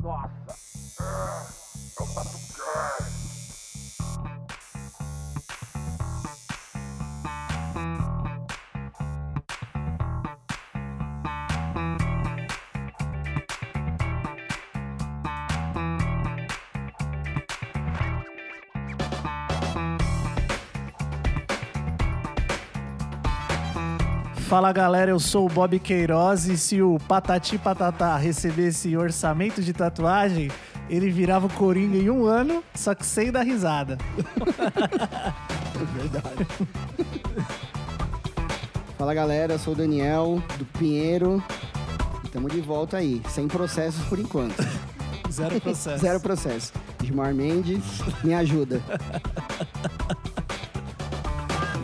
Nossa! Fala galera, eu sou o Bob Queiroz e se o Patati Patatá recebesse orçamento de tatuagem, ele virava o Coringa em um ano, só que sem dar risada. Verdade. Fala galera, eu sou o Daniel do Pinheiro. Estamos de volta aí, sem processos por enquanto. Zero processo. Zero processo. Gilmar Mendes, me ajuda.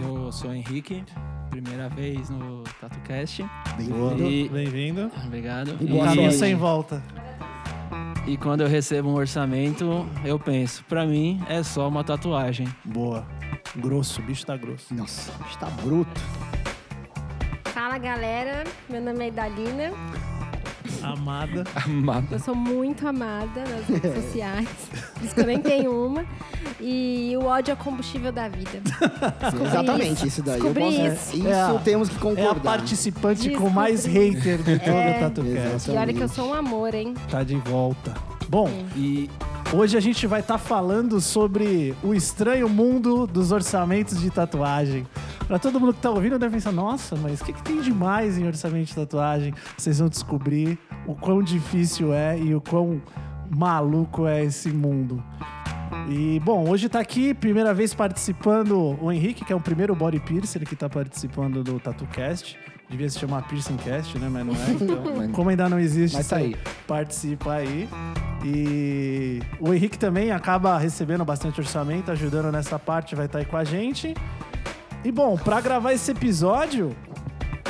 Eu sou o Henrique, primeira vez no TatuCast. Bem-vindo. E- Bem-vindo. Obrigado. E Um boa caminho sorte. sem volta. e quando eu recebo um orçamento, eu penso, pra mim é só uma tatuagem. Boa. Grosso, o bicho tá grosso. Nossa, está bruto. Fala galera, meu nome é Idalina, Amada. eu sou muito amada nas redes sociais, por isso que eu nem tenho uma. E o ódio é o combustível da vida. Exatamente, isso, daí. Eu Descobri posso- isso. Isso É a- temos que É a concordar. participante com Descobri. mais hater de todo o TatuCast. Exato. E olha que eu sou um amor, hein? Tá de volta. Bom, E hoje a gente vai estar falando sobre o estranho mundo dos orçamentos de tatuagem. Pra todo mundo que tá ouvindo, deve pensar, nossa, mas o que, que tem demais em orçamento de tatuagem? Vocês vão descobrir o quão difícil é e o quão maluco é esse mundo. E, bom, hoje tá aqui, primeira vez participando, o Henrique, que é o primeiro body piercer que tá participando do TatuCast. Devia se chamar PiercingCast, né? Mas não é. Então, como ainda não existe, Mas tá você aí. participa aí. E o Henrique também acaba recebendo bastante orçamento, ajudando nessa parte, vai estar aí com a gente. E, bom, pra gravar esse episódio,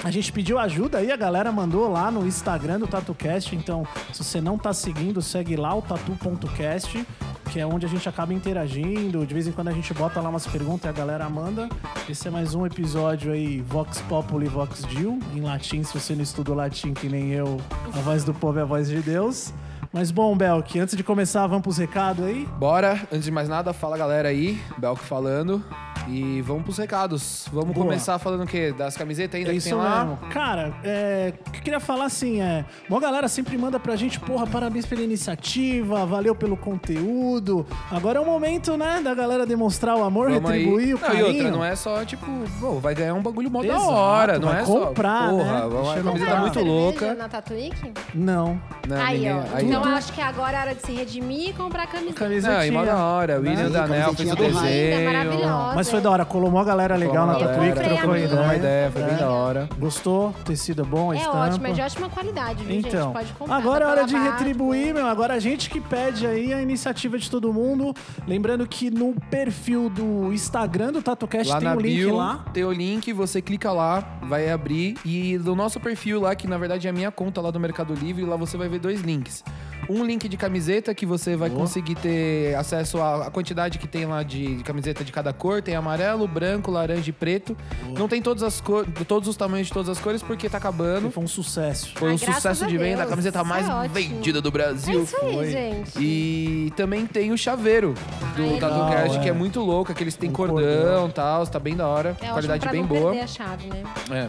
a gente pediu ajuda aí, a galera mandou lá no Instagram do TatuCast. Então, se você não tá seguindo, segue lá o tatu.cast, que é onde a gente acaba interagindo. De vez em quando a gente bota lá umas perguntas e a galera manda. Esse é mais um episódio aí, Vox Populi Vox Dil, em latim. Se você não estuda latim que nem eu, a voz do povo é a voz de Deus. Mas bom, Belk, antes de começar, vamos pros recados aí. Bora, antes de mais nada, fala galera aí, Belk falando. E vamos pros recados. Vamos Boa. começar falando o quê? Das camisetas ainda É que isso tem lá. Hum. mesmo. Cara, é, o que eu queria falar assim é. Uma galera sempre manda pra gente, porra, parabéns pela iniciativa, valeu pelo conteúdo. Agora é o momento, né, da galera demonstrar o amor, Vamos retribuir aí. o não, e carinho. outra, não é só, tipo, pô, vai ganhar um bagulho mó da Exato, hora, não vai é comprar, só. né? Porra, Deixa uma eu camisa comprar. tá muito Cerveja louca. Na Tatuíque? Não. Não, aí, ninguém- ó. aí- então eu acho que agora é hora de se redimir e comprar a camisa. Camisetinha. Não, e mó da hora. O Né? William Sim, Danel fez camisetinha o do Raio. desenho. maravilhosa. Mas foi da hora, colou uma galera legal na Uma Tatuí, que galera, trocou a minha. Uma ideia. É. ideia, foi bem da hora. né? Gostou? O tecido é bom, a É estampa. ótimo, é de ótima qualidade, viu, Então, gente? Pode comprar. agora é dá pra hora de lavar, retribuir, tipo, meu. Agora a gente que pede aí a iniciativa de todo mundo. Lembrando que no perfil do Instagram do TatuCast Lá tem na um link bio lá. tem o link, você clica lá, vai abrir. E do nosso perfil lá, que na verdade é a minha conta lá do Mercado Livre, lá você vai ver dois links. Um link de camiseta, que você vai conseguir ter acesso à à quantidade que tem lá de, de camiseta de cada cor. Tem amarelo, branco, laranja e preto. Não tem todas as cor, todos os tamanhos de todas as cores, porque tá acabando. Foi um sucesso. Foi Ah, um graças sucesso a de venda, a Deus, camiseta isso é mais ótimo. vendida do É Brasil. isso aí, gente. E também tem o chaveiro do Ai, TatuCast, legal, que é. é muito louco. Aqueles tem Um cordão cordão. e tal, tá bem da hora. É ótimo qualidade pra bem não boa. perder a chave, né? É.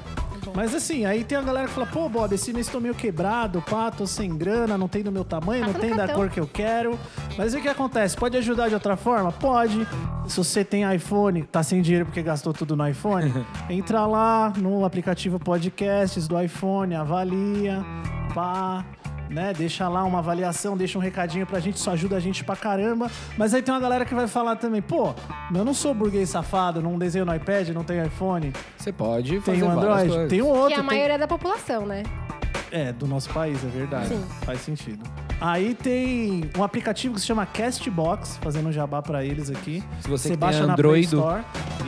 Mas assim, aí tem a galera que fala, pô, Bob, esse mês tô meio quebrado, pá, tô sem grana, não tem do meu tamanho, não Passa no tem da cartão. cor que eu quero. Mas aí o que acontece? Pode ajudar de outra forma? Pode. Se você tem iPhone, tá sem dinheiro porque gastou tudo no iPhone, entra lá no aplicativo podcasts do iPhone, avalia, pá. Né? Deixa lá uma avaliação, deixa um recadinho pra gente, isso ajuda a gente pra caramba. Mas aí tem uma galera que vai falar também, pô, eu não sou burguês safado, não desenho no iPad, não tenho iPhone, Você pode fazer tem um várias Android, coisas. tem um outro. Que é a tem- maioria da população, né? é, do nosso país, é verdade. Sim. Faz sentido. Aí tem um aplicativo que se chama Castbox, fazendo um jabá pra eles aqui. Se você que tem baixa Android. na Play Store.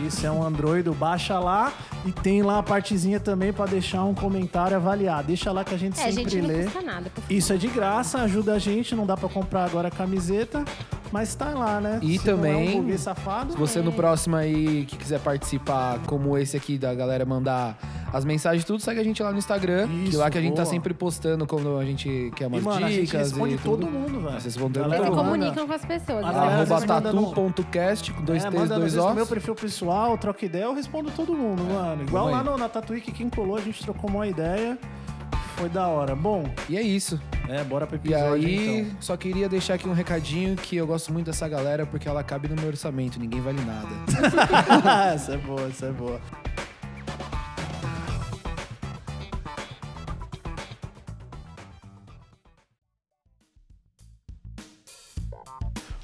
Isso é um Android, baixa lá e tem lá a partezinha também pra deixar um comentário avaliar. Deixa lá que a gente É, sempre né? gente, não lê. custa nada. por favor. Isso é de graça, ajuda a gente, não dá pra comprar agora a camiseta, Mas tá lá, né? E Se também- Não é um burguês safado. Se você no próximo aí que quiser participar, como esse aqui da galera mandar as mensagens, tudo, segue a gente lá no Instagram. que Isso, lá que a gente tá boa. sempre postando quando a gente quer E, umas mano, a dicas. gente responde e tudo. todo mundo, velho. Vocês vão ter Galera, Eles todo mundo. manda- comunicam com as pessoas. Ah, né? galera, às Arroba vezes manda no- tatu.cast com É, manda às vezes 232 no meu ossos. perfil pessoal, troca ideia, eu respondo todo mundo, mano. Igual É, Vamos lá aí. no, na Tatuí que quem colou, a gente trocou uma ideia. Foi da hora. Bom, E é isso. é, bora pro E episódio aí, então. só queria deixar aqui um recadinho que eu gosto muito dessa galera porque ela cabe no meu orçamento, ninguém vale nada. essa é boa, essa é boa.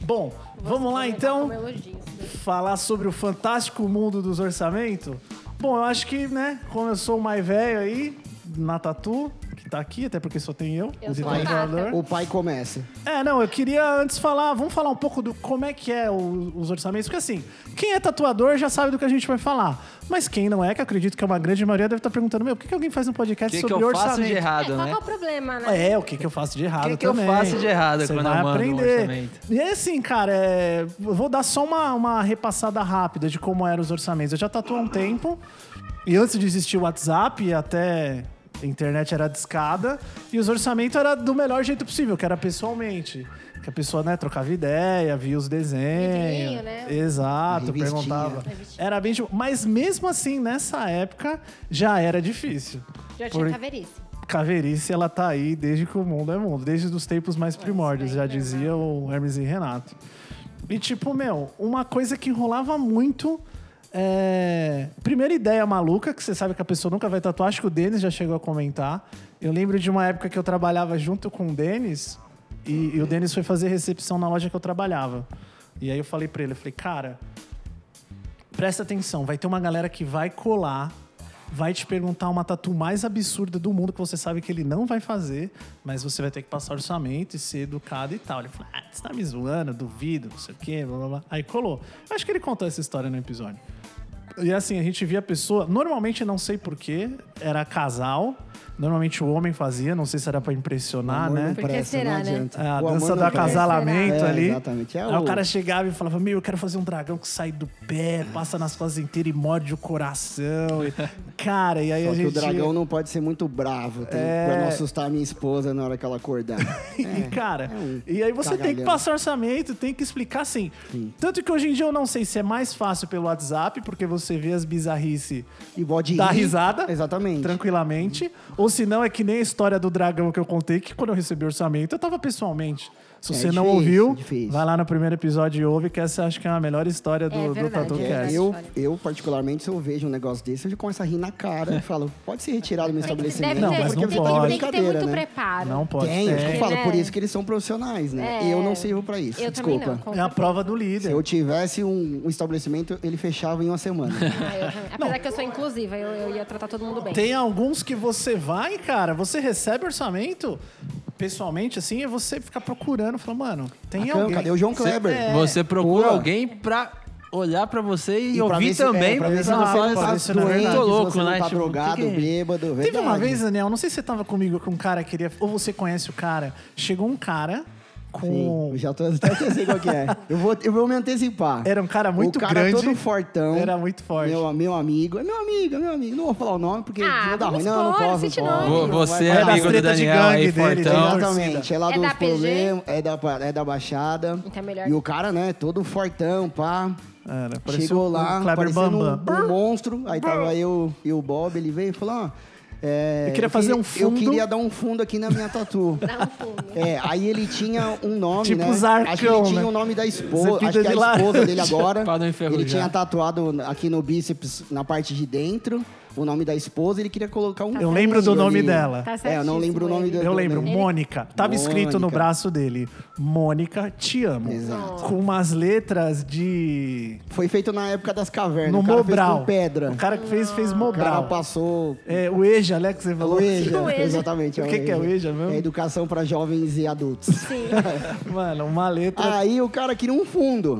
Bom, vamos lá então Como elogio, isso daí. falar sobre o fantástico mundo dos orçamentos? Bom, eu acho que, né, como eu sou o mais velho aí, na Tatu, que tá aqui, até porque só tem eu, Eu o sou diretor a Tata. criador. O pai começa. É, não, eu queria antes falar, vamos falar um pouco do como é que é o- os orçamentos, porque assim, quem é tatuador já sabe do que a gente vai falar. Mas quem não é, que eu acredito que é uma grande maioria, deve estar perguntando, meu, por que, que alguém faz um podcast O que, que sobre eu faço orçamento? de É, errado, qual que né? é o problema, né? É, o que, que eu faço de errado O que que eu também. faço de errado Você quando vai eu mando um aprender. orçamento? E é assim, cara, é, eu vou dar só uma, uma repassada rápida de como eram os orçamentos. Eu já tatuo há um tempo, e antes de existir o WhatsApp, e até a internet era discada, e os orçamentos era do melhor jeito possível, que era pessoalmente. Que a pessoa, né, trocava ideia, via os desenhos. Livrinho, né? Exato, Revistinha. perguntava. Revistinha. Era bem... tipo- Mas mesmo assim, nessa época, já era difícil. Já tinha Por- caveirice. Caveirice, ela tá aí desde que o mundo é mundo, desde os tempos mais primórdios, já dizia o Hermes e Renato. E tipo, meu, uma coisa que rolava muito é. Primeira ideia maluca, que você sabe que a pessoa nunca vai tatuar, acho que o Denis já chegou a comentar. Eu lembro de uma época que eu trabalhava junto com o Denis, e, e o Denis foi fazer recepção na loja que eu trabalhava. E aí eu falei pra ele, eu falei, cara, presta atenção, vai ter uma galera que vai colar, vai te perguntar uma tatu mais absurda do mundo que você sabe que ele não vai fazer, mas você vai ter que passar orçamento e ser educado e tal. Ele falou: ah, você tá me zoando, duvido, não sei o quê, blá blá blá. Aí colou. Eu acho que ele contou essa história no episódio. E assim, a gente via a pessoa, normalmente não sei porquê, era casal. Normalmente o homem fazia, não sei se era pra impressionar, Amor né? não presta, será, não né? adianta. É, a O amor dança do não presta. acasalamento É, ali. exatamente. É Aí o o- cara chegava e falava: Meu, eu quero fazer um dragão que sai do pé, passa nas costas inteiras e morde o coração. E- cara, e aí Só a que gente. o dragão não pode ser muito bravo, tem, É. pra não assustar a minha esposa na hora que ela acordar. E, cara, é um e aí você tem que cagalhão. passar orçamento, tem que explicar assim. Tanto que hoje em dia eu não sei se é mais fácil pelo WhatsApp, porque você vê as bizarrices E pode Dá ir- risada. Exatamente. tranquilamente. Ou se não, é que nem a história do dragão que eu contei, que quando eu recebi o orçamento, eu tava pessoalmente. Se É você não difícil, ouviu, difícil. vai lá no primeiro episódio e ouve, que essa acho que é a melhor história do, É do verdade, Tatu é Cast. verdade. Eu, Olha. eu, particularmente, se eu vejo um negócio desse, eu já começo a rir na cara e falo, pode ser retirado do meu Tem que- estabelecimento. Não, deve ter- mas tem, não que- pode. tem que ter muito Brincadeira, né? preparo. Não pode. Tem, eu Tem. falo, né? por isso que eles são profissionais, né? É. Eu não sirvo pra isso, Eu também desculpa. não. com É a certeza. prova do Se líder. eu tivesse um, um estabelecimento, ele fechava em uma semana. Ah, eu também. Apesar que eu sou inclusiva, eu, eu ia tratar todo mundo bem. Tem alguns que você vai, cara, você recebe orçamento pessoalmente, assim, e você fica procurando, fala, mano, tem Cam- alguém. Cadê o João Kleber? é Você procura É, Pô. alguém pra olhar pra você e, pra ouvir ver se- também. é, pra ver se pra você falar não tá se assim, não é doente, verdade. se Tô louco, você né? não tá Tipo, drogado, que que é? bêbado, Teve uma verdade. vez, Daniel, não sei se você tava comigo, que um cara queria. Ou você conhece o cara. Chegou um cara com. Sim, eu já tô, até sei qual que é. Eu vou, eu vou me antecipar. Era um cara muito o cara é grande. todo fortão. Era muito forte. Meu, meu amigo. É meu amigo, é meu amigo. Não vou falar o nome porque Ah, não dá ruim. vamos Não, não expor, posso. sente não nome. posso. Vo- Não Você vai é das dar amigo do tretas de Daniel gangue aí, dele, fortão. né? Exatamente, é lá É dos da PG? problemas, é da, pa- é da Baixada. Então é melhor. E o cara, né, todo fortão, pá. Era, parecia Chegou o- o lá, Kleber parecendo um, Bambam. um monstro. Aí tava eu e o Bob, ele veio e falou, ó... é, Eu queria fazer um Eu fundo. queria dar um fundo aqui na minha tatu. Dá um fundo. É, aí ele tinha um nome, Tipo né? Zarcão, acho que ele tinha né? o nome da Você esposa, pinta acho que é de a laranja. esposa dele agora. Pra não enferrujar. ele tinha tatuado aqui no bíceps, na parte de dentro, o nome da esposa, ele queria colocar um Eu lembro do fundo nome ali. dela. Tá É, eu não certíssimo lembro o nome ele. dela. Eu lembro, Ele- Mônica. Tava escrito no né? Mônica. braço dele: Mônica, te amo. Exato. Com umas letras de. Foi feito na época das cavernas. No o cara Fez Mobral. com pedra. O cara que fez, fez O cara Mobral. passou É, o EJA, Alex, você falou. o EJA. O EJA. Exatamente. O que que é o EJA mesmo? É educação para jovens e adultos. Sim. Mano, uma letra. Aí o cara queria um fundo.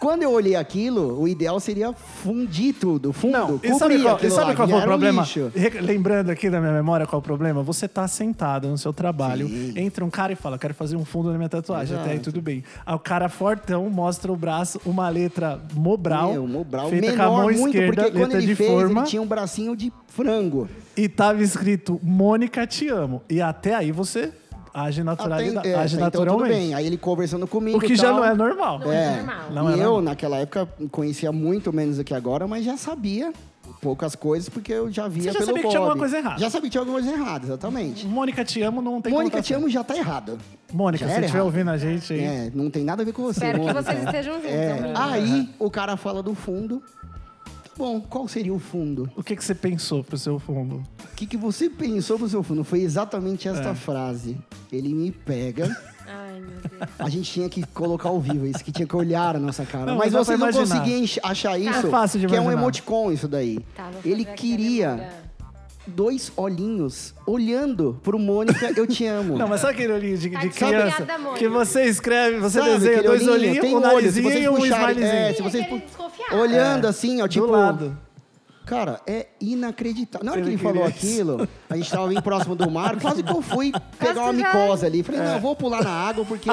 Quando eu olhei aquilo, o ideal seria fundir tudo, fundo, Não, cobrir e sabe qual, e aquilo sabe lá, qual que foi o era um problema? lixo. Re- Lembrando aqui da minha memória qual é o problema? Você tá sentado no seu trabalho, entra um cara e fala, quero fazer um fundo na minha tatuagem, até aí tudo bem. Aí o cara fortão mostra o braço, uma letra Mobral, É, Meu, Mobral feita menor com a mão muito, esquerda, porque quando letra ele de fez, forma, ele tinha um bracinho de frango. e tava escrito, Mônica, te amo. E até aí você age, naturalidade, Até- é, age então tudo naturalmente. bem. Aí ele conversando comigo o que e já tal. não é normal. Não é normal. Não e é eu, normal. naquela época, conhecia muito menos do que agora, mas já sabia poucas coisas, porque eu já via Você já pelo sabia que tinha Bob. alguma coisa errada. Já sabia que tinha alguma coisa errada, exatamente. Mônica, te amo, não tem Mônica, como- te amo, já tá errado. Mônica, Já se era estiver errado. ouvindo a gente aí, É, não tem nada a ver com você, Espero que Mônica. vocês estejam juntos. É, né? Aí o cara fala do fundo. Tá bom, qual seria o fundo? o que, que você pensou pro seu fundo? O que, que você pensou pro seu fundo? Foi exatamente esta É. frase. Ele me pega. Ai, meu Deus. A gente tinha que colocar ao vivo isso, que tinha que olhar a nossa cara. Não, mas dá pra vocês não imaginar. conseguiam enx- achar isso, É fácil de que é um imaginar. emoticon isso daí. Tá, vou Ele fazer aqui a queria minha dois olhinhos olhando pro Mônica, eu te amo. Não, mas sabe aquele olhinho de, de Tadinha. criança? Obrigada, amor. que você escreve, você Sabe desenha aquele dois olhinho? olhinhos, Tem um olho, se narizinho vocês e um puxarem- smilezinho. É, é, É, se vocês que ele pu- desconfiava. olhando assim, ó, tipo, do lado. Cara, é inacreditável. Na hora que Ele ele falou queria isso. aquilo, a gente tava bem próximo do mar, quase que eu fui pegar uma Quase já. micose ali. Falei, É. não, eu vou pular na água porque.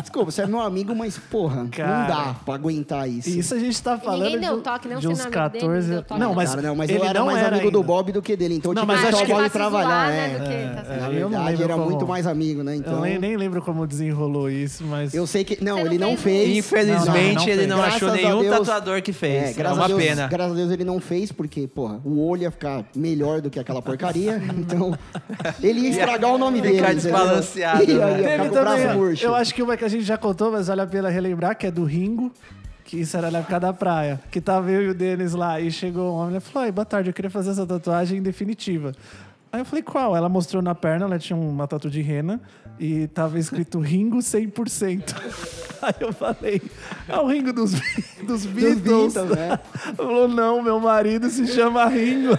Desculpa, você é meu amigo, mas porra, Cara. não dá pra aguentar isso. Isso a gente tá falando ninguém deu de, toque, não de foi uns no amigo dele, não 14... deu toque, não, não. mas, Cara, não, mas ele eu era não mais era amigo do ainda. Bob do que dele, então Não, tipo, mas Ah, acho só acho que- o que Bob vai trabalhar. Né, É. do que, tá certo. É, Na eu não verdade, lembro era como- muito mais amigo, né? Eu Então. nem, nem lembro como desenrolou isso, mas... Eu sei que. Não, Você não ele não fez um fez. Não, não, Infelizmente, não ele fez. não Graças achou a nenhum Deus. tatuador que É, fez. É, graças, uma a Deus, pena. graças a Deus ele não fez, porque, porra, o olho ia ficar melhor do que aquela porcaria. então, ele ia estragar o nome ficar dele. entendeu? desbalanceado, Ia, ia, né? ia Teve ficar com o braço também, murcho. eu acho que uma que a gente já contou, mas vale a pena relembrar, que é do Ringo, que isso era na época da praia, que tava eu e o Denis lá, e chegou um homem e falou, "Ai, boa tarde, eu queria fazer essa tatuagem definitiva. Aí eu falei, qual? Ela mostrou na perna, ela tinha uma tatu de rena, e tava escrito Ringo 100%. Aí eu falei, é o Ringo dos, dos Beatles. Beatles, né? Ela falou, não, meu marido se chama Ringo.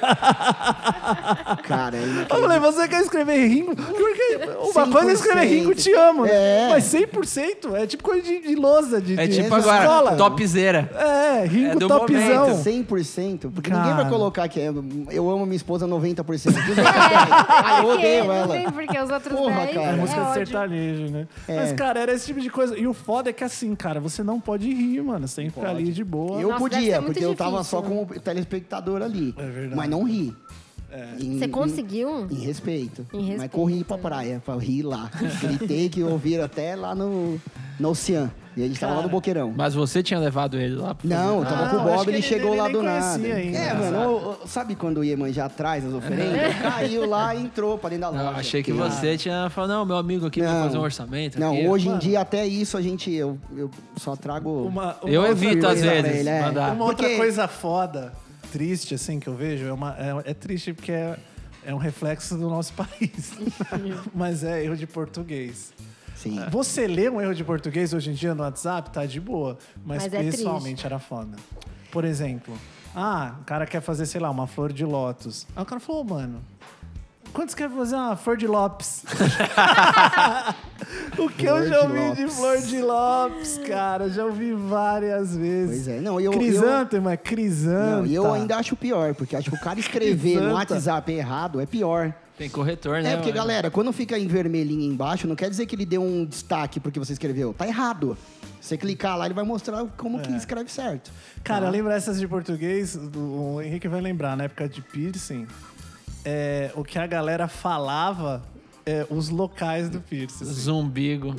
Cara, é ele... Eu falei, você quer escrever Ringo? Porque uma coisa é escrever 100%. Ringo te amo, né? É. Mas 100% é tipo coisa de, de lousa, de, É de tipo de agora, escola. topzera. É, É Ringo do topzão. momento. 100%, porque Cara. ninguém vai colocar que é, eu amo minha esposa 90%. Que os outros 10? É, Ah, eu odeio Não ela. tem porque os outros Porra, 10 cara. É é música de ódio. sertanejo, né? Mas, cara, era esse tipo de coisa. E o foda é que assim, cara, você não pode rir, mano. Você tem que ficar ali de boa. Eu Nossa, deve ser podia, muito porque eu tava difícil. só como telespectador ali. É verdade. Mas não ri. Em- Você em- conseguiu? Em respeito. Em respeito. Mas corri pra praia, pra rir lá. Gritei que ouviram até lá no, no Ocean. E a gente tava lá no Boqueirão. Mas você tinha levado ele lá. pra Não, eu fazer- tava Ah, com o eu acho Bob, que ele ele- chegou ele lá nem do nada. conhecia ainda, é, mano, eu- eu- sabe quando o Iemanjá atrás as oferendas? Caiu lá e entrou pra dentro da Não, loja. achei que Fiquei- você tinha falado, não, meu amigo aqui vai Não. fazer um orçamento. Não, aqui. hoje em dia até isso a gente. Eu, eu só trago. Uma- uma Eu outra evito, coisa- às coisa, vezes, velho, é. mandar. Uma outra Porque- coisa foda, triste, assim, que eu vejo, é, uma, é, é triste porque é, é um reflexo do nosso país. Mas é erro de português. Sim. Você lê um erro de português hoje em dia no WhatsApp, tá de boa. Mas, Mas é pessoalmente era foda. Por exemplo, ah, o cara quer fazer, sei lá, uma flor de lótus. Aí o cara falou, ô, mano, quantos quer fazer uma flor de Lopes? o que Flor eu já de ouvi de lópis. flor de Lopes, cara? Já ouvi várias vezes. Pois é, não, eu- Crisântema, é crisanta. Não, e eu ainda acho pior, porque acho que o cara escrever no Exata. WhatsApp errado é pior. Tem corretor, né? É, porque, mano? galera, quando fica em vermelhinho embaixo, não quer dizer que ele deu um destaque porque você escreveu. Tá errado. Você clicar lá, ele vai mostrar como É. que escreve certo. Cara, eu lembro essas de português, do- o Henrique vai lembrar, na época de piercing, é, o que a galera falava, é, os locais do piercing. assim. Zumbigo.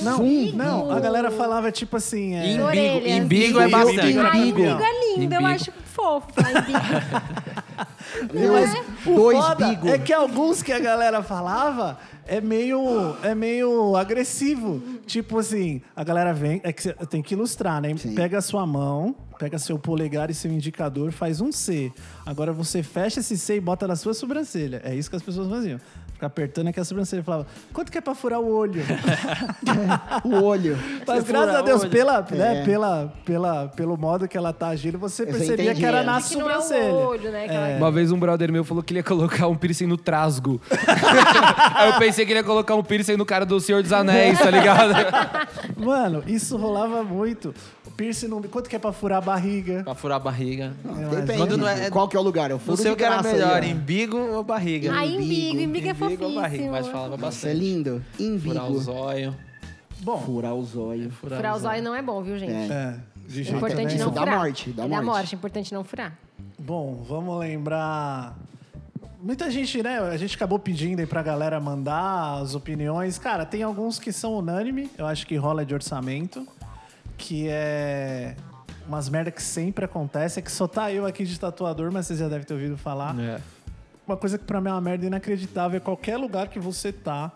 Não, não, a galera falava tipo assim... é, Imbigo. Orelhas. Imbigo é bastante. Ah, Imbigo. imbigo é lindo, Imbigo. eu acho fofo. falar Imbigo. Dois, é? O dois foda bigo. É que alguns que a galera falava é meio, é meio agressivo. Tipo assim, a galera vem. É que cê- tem que ilustrar, né? Sim. Pega a sua mão, pega seu polegar e seu indicador, faz um C. Agora você fecha esse C e bota na sua sobrancelha. É isso que as pessoas faziam. Ficar apertando aqui a sobrancelha. Falava, quanto que é pra furar o olho? O olho. Mas Você graças fura a Deus, olho. pela, né, É. pela, pela, pelo modo que ela tá agindo, você percebia entendi. que era na que não é sobrancelha. o olho, né? aquela- É. Uma vez um brother meu falou que ele ia colocar um piercing no trasgo. Aí eu pensei que ele ia colocar um piercing no cara do Senhor dos Anéis, tá ligado? Mano, isso rolava muito. Piercing no... Quanto que é pra furar a barriga? Pra furar a barriga. Depende. Quando não é- Qual que é o lugar? Eu furo Não sei de o que era graça aí, melhor, ó. embigo ou barriga? Ah, embigo. Embigo é Embigo ou barriga, fofíssimo. mas falava Nossa, é bastante. lindo. Furar os Embigo. olhos. Bom, Furar os olhos. Furar os olhos não é bom, viu, gente? é, de jeito Importante também. não Isso dá furar. morte, dá É morte. é importante não furar. Bom, vamos lembrar. Muita gente, né? A gente acabou pedindo aí pra galera mandar as opiniões. Cara, tem alguns que são unânime, eu acho que rola de orçamento, que é umas merda que sempre acontece, é que só tá eu aqui de tatuador, mas vocês já devem ter ouvido falar. É. Uma coisa que pra mim é uma merda inacreditável é qualquer lugar que você tá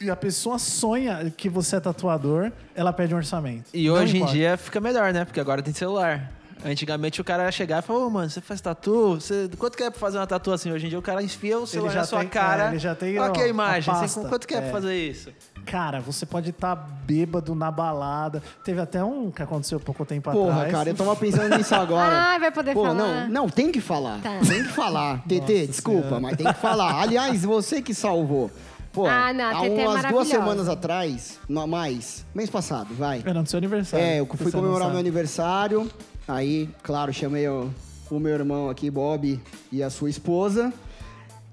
e a pessoa sonha que você é tatuador, ela pede um orçamento. E Não hoje em importa. dia fica melhor, né? Porque agora tem celular. Antigamente o cara chegava e falava, ô mano, você faz tatu? Você... Quanto que é pra fazer uma tatu assim? Hoje em dia o cara enfia o celular já na sua tem- cara. é, ele já tem, Olha ó, aqui a imagem. a Você- pasta. Quanto que é, É. pra fazer isso? Cara, você pode estar bêbado na balada. Teve até um que aconteceu pouco tempo Porra, atrás. cara, eu tava pensando nisso agora. Ah, vai poder Pô, falar. não, não, tem que falar. Tá. Tem que falar. TT, desculpa, mas tem que falar. Aliás, você que salvou. Pô, Ah, não, a há TT é umas duas maravilhosa. semanas atrás, não, mais, mês passado, vai. Era no seu aniversário. É, eu fui Você não comemorar meu sabe. aniversário. Aí, claro, chamei o, o meu irmão aqui, Bob, e a sua esposa.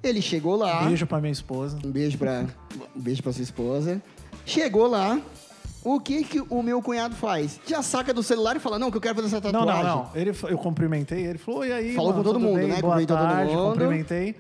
Ele chegou lá. Beijo pra minha esposa. Um beijo pra, um beijo pra sua esposa. Chegou lá. O que que o meu cunhado faz? Já saca do celular e fala, não, que eu quero fazer essa Não, tatuagem. não, não. Ele, fa- eu cumprimentei, ele falou, e aí? Falou mano, com todo tudo mundo, bem? né? Boa Cumprimentou todo tarde, mundo. Cumprimentei.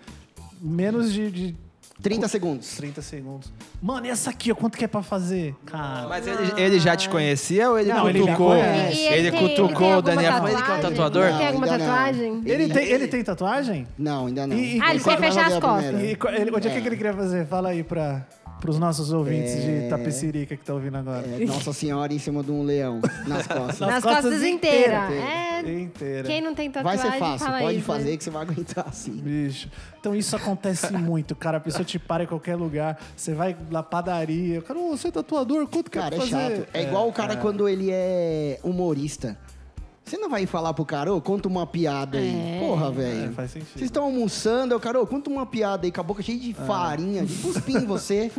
Menos de, de 30 segundos. 30 segundos. Mano, e essa aqui, ó, quanto que é pra fazer? Cara. Mas ele, ele já te conhecia ou ele Não, ele já cutucou? conhece. E ele tem- cutucou tem o Daniel. alguma Mas ele que é um tatuagem? tatuador? Ele tem alguma ainda É. não. tatuagem? Ele, tem, é- ele tem tatuagem? Não, ainda não. E- e- Ah, ele quer fechar as fazer a costas. primeira. E co- ele, onde é. que ele queria fazer? Fala aí pra, pros nossos ouvintes de Tapecirica que tá ouvindo agora. É, Nossa Senhora em cima de um leão, nas costas. Nas costas inteira. É, Inteira. quem não tem Vai tatuagem, ser fácil, fala pode isso, né? fazer que você vai aguentar assim. Bicho. Então isso acontece muito, cara. A pessoa te para em qualquer lugar. Você vai na padaria. Cara, "Ô, você é tatuador? Quanto que Cara, é é pra fazer? chato. É igual o cara quando ele é humorista. Você não vai falar pro cara, ô, conta uma piada aí. É. Porra, É, velho. faz sentido. É. Vocês estão almoçando, eu, cara, ô, conta uma piada aí, com a boca cheia de farinha, de cuspim em você.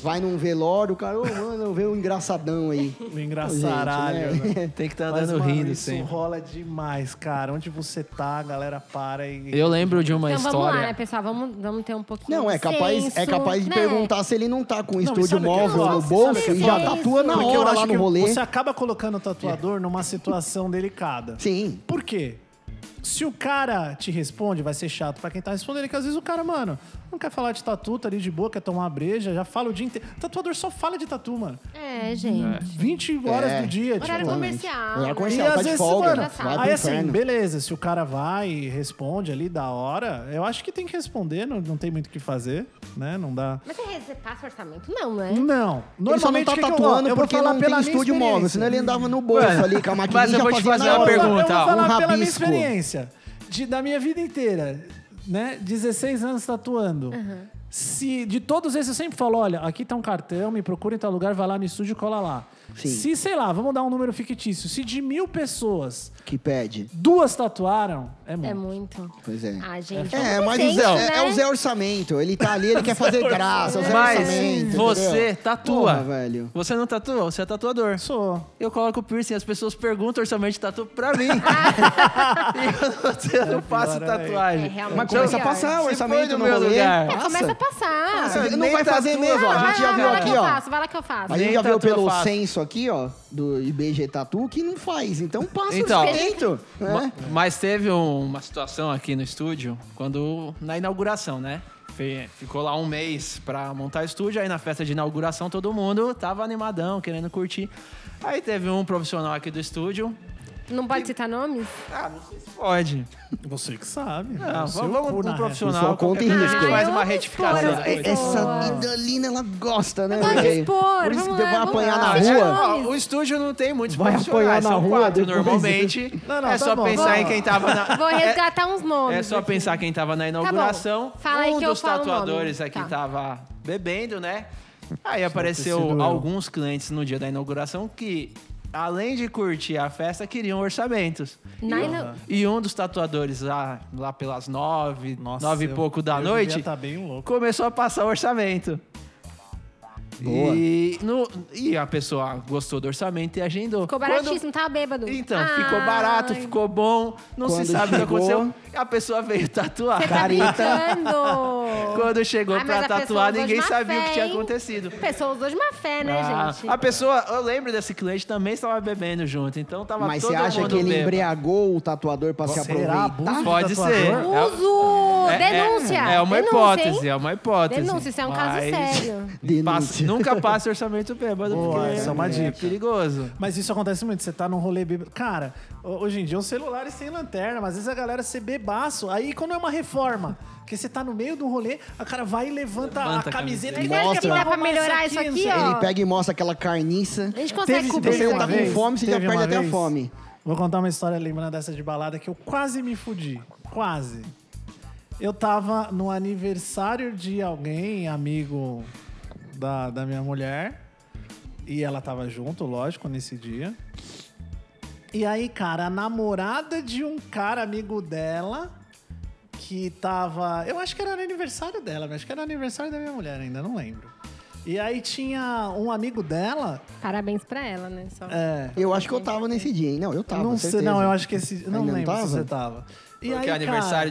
Vai num velório, o cara, ô, mano, vê um engraçadão aí. Um engraçaralho. Gente, né? Tem que estar Mas, andando mano, Tá rindo isso sempre. rola demais, cara. Onde você tá, a galera para e... Eu lembro de uma Então vamos lá, né, história. pessoal? Vamos, vamos ter um pouquinho Não, é de capaz, é senso, capaz de né? perguntar se ele não tá com um mas estúdio sabe o que é móvel foda? no Sabe bolso o que é e já foda? tatua na Porque eu hora acho lá no que rolê. você acaba colocando o tatuador numa situação delicada. Sim. Por quê? Se o cara te responde, vai ser chato pra quem tá respondendo, que às vezes o cara, mano, não quer falar de tatu, tá ali de boa, quer tomar uma breja, já fala o dia inteiro. Tatuador só fala de tatu, mano. É, gente. 20 horas É. do dia, tipo. Horário comercial. Horário né? E comercial. Marcelo, às tá de vezes, folga, mano, vai pro aí assim, inferno. beleza, se o cara vai e responde ali da hora, eu acho que tem que responder, não, não tem muito o que fazer, né? Não dá. Mas você re- você passa orçamento? Não, né? Hum. Não, Ele só não normalmente tá o que que eu- tatuando eu vou porque falar não pela tem minha estúdio móvel, experiência. senão ele andava no bolso Mano, ali com a maquininha mas eu já vou te fazia fazer na uma Eu hora. vou- pergunta, Eu vou ó. falar Um pela minha rabisco. experiência de, da minha vida inteira, né? 16 anos tatuando. Se de todos esses eu sempre falo, olha, aqui tá um cartão, me procura em tal lugar, vai lá no estúdio, e cola lá. Sim. Se, sei lá, vamos dar um número fictício. Se de mil pessoas, Que pede. duas tatuaram, é muito. É muito. Pois é. Ah, gente. É, vamos mas ser o Zé, gente, é, é né? o Zé Orçamento. Ele tá ali, ele quer fazer graça, é o Zé Mas Orçamento. você entendeu? tatua. Porra, velho. Você não tatua, você é tatuador. Sou. Eu coloco o piercing, as pessoas perguntam orçamento de tatu pra mim. e eu não, eu não faço pior é. tatuagem. É, realmente. Mas começa a pior. passar o Se orçamento põe no no meu rolê. lugar. É, começa a passar. Você Ah, não nem vai fazer tatua. mesmo, ó. Ah, A gente já vai viu lá, vai lá aqui, que eu ó. faço, vai lá que eu faço. A gente Nem já viu tatua pelo fácil. censo aqui, ó, do IBGE Tatu, que não faz. Então passa Então. o orçamento. Ma- né? Mas teve um- uma situação aqui no estúdio, quando na inauguração, né? Fe- Ficou lá um mês pra montar o estúdio, aí na festa de inauguração todo mundo tava animadão, querendo curtir. Aí teve um profissional aqui do estúdio. Não pode citar nomes? Ah, não sei se pode. Você que sabe. Ah, O seu vamos cu vamos na num reta. profissional. Só conta em qualquer risco. coisa, A gente faz Ah, eu uma amo retificação. É, expor as depois. Essa Idalina, ela gosta, né? Pode velho? expor. Por isso que vamos você lá, vai vamos apanhar lá. na Cita rua. é, nomes. Ó, o estúdio não tem muitos Vai apanhar profissionais, na são rua quatro depois. normalmente. Não, não, é tá só bom, pensar vou- em quem tava na. Vou é- resgatar uns nomes. É só aqui. Tá pensar quem tava na inauguração. Fala aí um que eu dos falo o nome. tatuadores aqui Tá. tava bebendo, né? ter Aí sido apareceu eu. alguns clientes no dia da inauguração que, além de curtir a festa, queriam orçamentos. Na E- ina- E um dos tatuadores lá, lá pelas nove, Nossa, nove e eu- pouco da eu devia noite, tá bem louco. começou a passar o orçamento. Boa. E, no- e a pessoa gostou do orçamento e agendou. Ficou Quando- baratíssimo, tava bêbado. Então, Ai. ficou barato, ficou bom, não Quando se sabe o que chegou- aconteceu. A pessoa veio tatuar. Você tá brincando! Quando chegou Ah, mas pra a pessoa tatuar, usou de ninguém má sabia o fé, que tinha hein? acontecido. A pessoa usou de má fé, né, Ah, gente? a pessoa, eu lembro desse cliente, também estava bebendo junto. Então tava Mas todo você acha mundo que ele bêbado. embriagou o tatuador pra se Será aproveitar? abuso de Pode tatuador? ser. Uso! É- é- denúncia! É, uma denúncia, hipótese, hein? é uma hipótese. Denúncia, isso é um caso Mas sério. Denúncia. passe- nunca passe orçamento bêbado, Boa, porque essa é uma dica. perigoso. Mas isso acontece muito, você tá num rolê bêbado. Cara, ho- hoje em dia um celular e sem lanterna, mas às vezes a galera se bebaço. Aí quando é uma reforma, que você tá no meio do rolê, a cara vai e levanta, Levanta a a camiseta camiseta. e fala, Mostra. "Quer Dá pra arrumar melhorar isso não aqui, sei o quê?" ó. Ele pega e mostra aquela carniça. A gente consegue Teve- cobrir teve Você isso não tá aqui. com fome, você já teve perde uma até a vez. fome. Vou contar uma história lembrando dessa de balada que eu quase me fudi. Quase. Eu tava no aniversário de alguém, amigo da, da minha mulher. E ela tava junto, lógico, nesse dia. E aí, cara, a namorada de um cara amigo dela que tava. Eu acho que era no aniversário dela, mas acho que era no aniversário da minha mulher ainda, não lembro. E aí tinha um amigo dela. Parabéns pra ela, né? Só. É, Eu acho que eu tava nesse dia, hein? Não, eu tava. não sei, certeza. não, eu acho que esse. Não Ainda não lembro tava? se você tava. E Porque aí, é aniversário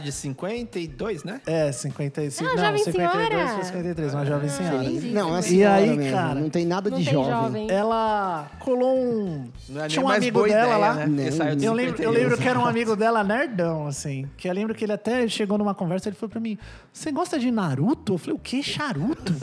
cara, de 52, né? É, 55. Ah, Não, jovem 52 senhora. Ah, foi 53, uma jovem senhora. entendi. Não, é E assim. E aí, aí, cara? cara? Não tem nada Não de tem jovem. É, jovem. Ela colou um. Não é Tinha nem um mais amigo boa dela ideia, lá. né? Porque Não. saiu de Eu lembro, eu 51. lembro que era um amigo dela nerdão, assim. Que eu lembro que ele até chegou numa conversa ele falou pra mim: Você gosta de Naruto? Eu falei: O que, charuto?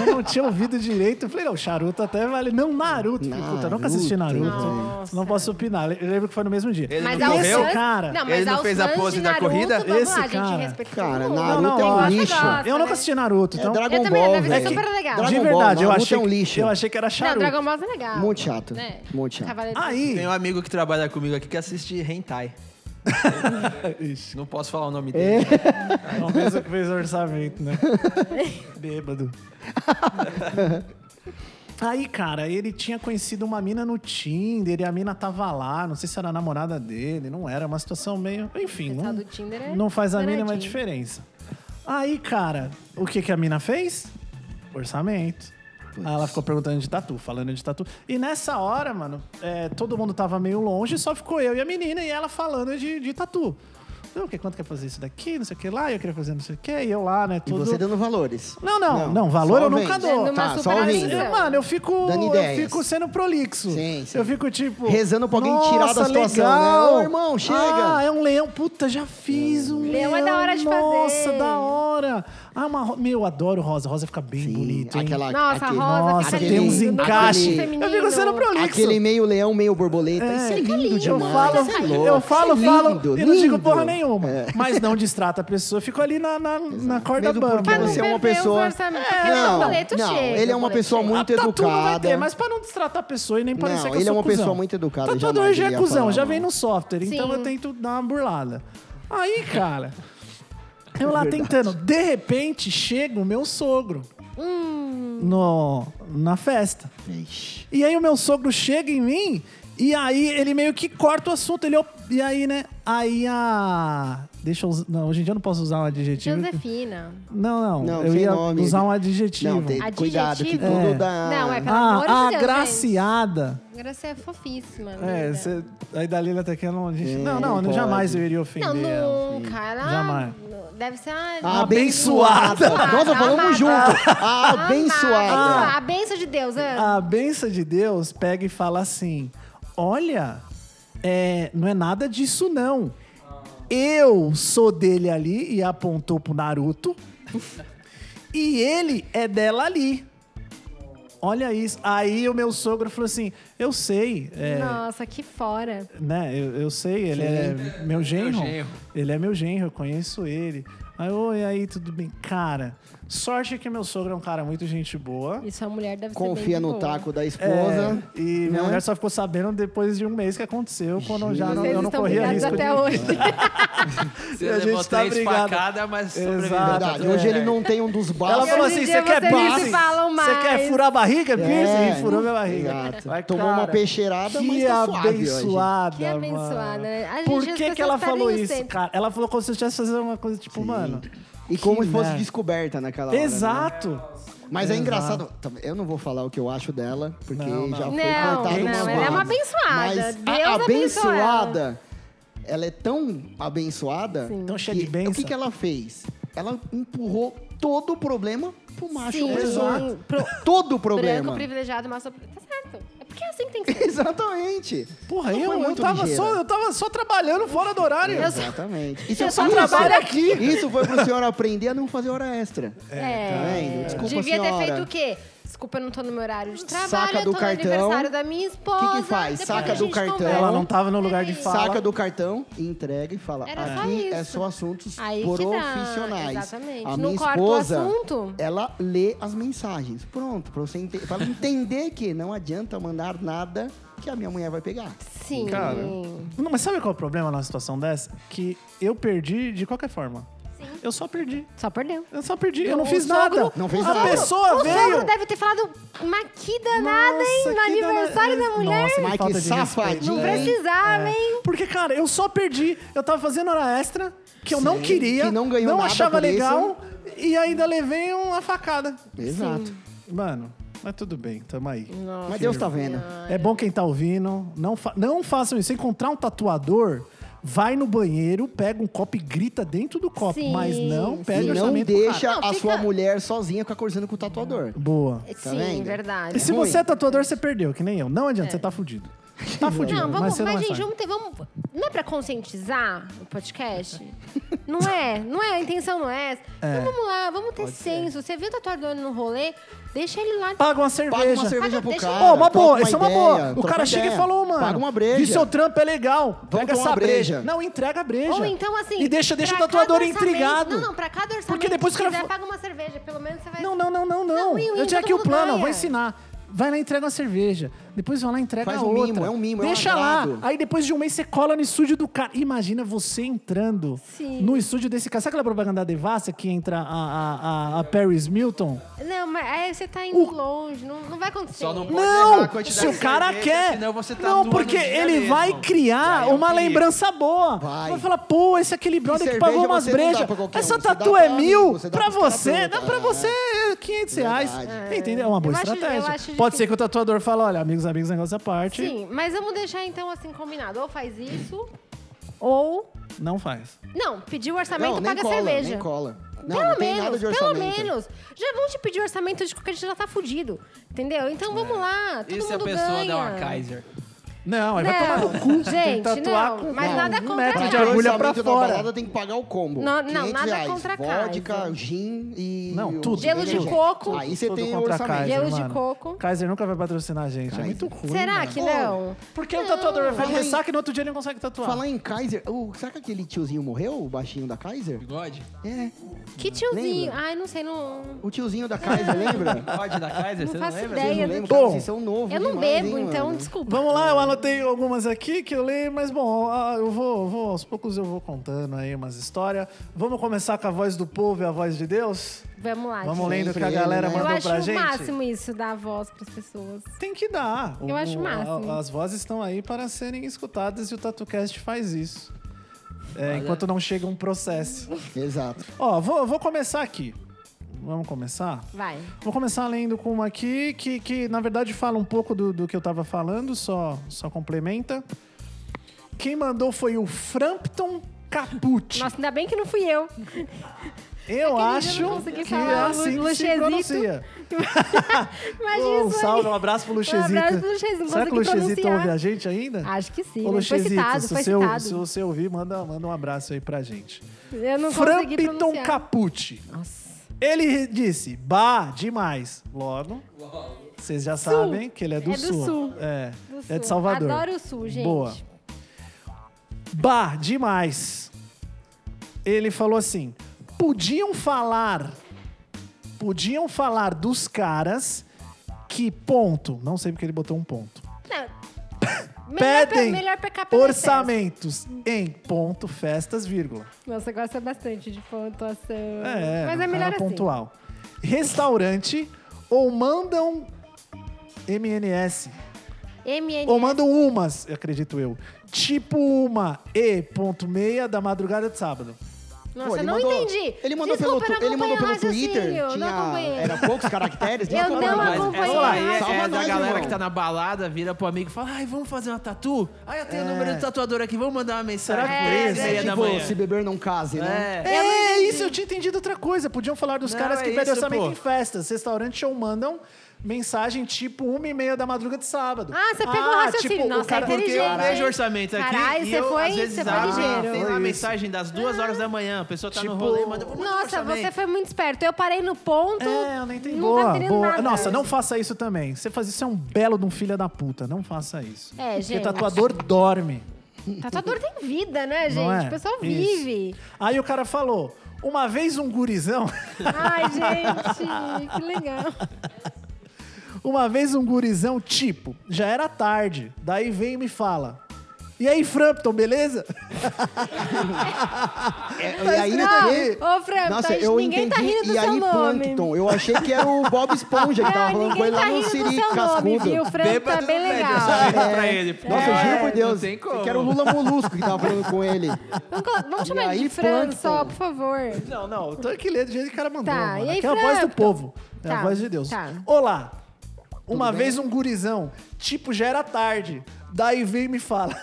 eu não tinha ouvido direito. Eu falei: Não, charuto até vale. Não, Naruto. Eu Falei, Puta, eu nunca assisti Naruto. Naruto. Nossa. Não posso opinar. Eu lembro que foi no mesmo dia. Ele Mas não ao correu? fãs- cara. Não, mas Ele não aos fez a fãs de pose da Naruto, corrida? Vamos Esse lá, a gente cara. respeita Cara, todo mundo. Não, não, Naruto é Quem um gosta, lixo. gosta, Eu nunca né? assisti Naruto, então. É Dragon Eu também, Ball, deve ser velho. super legal. Dragon de Ball, verdade, eu Naruto achei, é um lixo. eu achei que era Não, charuto. Dragon Ball é legal. Muito chato. Né? Muito chato. Cavaleiro Aí, Tem um amigo que trabalha comigo aqui que assiste hentai. Ixi. Não posso falar o nome dele. não fez o que fez o orçamento, né? Bêbado. Aí, cara, ele tinha conhecido uma mina no Tinder e a mina tava lá. Não sei se era a namorada dele, não era. Uma situação meio. Enfim, Pessoal não, do Tinder é não faz a mínima danadinho. diferença. Aí, cara, o que, que a mina fez? Orçamento. Aí ela ficou perguntando de tatu, falando de tatu. E nessa hora, mano, é, todo mundo tava meio longe, só ficou eu e a menina e ela falando de, de tatu. Não, que quanto quer fazer isso daqui, não sei o que lá, eu queria fazer não sei o que, e eu lá, né, E tudo. você dando valores. Não, não, não, valor só eu nunca ouvindo. dou. Dando uma Tá, só super ouvindo. atenção. Mano, eu fico. Dando Eu ideias. fico sendo prolixo. Sim, sim. Eu fico, tipo. Rezando pra alguém tirar da "Nossa, situação, né? legal. Ô, irmão, chega." Ah, é um leão. Puta, já fiz um leão. Leão é da hora de Nossa, fazer. da hora. Ah, uma. ro- Meu, eu adoro rosa. Rosa fica bem Sim, bonita. hein? aquela- Nossa, aquele- rosa, Nossa, fica aquele- tem uns lindo, não gosto de encaixes. feminino. Eu fico sendo prolixo. Aquele meio leão, meio borboleta. Isso é Fica lindo lindo. Eu Mano, demais. falo, você Isso é louco, eu falo, isso é falo lindo, e não digo lindo. É. porra nenhuma. Mas não distrata a pessoa. Eu fico ali na, na, na corda Mesmo porque bamba. você é uma perder os pessoa. É, orçamentos, porque o boleto não, chega, ele é o uma boleto pessoa chega. muito a tatu não Ah, tá vai educada. ter, mas pra não destratar a pessoa e nem parecer Não, que eu ele sou é uma cuzão. pessoa muito educada, Tatuador jamais já é iria cuzão, falar já mal. vem no software, então Sim. eu tento dar uma burlada. Aí, cara, eu lá tentando. De repente, chega o meu sogro Hum. no, na festa. Ixi. E aí o meu sogro chega em mim e aí ele meio que corta o assunto. Ele, op- e aí, né? Aí a. Deixa eu usar. Não, hoje em dia eu não posso usar um adjetivo. Josefina. Não, não. Não, eu sem ia nome. usar um adjetivo. Não, tem Adjetivo? cuidado que É. tudo dá. Não, é pelo amor de Ah, Deus, gente. agraciada. Graça é fofíssima. É, linda. cê, aí Dalila até que não, a gente, É, não, não, não jamais pode. eu iria Hum, Não, ofender. ela. nunca. Ela é Jamais. deve ser ah, A uma... Abençoada. Nossa, falamos junto. amada. A Ah, Abençoada. A benção de Deus, é. A benção de Deus pega e fala assim: Olha, é, não é nada disso, não. Eu sou dele ali e apontou pro Naruto. e ele é dela ali. Olha isso. Aí o meu sogro falou assim: Eu sei. é, Nossa, que fora. né? Eu, eu sei, ele é meu genro. genro. Ele é meu genro, eu conheço ele. Aí, oi, aí, tudo bem? Cara, sorte que meu sogro é um cara muito gente boa. E sua mulher deve ser Confia bem de no boa. taco da É, esposa. e minha né? mulher só ficou sabendo depois de um mês que aconteceu, quando eu já não, Vocês eu não estão corria brigados risco. até de... hoje. Você É, E a levou gente tá três brigado. facadas, mas sobreviveu. Exato. Verdade. Hoje É. ele não tem um dos Ela bases. falou hoje em assim: você dia quer vocês não se piercing? falam Você mais." É. quer furar a barriga? Piercing? E furou minha barriga. É, Exato. Vai, Tomou cara, uma peixeirada, mas Que tá suave hoje. abençoada. Que abençoada, mano. né? A gente- Por as que, que pessoas ela pedem falou isso isso, sempre. cara? Ela falou como se eu estivesse fazendo uma coisa tipo, mano, E como Que se fosse merda. descoberta naquela hora. né? Exato. Mas é engraçado. Eu não vou falar o que eu acho dela, porque Não, não. já foi Não, cortado não, uma ela é uma base. abençoada. Mas Deus a abençoou ela. abençoada, ela. é tão abençoada. Sim. Tão cheia de que- bênção. O que, que ela fez? Ela empurrou todo o problema pro macho Sim, opressor. sim. Pro- Todo o Branco, problema. privilegiado, mas... Tá certo. É porque é assim que tem que ser. Exatamente. Porra, Ela eu, foi eu, muito tava ligeira. só, eu tava só trabalhando fora do horário. Eu só- Exatamente. Isso Eu é- só isso- trabalho aqui. Isso foi pro senhor aprender a não fazer hora extra. É, É. Tá vendo? Desculpa, Devia senhora. ter feito o quê? Desculpa, eu não tô no meu horário de trabalho, Saca eu do tô cartão. no aniversário da minha esposa. Que que faz? depois Saca a do gente cartão. conversa. É Ela não tava no lugar de Peraí. fala. Saca do cartão, entrega e fala. Era só aqui isso. é só assuntos Aí que dá, profissionais. exatamente. A Não minha corta o esposa, assunto. ela lê as mensagens. Pronto, pra você ente- pra ela entender que não adianta mandar nada que a minha mulher vai pegar. Sim. Cara. Sim. Não, mas sabe qual é o problema numa situação dessa? Que eu perdi de qualquer forma. Eu só perdi. Só perdeu. Eu só perdi. Eu não O fiz sogro- nada. Não fez a nada. pessoa o veio. sogro deve ter falado, mas que danada, hein? Nossa, No que aniversário danada. da mulher. Nossa, é. Mas que falta de safadinha. Não respeito. hein? precisava, hein? Porque, cara, eu só perdi. Eu tava fazendo hora extra, que eu não Sim, queria, que não ganhou nada achava por isso. legal e ainda levei uma facada. Exato. Mano, mas tudo bem, tamo aí. Mas Deus tá vendo. É bom quem tá ouvindo. Não, fa- não façam isso. Se encontrar um tatuador, vai no banheiro, pega um copo e grita dentro do copo. Sim, mas não sim. E pede não orçamento. pro Hum, cara. deixa Não, a fica- sua mulher sozinha ficar conversando com o tatuador. Boa. Sim, Tá vendo? verdade. E se ruim. você é tatuador, você perdeu, que nem eu. Não adianta, você tá fudido. Tá fudido. É. Não, mas vamos, você mas, não vai gente, sair. vamos ter, vamos, não é pra conscientizar o podcast? Não é, não é, a intenção não é essa. Então vamos lá, vamos ter senso. Você viu o tatuador no rolê, deixa ele lá. Paga uma cerveja. Paga uma cerveja pro Deixa- cara. Ó, uma troca boa, isso é uma ideia, boa. O troca cara uma chega e ideia. falou, mano. Paga uma breja. E seu trampo é legal. Pega tomar essa uma breja. breja. Não, entrega a breja. Ou então, assim. E deixa, deixa o pra tatuador cada orçamento- intrigado. Não, não, pra cada orçamento. Porque depois o que cara quiser, fa- paga uma cerveja, pelo menos você vai. Não, não, não, não, não. Não, tá e o eu tinha todo aqui o mundo plano, ganha. eu vou ensinar. Vai lá e entrega uma cerveja. Depois vai lá e entrega Faz a um outra. mimo, é um mimo, é um Deixa lá. agrado. Aí depois de um mês você cola no estúdio do cara. Imagina você entrando Sim. no estúdio desse cara. Sabe aquela propaganda da Devassa que entra a, a, a, a Paris Milton? Não, mas aí você tá indo longe, não, não vai acontecer. Só não pode errar a Não! quantidade Se o de cara cerveja, quer. senão você tá tatua não, no porque dia ele mesmo. vai criar Aí é um uma perigo. lembrança boa. Vai. Vai falar, pô, esse aquele brother que cerveja pagou umas você não dá brejas. pra qualquer um, Essa você dá tatu pra é um mil, amigo, você dá pra pros caras você, dá prontos. pra você 500 reais. Verdade. Entendeu? É uma boa Eu acho- eu estratégia. acho Pode difícil. ser que o tatuador fale, olha, amigos, amigos, negócio à parte. Sim, mas vamos deixar então assim combinado. Ou faz isso, ou. Não faz. Não, pediu o orçamento, Não, nem paga a cola, cerveja. nem cola. Não, pelo não tem nada menos, de pelo orçamento. menos. Já vão te pedir orçamento de qualquer jeito, já tá fudido. Entendeu? Então vamos lá, todo É. E se a mundo pessoa ganha. dá uma Kaiser? Não, aí vai tomar Não, no cu. gente, tatuar não, com- mas não, nada um contra metro a de Kaiser. agulha pra Orçamento da fora. balada tem que pagar o combo. Não, não, 500 nada reais. contra a Vodka, Kaiser. gin e... Não, o- tudo. Gelo de cerveja. coco. Aí você Tudo tem o contra a orçamento. Kaiser. Gelo de mano. coco. Kaiser nunca vai patrocinar a gente. É muito ruim. Será mano. que não? Porque o tatuador vai Fala fazer em- ressaca e no outro dia ele não consegue tatuar. Falar em Kaiser, o, será que aquele tiozinho morreu, o baixinho da Kaiser? Bigode? É, Que tiozinho. Lembra? Ai, não sei, não. o tiozinho da Kaiser, lembra? Bigode da Kaiser? Não Você não faço lembra? Vocês não ideia. do lembram, que- cara? Vocês são novos É, Eu não demais, bebo, hein, então, mano? desculpa. né? Vamos lá, eu anotei algumas aqui que eu leio, mas bom, ah, eu vou, eu vou- aos poucos eu vou contando aí umas histórias. Vamos começar com a voz do povo e a voz de Deus? Vamos lá. Vamos gente. lendo o que a Sempre galera ele, né? Eu mandou acho pra o gente? máximo isso, dar voz pras pessoas. Tem que dar. Eu acho o máximo. a- as vozes estão aí para serem escutadas e o TatuCast faz isso. É, enquanto não chega um processo. Exato. Ó, vou, vou começar aqui. Vamos começar? Vai. Vou começar lendo com uma aqui que, que na verdade, fala um pouco do, do que eu tava falando, só, só complementa. Quem mandou foi o Frampton Capucci. Nossa, é ainda bem que não fui eu. eu não acho consegui que é falar, assim que se Luchesito. pronuncia. Imagina um isso aí. salve, um abraço pro Luchesito. Um abraço pro Luchesito, não Será que o consegui Luchesito pronunciar. ouve a gente ainda? Acho que sim. Ô, né? Foi Luchesito, citado, se, foi você, citado. se você ouvir, manda, manda um abraço aí pra gente. Eu não consegui Frampton pronunciar. Capucci. Nossa. Ele disse, bah, demais. Logo, vocês já sabem que ele é do É do sul. sul. É, Do é sul. de Salvador. Adoro o sul, gente. Boa. Bah, demais. Ele falou assim: podiam falar, podiam falar dos caras que ponto. Não sei porque ele botou um ponto. Não. Melhor, pra, Pedem melhor pra cá, pelo orçamentos em ponto festas vírgula. excesso. Nossa, gosta bastante de pontuação. É, Mas é um melhor cara assim. pontual. Restaurante ou mandam MNS MN. ou mandam umas, acredito eu. Tipo uma e ponto meia da madrugada de sábado. Nossa, ele não mandou- entendi. Ele mandou Desculpa, pelo, não tu- ele mandou pelo acompanhei o Twitter. raciocínio, não Tinha, acompanhei. era poucos caracteres. Eu não acompanhei. acompanhei. Mas essa Vamos lá, aí é, salva é da nós, galera irmão. que tá na balada, vira pro amigo e fala: ai, vamos fazer uma tatu? Ai, eu tenho o número do tatuador aqui, vamos mandar uma mensagem É, por é, ele, É, aí é da tipo, manhã. se beber não case, né? É. É, isso, eu tinha entendido outra coisa. Podiam falar dos Não, caras que é pedem isso, orçamento pô. em festas. Restaurantes show mandam mensagem tipo uma e meia da madruga de sábado. tipo, Ah, você pegou o raciocínio. Nossa, o cara é porque Porque eu inteligente. vejo o orçamento aqui Caralho, e você eu, foi- às vezes, você foi abro, ligeiro. tem Foi lá a isso. mensagem das duas horas da manhã, a pessoa tá no Tipo, rolê, manda vou mandar um Nossa, orçamento. você foi muito esperto. Eu parei no ponto. É, eu não entendi. Não tá Boa, entendendo boa. nada. Nossa, não faça isso também. Você faz isso é um belo de um filho da puta. Não faça isso. É, Porque gente. tatuador dorme. Tatuador tem tá vida, né, gente? não é? O pessoal Isso. vive. Aí o cara falou: uma vez um gurizão. Ai, gente, que legal. Uma vez um gurizão, tipo, já era tarde. Daí vem e me fala. E aí, Frampton, beleza? É, Tá e aí, escrito né, Ô, Fran, Nossa, tá- eu ninguém tá entendi, rindo do e seu aí, nome. Plankton. Eu achei que era o Bob Esponja que tava Não, falando com ninguém ele tá lá no rindo do Siri seu nome, Cascudo. viu? O Fran tá Bêbado bem né, não pede legal. orçamento pra ele. pô. Nossa, eu juro É, por Deus. Não tem como. Que era o Lula Molusco que tava falando com ele. Vamos, colo- vamos chamar E ele de aí, Fran Plankton. só, por favor. Não, não, eu tô aqui lendo do jeito que o cara mandou. Tá, mano. e aí, Aqui é a voz do Frampton? povo. É a Tá, voz de Deus. tá. Olá! Uma vez um gurizão, tipo, já era tarde. Daí vem e me fala.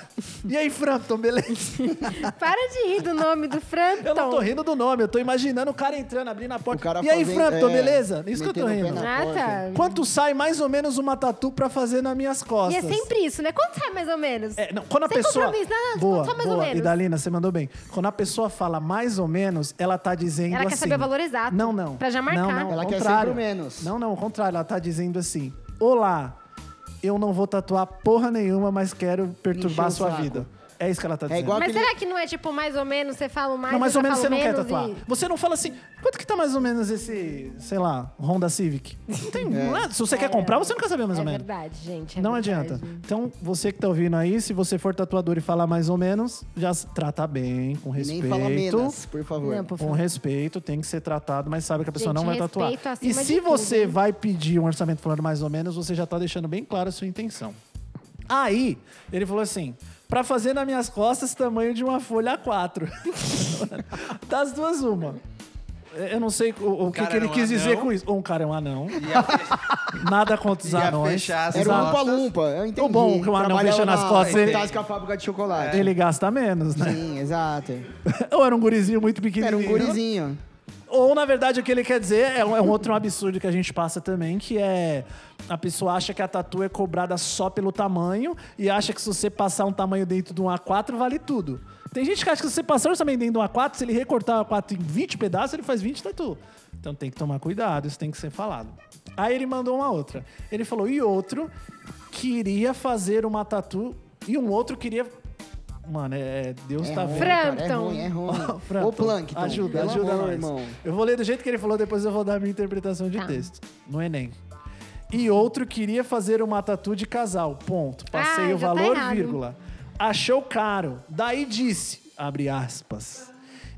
E aí, Frampton, beleza? Para de rir do nome do Frampton. Eu não tô rindo do nome, eu tô imaginando o cara entrando, abrindo a porta. O cara e aí, fazendo- Frampton, é, beleza? Isso que eu tô metendo o pé rindo. na- Ah, tá. Quanto sai mais ou menos uma tatu pra fazer nas minhas E é costas? sempre isso, né? Quanto sai mais ou menos? É, não, quando a Sem pessoa. compromisso, nada, boa, só mais boa. ou menos. E Dalina, você mandou bem. Quando a pessoa fala mais ou menos, ela tá dizendo Ela assim. quer saber o valor exato, Não, não. pra já marcar. Não, não, ao Ela quer contrário. sempre o menos. Não, não, ao contrário. Ela tá dizendo assim: Olá, eu não vou tatuar porra nenhuma, mas quero perturbar a Encher o sua saco. vida. É isso que ela tá dizendo. igual Mas Aquele- será que não é tipo mais ou menos, você fala o mais Não, mais eu ou já menos você falo não quer menos tatuar. e- Você não fala assim, quanto que tá mais ou menos esse, sei lá, Honda Civic? Não É. tem nada. Se você quer comprar, você não quer saber mais É ou menos. verdade, gente. é Não verdade. adianta. Então, você que tá ouvindo aí, se você for tatuador e falar mais ou menos, já se trata bem, com Nem respeito. fala menos, por favor. Não, por Com favor. respeito, tem que ser tratado, mas sabe que a pessoa Gente, não vai tatuar. respeito acima E de se tudo, você hein? vai pedir um orçamento falando mais ou menos, você já tá deixando bem clara a sua intenção. Aí, ele falou assim: pra fazer nas minhas costas tamanho de uma folha A4. das duas, uma. Eu não sei o, o que, cara que ele era um quis dizer anão. com isso. Ou um cara é um anão. Nada contra os Ia anões. fechar as Era o Umpa costas. Lumpa. Eu entendi. O bom que o anão Trabalhava deixa nas na costas, ele- Fantástica fábrica de chocolate. Ele gasta menos, né? Sim, exato. Ou era um gurizinho muito pequenininho. Era um gurizinho. Ou, na verdade, o que ele quer dizer é um, é um outro absurdo que a gente passa também, que é... A pessoa acha que a tatu é cobrada só pelo tamanho e acha que se você passar um tamanho dentro de um A4, vale tudo. Tem gente que acha que se você passar um tamanho dentro de um A4, se ele recortar o A4 em 20 pedaços, ele faz 20 tatu. Então tem que tomar cuidado, isso tem que ser falado. Aí ele mandou uma outra. Ele falou, e outro queria fazer uma tatu e um outro queria... Mano, é, é- Deus É tá ruim, vendo. cara, É Frampton. ruim, é Ô, ruim. Frampton, Ô, Plankton. Ajuda, pelo ajuda amor, nós. irmão. Eu vou ler do jeito que ele falou, depois eu vou dar a minha interpretação de Tá. texto. No Enem. E outro queria fazer uma tatu de casal. Ponto. Passei Ah, o já tá valor, errado. vírgula. Achou caro. Daí disse, abre aspas.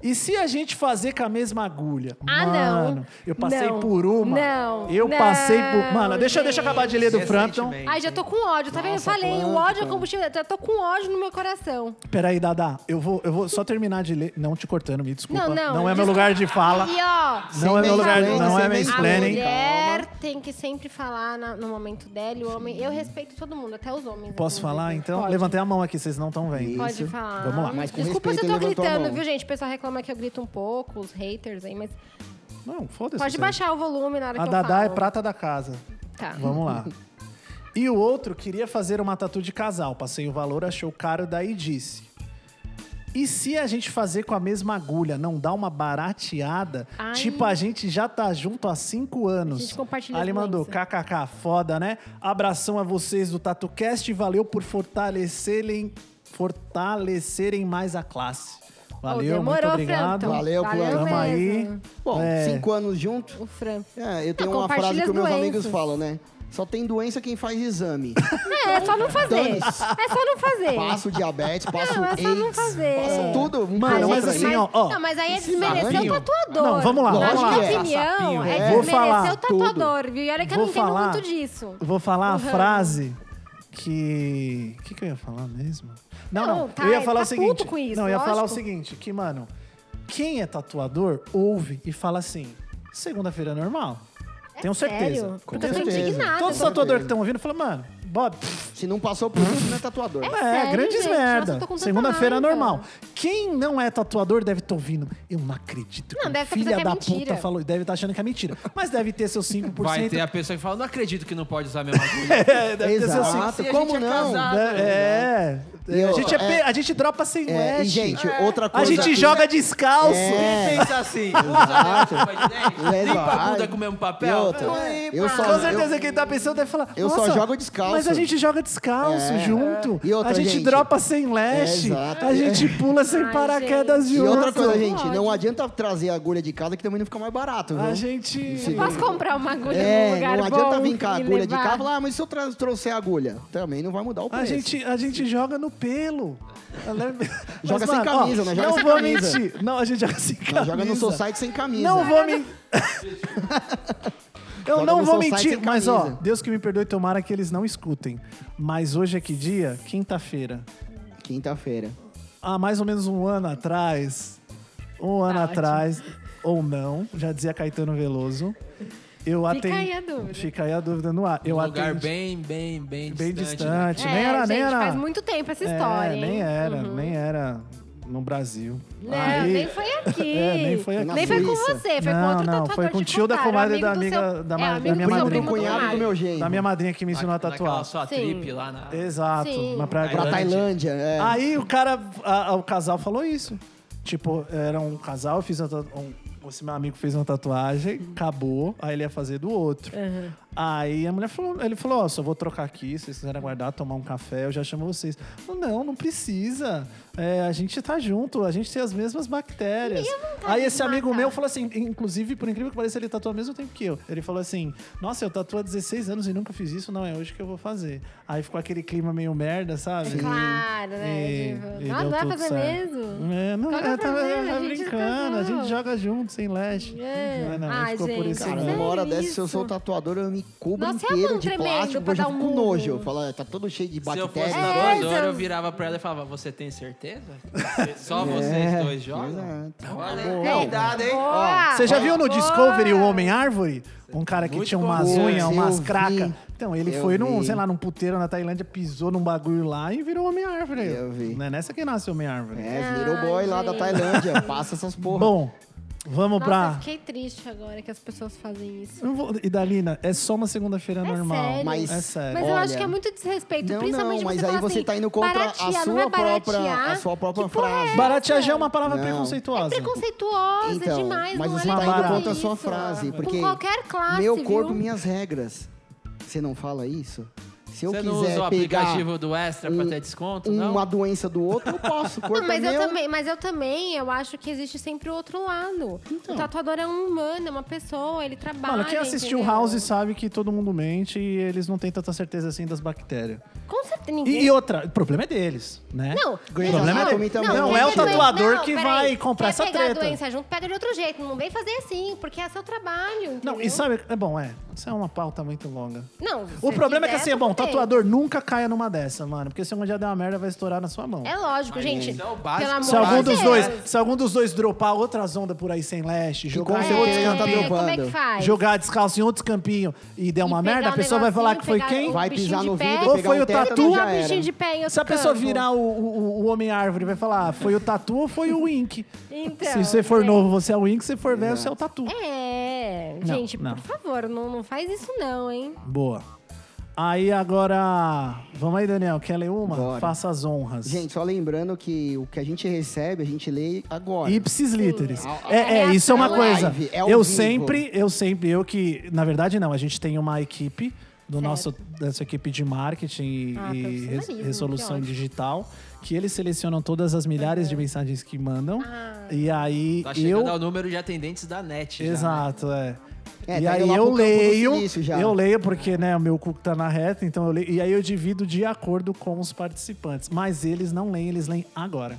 E se a gente fazer com a mesma agulha? Ah, não. Mano, eu passei Não. por uma. Não. Eu Não, passei por. Mano, deixa, deixa eu gente. acabar de ler do então. Frampton. Recentemente. Ai, já tô com ódio, tá vendo? Eu Nossa, falei, o Plankton. ódio é combustível. Eu tô com ódio no meu coração. Peraí, Dada, eu vou, eu vou só terminar de ler. Não te cortando, me desculpa. Não, não. é meu desculpa. lugar de fala. E ó, Não é meu lugar, mansplaining, não é sem A mansplaining. mansplaining. mulher tem que sempre falar na- no momento dela, e o homem. Eu respeito todo mundo, até os homens. Posso inclusive. falar então? Pode. Levantei a mão aqui, vocês não estão vendo. Pode Isso. falar. Vamos lá. Mas com Desculpa se respeito, eu tô ele levantou a gritando, mão. viu, gente? O pessoal reclama que eu grito um pouco, os haters aí, mas Não, foda-se. pode isso aí. baixar o volume na hora A que eu Dadá é falo. prata da casa. Tá. Vamos lá. E o outro queria fazer uma tatu de casal. Passei o valor, achou caro, daí disse. E se a gente fazer com a mesma agulha, não dá uma barateada? Ai. Tipo, a gente já tá junto há cinco anos. A gente compartilha Aí ele a mandou, doença. kkk, foda, né? Abração a vocês do TatuCast e valeu por fortalecerem, fortalecerem mais a classe. Valeu, muito demorou, obrigado. Frampton. Valeu, Plano. Tamo aí. mesmo, Bom, É. cinco anos junto. O Fran. É, eu tenho Não, uma frase compartilha que as meus doenças. amigos falam, né? Só tem doença quem faz exame. É, é só não fazer. Dane-se. É só não fazer. Passa o diabetes, passa Não, o é só AIDS, não fazer. passa tudo. um Mano, Ah, contra mas aí. assim, ó, ó. Não, mas aí é desmerecer o sapinho. tatuador. Não, vamos lá, Na vamos lá. É, minha opinião, sapinho, é, é. Vou desmerecer falar o tatuador, viu? E olha que eu não Vou entendo falar- muito disso. Vou falar a Uhum. frase que. O que, que eu ia falar mesmo? Não, não. Não, tá, eu ia ele falar tá o seguinte. puto com isso, não, eu ia falar o lógico. seguinte: que, mano, Quem é tatuador ouve e fala assim: segunda-feira é normal. Tenho certeza. É Sério? Porque eu tô certeza. indignada. Todos os mano. tatuadores que estão ouvindo falam, mano, Bob, pff, Se não passou por isso, não é tatuador. é, sério, grandes gente? Nossa, merda. eu tô com tanta Segunda-feira é raiva. normal. Quem não é tatuador deve estar ouvindo. Eu não acredito. que Não, um deve tá filha pensando que é da puta mentira. falou. Deve estar achando que é mentira. Mas deve ter seus 5%. Vai ter a pessoa que fala, não acredito que não pode usar a mesma agulha. É, deve ter seus 5%. Exato. assim, a Como gente é não? casado. É, é. E, a, ó, gente é pe- Né? é- a gente dropa sem É, e, leste. gente, outra a coisa. gente que- joga descalço. É. Pensa assim, usa a mesma É, de limpa a vai. bunda com o mesmo E papel. outra, Não, aí, eu pá. só, Com eu- certeza quem tá pensando deve falar. eu só "Nossa, jogo descalço." Mas a gente joga descalço É. junto. E outra, a gente, gente, É, dropa sem leste. exato. a gente pula sem Ai, paraquedas de E outra urso. coisa, gente, não Pode. adianta trazer agulha de casa que também não fica mais barato, A viu? gente. Sim. Posso comprar uma agulha num É, lugar não bom adianta vir com a e agulha de levar? cá e falar, ah, mas se eu tra- trouxer a agulha? Também não vai mudar o A preço. gente, a gente joga no pelo. é- Joga sem camisa, não né? Joga Não sem vou camisa. mentir. Não, a gente joga sem camisa. Nós joga no society sem camisa. Não vou mentir. Eu Joga não no vou society mentir, sem mas ó, camisa. Deus que me perdoe, tomara que eles não escutem. Mas hoje é que dia? Quinta-feira. Quinta-feira. Há mais ou menos um ano atrás, um ano Tá ótimo. atrás, ou não, já dizia Caetano Veloso, eu Fica atendi. aí a dúvida. Fica aí a dúvida no ar. Eu Um lugar atendi- bem, bem, bem, bem distante. né? distante. É, nem era, gente, nem era. faz muito tempo essa É, história, hein? Uhum. nem era, nem era no Brasil. Não, Aí- nem foi aqui. É, nem foi aqui. Nem foi com Suíça. você, foi com Não, outro não, tatuador foi com o de tio da contaram, comadre amigo da do amiga- seu- da é, ma- da amigo minha do madrinha. Primo seu do primo cunhado do Mário. meu jeito. Da minha madrinha que me Na, ensinou a naquela tatuar. sua Sim. trip lá na... Exato, Sim. na praia. Pra grande. Tailândia, é. Aí o cara, a- a- o casal falou isso. Tipo, era um casal, eu fiz uma tatu- um, esse meu amigo fez uma tatuagem, acabou, aí ele ia fazer do outro. Aí a mulher falou, ele falou, ó, só vou trocar aqui, se vocês quiserem aguardar, tomar um café, eu já chamo vocês. Eu falei, não, não precisa. É, a gente tá junto, a gente tem as mesmas bactérias. Aí esse de amigo matar. meu falou assim, inclusive, por incrível que pareça, ele tatuou ao mesmo tempo que eu. Ele falou assim, nossa, eu tatuo há 16 anos e nunca fiz isso, não, é hoje que eu vou fazer. Aí ficou aquele clima meio merda, sabe? É Claro, né? E- tipo, e não, deu não vai tudo fazer certo. mesmo. É, não, Qual que é eu o tava, problema? eu tava A gente brincando, a casou. gente joga junto, sem leste. É. Não, não, Ai, ficou por gente, isso Cara, Sim. não. numa hora Sério dessa, se eu isso? sou tatuador, eu me cubro Nossa, é a inteiro mão de tremendo plástico, pra porque eu dar já um fico com murro. nojo. Eu falo, tá todo cheio de Se eu bactéria. fosse É, tatuador, então- eu virava pra ela e falava, você tem certeza? Só É, vocês dois jogam? Exato. É. Olha, Não. cuidado, hein? Boa! Você já viu no Boa! Discovery o Homem Árvore? Um cara que Muito tinha umas bom. unhas, Eu umas vi. cracas. Então, ele Eu foi num, vi. sei lá, num puteiro na Tailândia, pisou num bagulho lá e virou Homem Árvore. Eu vi. Não é nessa que nasce o Homem Árvore. É, virou boy lá da gente. Tailândia. Passa essas porra. Bom, vamos Nossa, eu pra. fiquei triste agora que as pessoas fazem isso. Não vou- Idalina, é só uma segunda-feira normal. sério. Mas- É sério. né? Mas eu Olha. acho que é muito desrespeito, Não, principalmente não, mas você aí falar você assim, tá indo contra a baratear, não sua vai baratear. própria- a sua própria Que porra frase. É Baratear essa? já é uma palavra Não. preconceituosa. É preconceituosa Então, é demais, mas não você é tá legal indo isso. contra a sua frase, porque Com qualquer classe, Meu corpo, viu? minhas regras. Você não fala isso? Se eu Você não usa o quiser pegar aplicativo do Extra pra um- ter desconto, não? uma doença do outro, eu posso. O corpo Não, mas, é eu meu. também, mas eu também, eu acho que existe sempre o outro lado. Então. O tatuador é um humano, é uma pessoa, ele trabalha. Mano, quem assistiu entendeu? House sabe que todo mundo mente e eles não têm tanta certeza assim das bactérias. Com certeza, E, ninguém. e outra, o problema é deles, né? Não, Grey's não, Anatomy não, também. não, Não quer é o pegar doença- tatuador não, que peraí, vai comprar quer essa pegar treta. a doença junto, pega de outro jeito. Não vem fazer assim, porque é seu trabalho. Não, entendeu? e sabe, é bom, é. Isso é uma pauta muito longa. Não, se O problema é que quiser, assim, é tudo bom, bem. tatuador nunca caia numa dessa, mano. Porque se um dia der uma merda, vai estourar na sua mão. É lógico, gente. isso é o básico. Pelo amor Se algum de dos Deus. dois, se algum dos dois dropar outras ondas por aí sem leste, com jogar em É, certeza outros não tá campinhos, como é que derrubando. faz? jogar descalço em outros campinhos e der E uma merda, pegar a um pessoa vai falar negocinho, que foi pegar quem? um Vai bichinho pisar de no pé. vidro, Ou pegar foi um o teto, tatu? já Um era. bichinho de pé em outro Se a pessoa canto. virar o, o- o Homem-Árvore, vai falar, "Ah, foi o Tatu ou foi o Wink? Então, se você for é. novo, você é o Wink, se você for velho, você é o Tatu. É, Não, gente, não. por favor, não, não faz isso não, hein? Boa. Aí agora, vamos aí, Daniel, quer ler uma? Bora. Faça as honras. Gente, só lembrando que o que a gente recebe, a gente lê agora. Ipsis literis. A- É, é, isso é uma É coisa. live, é ao eu vivo. sempre, eu sempre, eu que. Na verdade, não, a gente tem uma equipe do nosso, dessa equipe de marketing Ah, e res- profissionalismo, resolução que ótimo. digital, que eles selecionam todas as milhares de mensagens que mandam. Ah. E aí Tá chegando eu. ao número de atendentes da NET. já, né? Exato, é. É, e tá indo aí lá pro eu campo do leio, silício já. eu leio porque né, o meu cu tá na reta, então eu leio, e aí eu divido de acordo com os participantes, mas eles não leem, eles leem agora.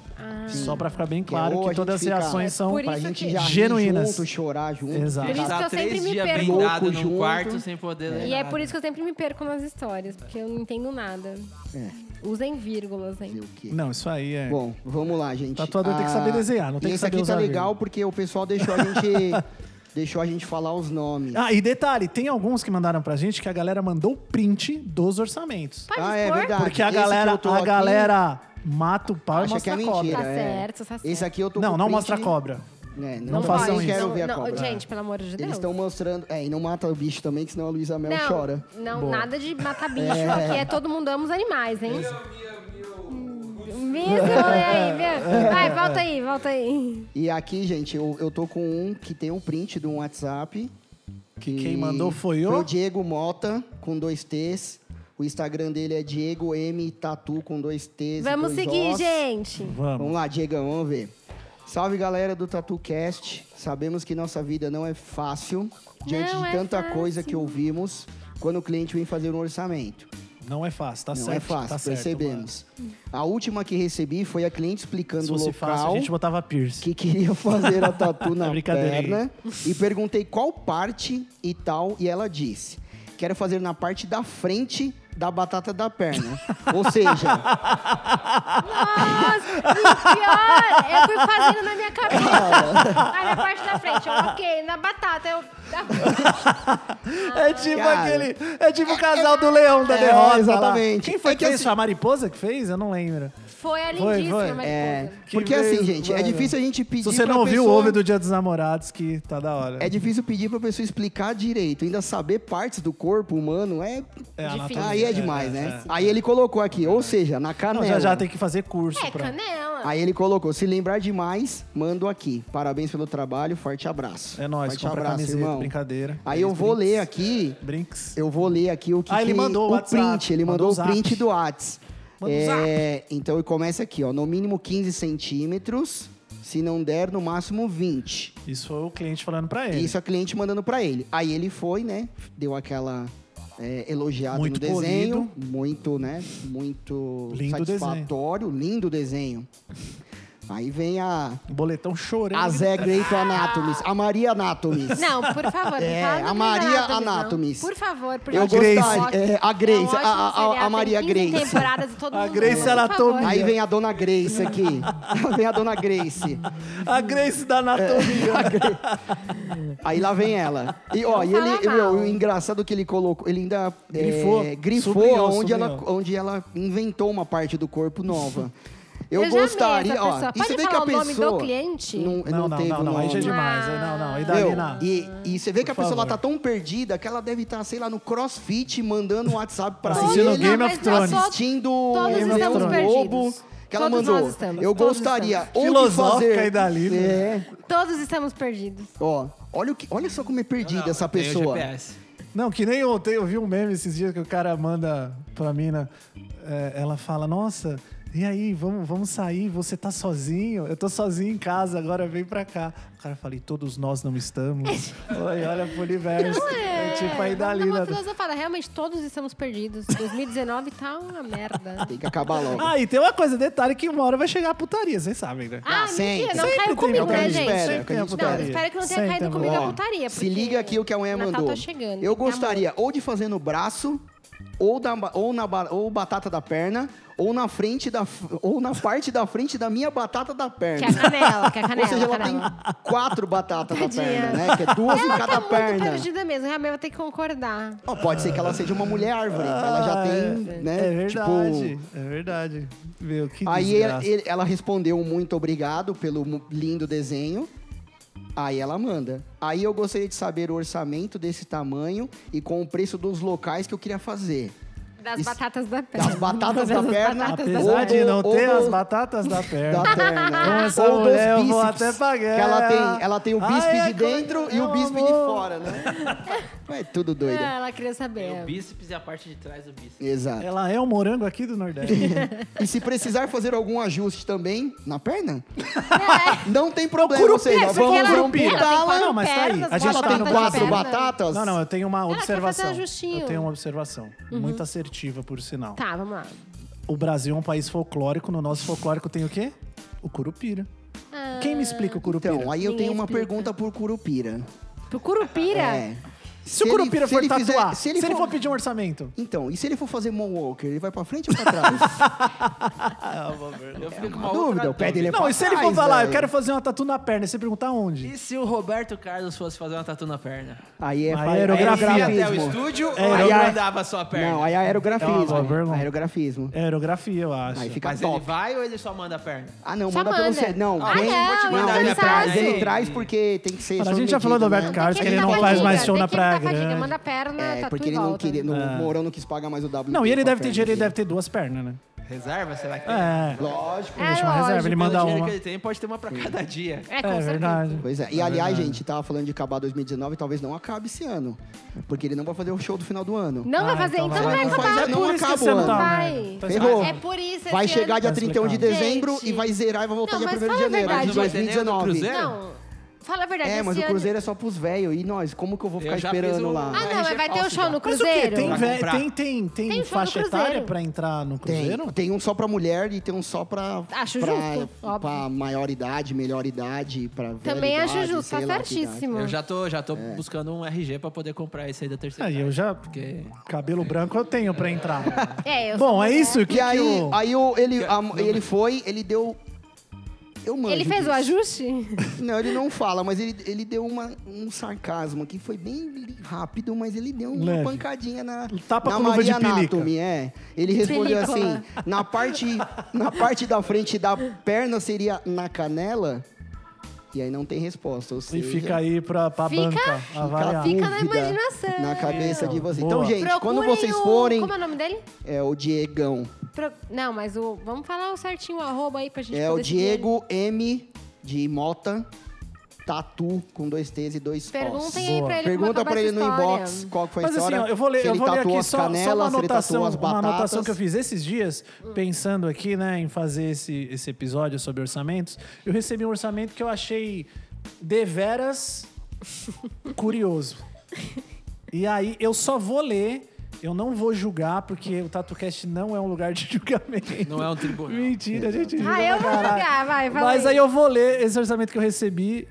Só pra ficar bem claro ou que, é a gente todas as fica- reações Ah. É são por Pra isso gente que- já Genuínas. rir junto, chorar junto. Exato. Por isso que Tá eu sempre três me dias perco. blindado Louco num junto. quarto sem poder ler E é nada. por isso que eu sempre me perco nas histórias, porque eu não entendo nada. É. Usem vírgulas, hein? Fazer o quê? Não, isso aí é. Bom, vamos lá, gente. Tatuador tem que saber desenhar, não tem e que esse aqui saber tá usar legal vírgula. porque o pessoal deixou a gente deixou a gente falar os nomes. Ah, e detalhe, tem alguns que mandaram pra gente que a galera mandou print dos orçamentos. Pode Ah, é expor? verdade. Porque a esse que eu galera, tô a aqui- galera mata o pau e Acha que mostra é a cobra. mentira. Tá é. certo, tá certo. Esse aqui eu tô Não, com não print. mostra a cobra. É, Não façam eu pode, isso. quero não- ver a não, cobra. Gente, pelo amor de Deus. Eles estão mostrando. É, e não mata o bicho também, que senão a Luísa Mel não, chora. Não, Boa. nada de matar bicho. Aqui é todo mundo ama os animais, hein? Mesmo, é aí, mesmo. Vai, volta aí, volta aí. E aqui, gente, eu, eu tô com um que tem um print de um WhatsApp. Que quem mandou foi o- Foi o Diego Mota, com dois T's. O Instagram dele é Diego M Tatu, com dois T's. e Vamos dois seguir, Os. gente. Vamos. Vamos lá, Diego, vamos ver. Salve galera do TatuCast. Sabemos que nossa vida não é fácil diante Não de é tanta coisa que fácil. ouvimos quando o cliente vem fazer um orçamento. Não é fácil, tá não certo. é fácil, tá certo, percebemos. A última que recebi foi a cliente explicando mano. Se o fosse local fácil, a gente botava piercing. que queria fazer a tatu na É brincadeira, perna e perguntei qual parte e tal, e ela disse: "Quero fazer na parte da frente da batata da perna". Ou seja, Nossa, que pior! Eu fui fazendo na minha cabeça. Aí na parte da frente, eu, ok, na batata. Eu, Ah. É tipo Cara. aquele. É tipo o casal do leão da É, derrota. lá. exatamente. Quem foi É que que fez assim- isso? A mariposa que fez? Eu não lembro. foi a Foi, lindíssima foi. mariposa. é, Que porque assim, mesmo, gente, é mano. difícil a gente pedir Se você pra não ouviu, pessoa- ouve do Dia dos Namorados, que tá da hora. É difícil pedir pra pessoa explicar direito, ainda saber partes do corpo humano é. É, a Difícil. anatomia, Aí é demais, é, né? Aí ele colocou aqui, ou seja, na é. Não, canela. já já tem que fazer curso. É, pra- canela. Aí ele colocou, se lembrar demais, mando aqui. Parabéns pelo trabalho, forte abraço. É nóis, forte compra camiseta, brincadeira. Aí eu vou ler aqui, Brinks. eu vou ler aqui o que Ah, ele que- mandou o o WhatsApp, print, ele mandou mandou, o o print zap. do Whats. Manda o É, então começa aqui, ó, no mínimo 15 centímetros, se não der, no máximo 20. Isso foi o cliente falando pra ele. Isso a cliente mandando pra ele. Aí ele foi, né? Deu aquela é, elogiada Muito no desenho. polido. Muito, né? Muito Lindo satisfatório. Lindo desenho. Aí vem a, Um Boletão chorando. a Zé Great Anatomies. A Maria Anatomies. Não, por favor, É, fala do a Maria Grey's Anatomy, não. Anatomies. Por favor, por Eu favor. Grace, Ótimo. é, a Grace, É um ótimo a- a- a- seriado, a tem Maria 15 Grace. temporadas e todo A mundo Grace ama, por Anatomy. favor. Aí vem a Dona Grace aqui. vem a Dona Grace. A Grace da É, anatomia. Aí lá vem ela. E, ó, Não e fala ele, mal. meu, o engraçado que ele colocou, ele ainda é, Grifou, grifou sublinhou, onde, ela, sublinhou. onde ela inventou uma parte do corpo nova. Eu, Eu já amei gostaria, essa ó. pessoa. e você Pode vê que falar a o nome do pessoa cliente? Não, Não, não, não, teve não, o não. Aí já é nome. demais. aí Não, não. Aí dali Meu, na. e, e você vê que a Por pessoa ela favor. tá tão perdida que ela deve estar, sei lá, no crossfit, mandando um WhatsApp pra Tá Assistindo ele. Game Não, of mas nós Thrones. Assistindo Todos Leão estamos Lobo, perdidos. um que ela Todos mandou. nós estamos, eu todos gostaria estamos. ou de Filosófica fazer. aí dali, né? É. Todos estamos perdidos. Ó, olha, o que, olha só como é perdida Não, essa tem o pessoa. GPS. Não, que nem ontem eu vi um meme esses dias que o cara manda pra mina. é, ela fala, nossa, e aí, vamos, vamos sair, você tá sozinho? Eu tô sozinho em casa, agora vem pra cá. O cara fala, e todos nós não estamos. Oi, olha pro universo. É, tipo aí dali. Não, uma né? filosofada. Realmente, todos estamos perdidos. 2019 tá uma merda. Tem que acabar logo. Ah, e tem uma coisa, detalhe que uma hora vai chegar a putaria, vocês sabem, né? Ah, sempre. mentira, não Sempre caiu tem comigo, alguém né, que gente? espera, é que a gente não, espera. espero que não tenha Sempre caído tem comigo alguém. a putaria. Se porque liga aqui o que a mulher Natal mandou. tá chegando. Eu Tá bom. gostaria ou de fazer no braço, ou, da, ba- ou, na, ba- ou batata da perna, ou na frente da. f- ou na parte da frente da minha batata da Que perna. é a canela, que é a canela. ou seja, ela canela. tem quatro batatas da Tadinha. perna, né? Que é duas em cada tá muito perna. perdida mesmo. Realmente, vou ter que concordar. Ó, pode ser que ela seja uma mulher árvore. ela já tem, é, né? É verdade, Tipo, é verdade. Meu, que aí desgraça. ele- ela respondeu um muito obrigado pelo mu- lindo desenho. Aí ela manda. Aí eu gostaria de saber o orçamento desse tamanho e com o preço dos locais que eu queria fazer. Das Isso. batatas da perna. Das batatas da perna. Apesar de não ter as batatas da perna. da perna. É. Com essa Ou dos mulher eu vou bíceps, até pagar. Que ela tem, ela tem o Ai, bíceps é de dentro coisa, e o meu bíceps de amor. fora, né? É tudo Ah, doido. ela queria É o saber. bíceps e a parte de trás do bíceps. Exato. Ela é um morango aqui do Nordeste. E se precisar fazer algum ajuste também na perna, não tem problema. Procura o ou seja, pé, porque vamos ela- ela tem amputá-la. quatro Não, mas tá aí. pernas, A gente Ela tá quatro tem no patas de quatro Ah, perna. batatas. não, é não, eu tenho uma quer fazer um observação. ajustinho. eu tenho uma observação. Uhum. Muito assertiva, por sinal. Tá, vamos lá. O Brasil é um país folclórico. No nosso folclórico tem o quê? O curupira. Quem me explica o curupira? Ah. Então, aí eu Ninguém tenho uma explica. pergunta por Curupira. Pro Curupira? É. se, o curupira ele- se for ele fizer- tatuar, se ele for, pedir um orçamento. Então, e se ele for fazer moonwalker, ele vai pra frente ou pra trás? Eu fico com uma Uma dúvida, o pé dele é Não, pra e se ele for trás, falar, eu velho? quero fazer uma tatu na perna, e você perguntar onde? E se o Roberto Carlos fosse fazer uma tatu na perna? Aí é Aí fa- aerografia. Ia até o aerografismo. estúdio ou Aí ele a- mandava a sua perna? Não, aí é É uma boa aerografismo. pergunta. Aerografismo. É aerografia, eu acho. Aí fica Mas ele top. vai ou ele só manda a perna? Ah, não, Só manda, pelo manda. C. Não, Ah, vem. não, Não, manda ele no traz. braço. Ele traz porque tem que ser. Mas a sob gente já medida, falou do Alberto né? Carlos, que Tem ele dar não tá fadiga, faz mais show tem na que dar Praia fadiga, Grande. Manda a perna, É, tatu porque ele e não tá volta. né? queria. Não, O Mourão não quis pagar mais o W. É. Não, e ele pra deve ter perna dinheiro, ele dele. deve ter duas pernas, né? Reserva, será que ele- É. Lógico. É, Deixa uma lógico, reserva, ele Pelo manda dinheiro uma. que ele tem, pode ter uma pra cada dia. É, com É certeza. verdade. Pois é. E aliás, gente, tava falando de acabar 2019, talvez não acabe esse ano. Porque ele não vai fazer o show do final do ano. Não vai Ah, fazer, então então, vai, não vai então acabar. faz- não Por isso que acaba você o não tá. ano. Vai. né? Tá Ferrou. É por isso Vai esse chegar ano- dia Tá 31 de explicado. dezembro e Gente. vai zerar e vai voltar Não, dia mas 1 de fala a janeiro verdade. de Mas não vai ter nem o do 2019. Cruzeiro? Não, fala a verdade. É, mas o esse Cruzeiro é só pros velhos. E nós, como que eu vou ficar Eu já esperando fiz o- lá? Ano... Ah, Ah, não, mas RG vai ter o falso show já. no Mas o quê? Cruzeiro? Tem, Pra vé- comprar. tem, tem, tem, Tem show no faixa etária Cruzeiro. pra entrar no Tem, Cruzeiro? tem um só pra mulher e tem um só pra. Acho pra, justo, óbvio. pra maior idade, melhor idade, pra Também velha acho idade, justo, tá sei lá que idade. certíssimo. Eu já tô, já tô É. buscando um RG pra poder comprar esse aí da terceira. Aí idade. eu já. Porque. Cabelo branco eu tenho pra entrar. É, eu sou Bom, é mulher. isso que, E que aí, o- aí o, ele, a- ele foi, ele deu. Eu manjo Ele fez o disso. ajuste? Não, ele não fala, mas ele, ele deu uma, um sarcasmo que foi bem li- rápido, mas ele deu uma Leve. pancadinha na, Tapa na com luva de Maria pelica. Anatomy, é. Ele respondeu Película. assim: na parte, na parte da frente da perna seria na canela, e aí não tem resposta. Ou E seja, fica aí pra, pra Fica- banca fica a avaliar. Fica na dúvida imaginação. Na cabeça de vocês. Boa. Então, gente, quando Procurem vocês o- forem. Como é o nome dele? É o Diegão. Pro- Não, mas o... Vamos falar o certinho, o arroba aí pra gente É poder o seguir ele. Diego M de Mota Tatu com dois T's e dois Os. Perguntem aí pra ele como Pergunta acabar pra ele essa no história. inbox qual que foi a Mas assim, história. ó, eu vou ler, se eu ele vou ler tatuou aqui as só, canelas, só uma, se ele anotação, tatuou as uma batatas. anotação que eu fiz esses dias, pensando aqui, né, em fazer esse, esse episódio sobre orçamentos. Eu recebi um orçamento que eu achei deveras curioso. E aí eu só vou ler, eu não vou julgar, porque o TatuCast não é um lugar de julgamento. Não é um tribunal. Mentira, a gente julga. Ah, eu vou caralho. jogar, vai, fala Mas aí eu vou ler esse orçamento que eu recebi.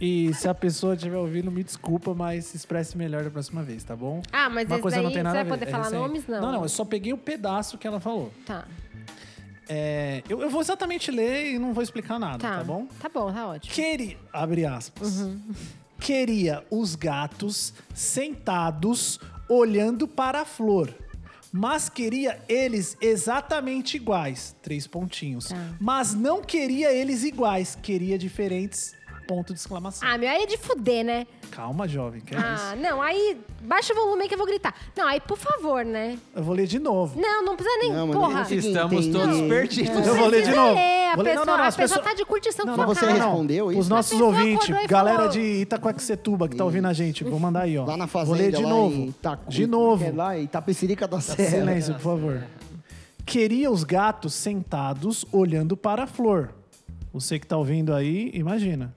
E se a pessoa estiver ouvindo, me desculpa, mas se expresse melhor da próxima vez, tá bom? Ah, mas esse daí você a vai ver, é poder falar recente. nomes, não? Não, não, eu só peguei o pedaço que ela falou. Tá, É, eu, eu vou exatamente ler e não vou explicar nada, tá. tá, bom? Tá bom, tá ótimo. Queria, abre aspas, queria os gatos sentados olhando para a flor. Mas queria eles exatamente iguais. Três pontinhos. Tá. Mas não queria eles iguais. Queria diferentes. Ponto de exclamação. Ah, meu, aí é de fuder, né? Calma, jovem. Que é isso? Ah, não, aí baixa o volume aí que eu vou gritar. Não, aí por favor, né? Eu vou ler de novo. Não, não precisa nem, Não, mas porra. nem- Estamos Entendi. todos Não. perdidos. É Eu vou ler de precisa novo. ler, É, a Vou ler- não, pessoa- não, não, a as pessoa pessoas- tá de curtição Não, com não, sua você cara. respondeu Os isso? nossos pessoa ouvintes, acordou e galera falou. de Itaquaquecetuba que tá ouvindo a gente, vou mandar aí, ó. Lá na fazenda, Vou ler de lá novo. em Itacu- de novo. Tá é Lá em Itapecerica da Tá Serra. Silêncio, por favor. Queria os gatos sentados olhando para a flor. Você que tá ouvindo aí, imagina.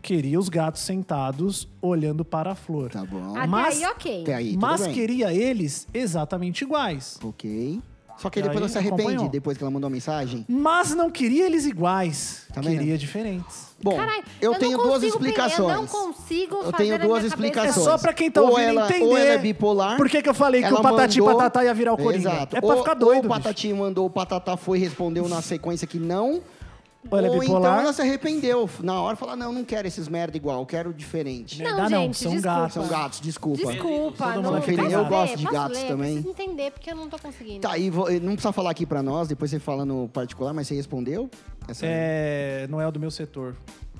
Queria os gatos sentados olhando para a flor. Tá bom. Até Mas- aí, ok. Até aí, tudo Mas bem. queria eles exatamente iguais. Ok. Só que E depois aí, ela se arrepende, acompanhou. depois que ela mandou a mensagem. Mas não queria eles iguais. Tá vendo? queria diferentes. Bom, Caralho, eu, não tenho duas consigo explicações. pe- Eu não consigo Eu fazer tenho na duas minha cabeça. É explicações. só pra quem tá Ou ouvindo ela- entender. ou ela é bipolar. Por que, que eu falei que Ela o Patati mandou- Patatá ia virar o Coringa? Exato. É pra Ou- ficar doido. Ou o bicho. Patati mandou, o Patatá foi e respondeu na sequência que não. Ou ela é ou então bipolar. ela se arrependeu. Na hora falou, não, não quero esses merda igual, quero diferente. Não, Dá não, gente, são desculpa. gatos. São gatos, desculpa. Desculpa, Todo não. mundo aqui Posso eu ler? gosto de Posso gatos ler? também. Preciso entender porque eu não tô conseguindo. Tá, e vo- não precisa falar aqui pra nós, depois você fala no particular, mas você respondeu? Essa... É, não é o do meu setor.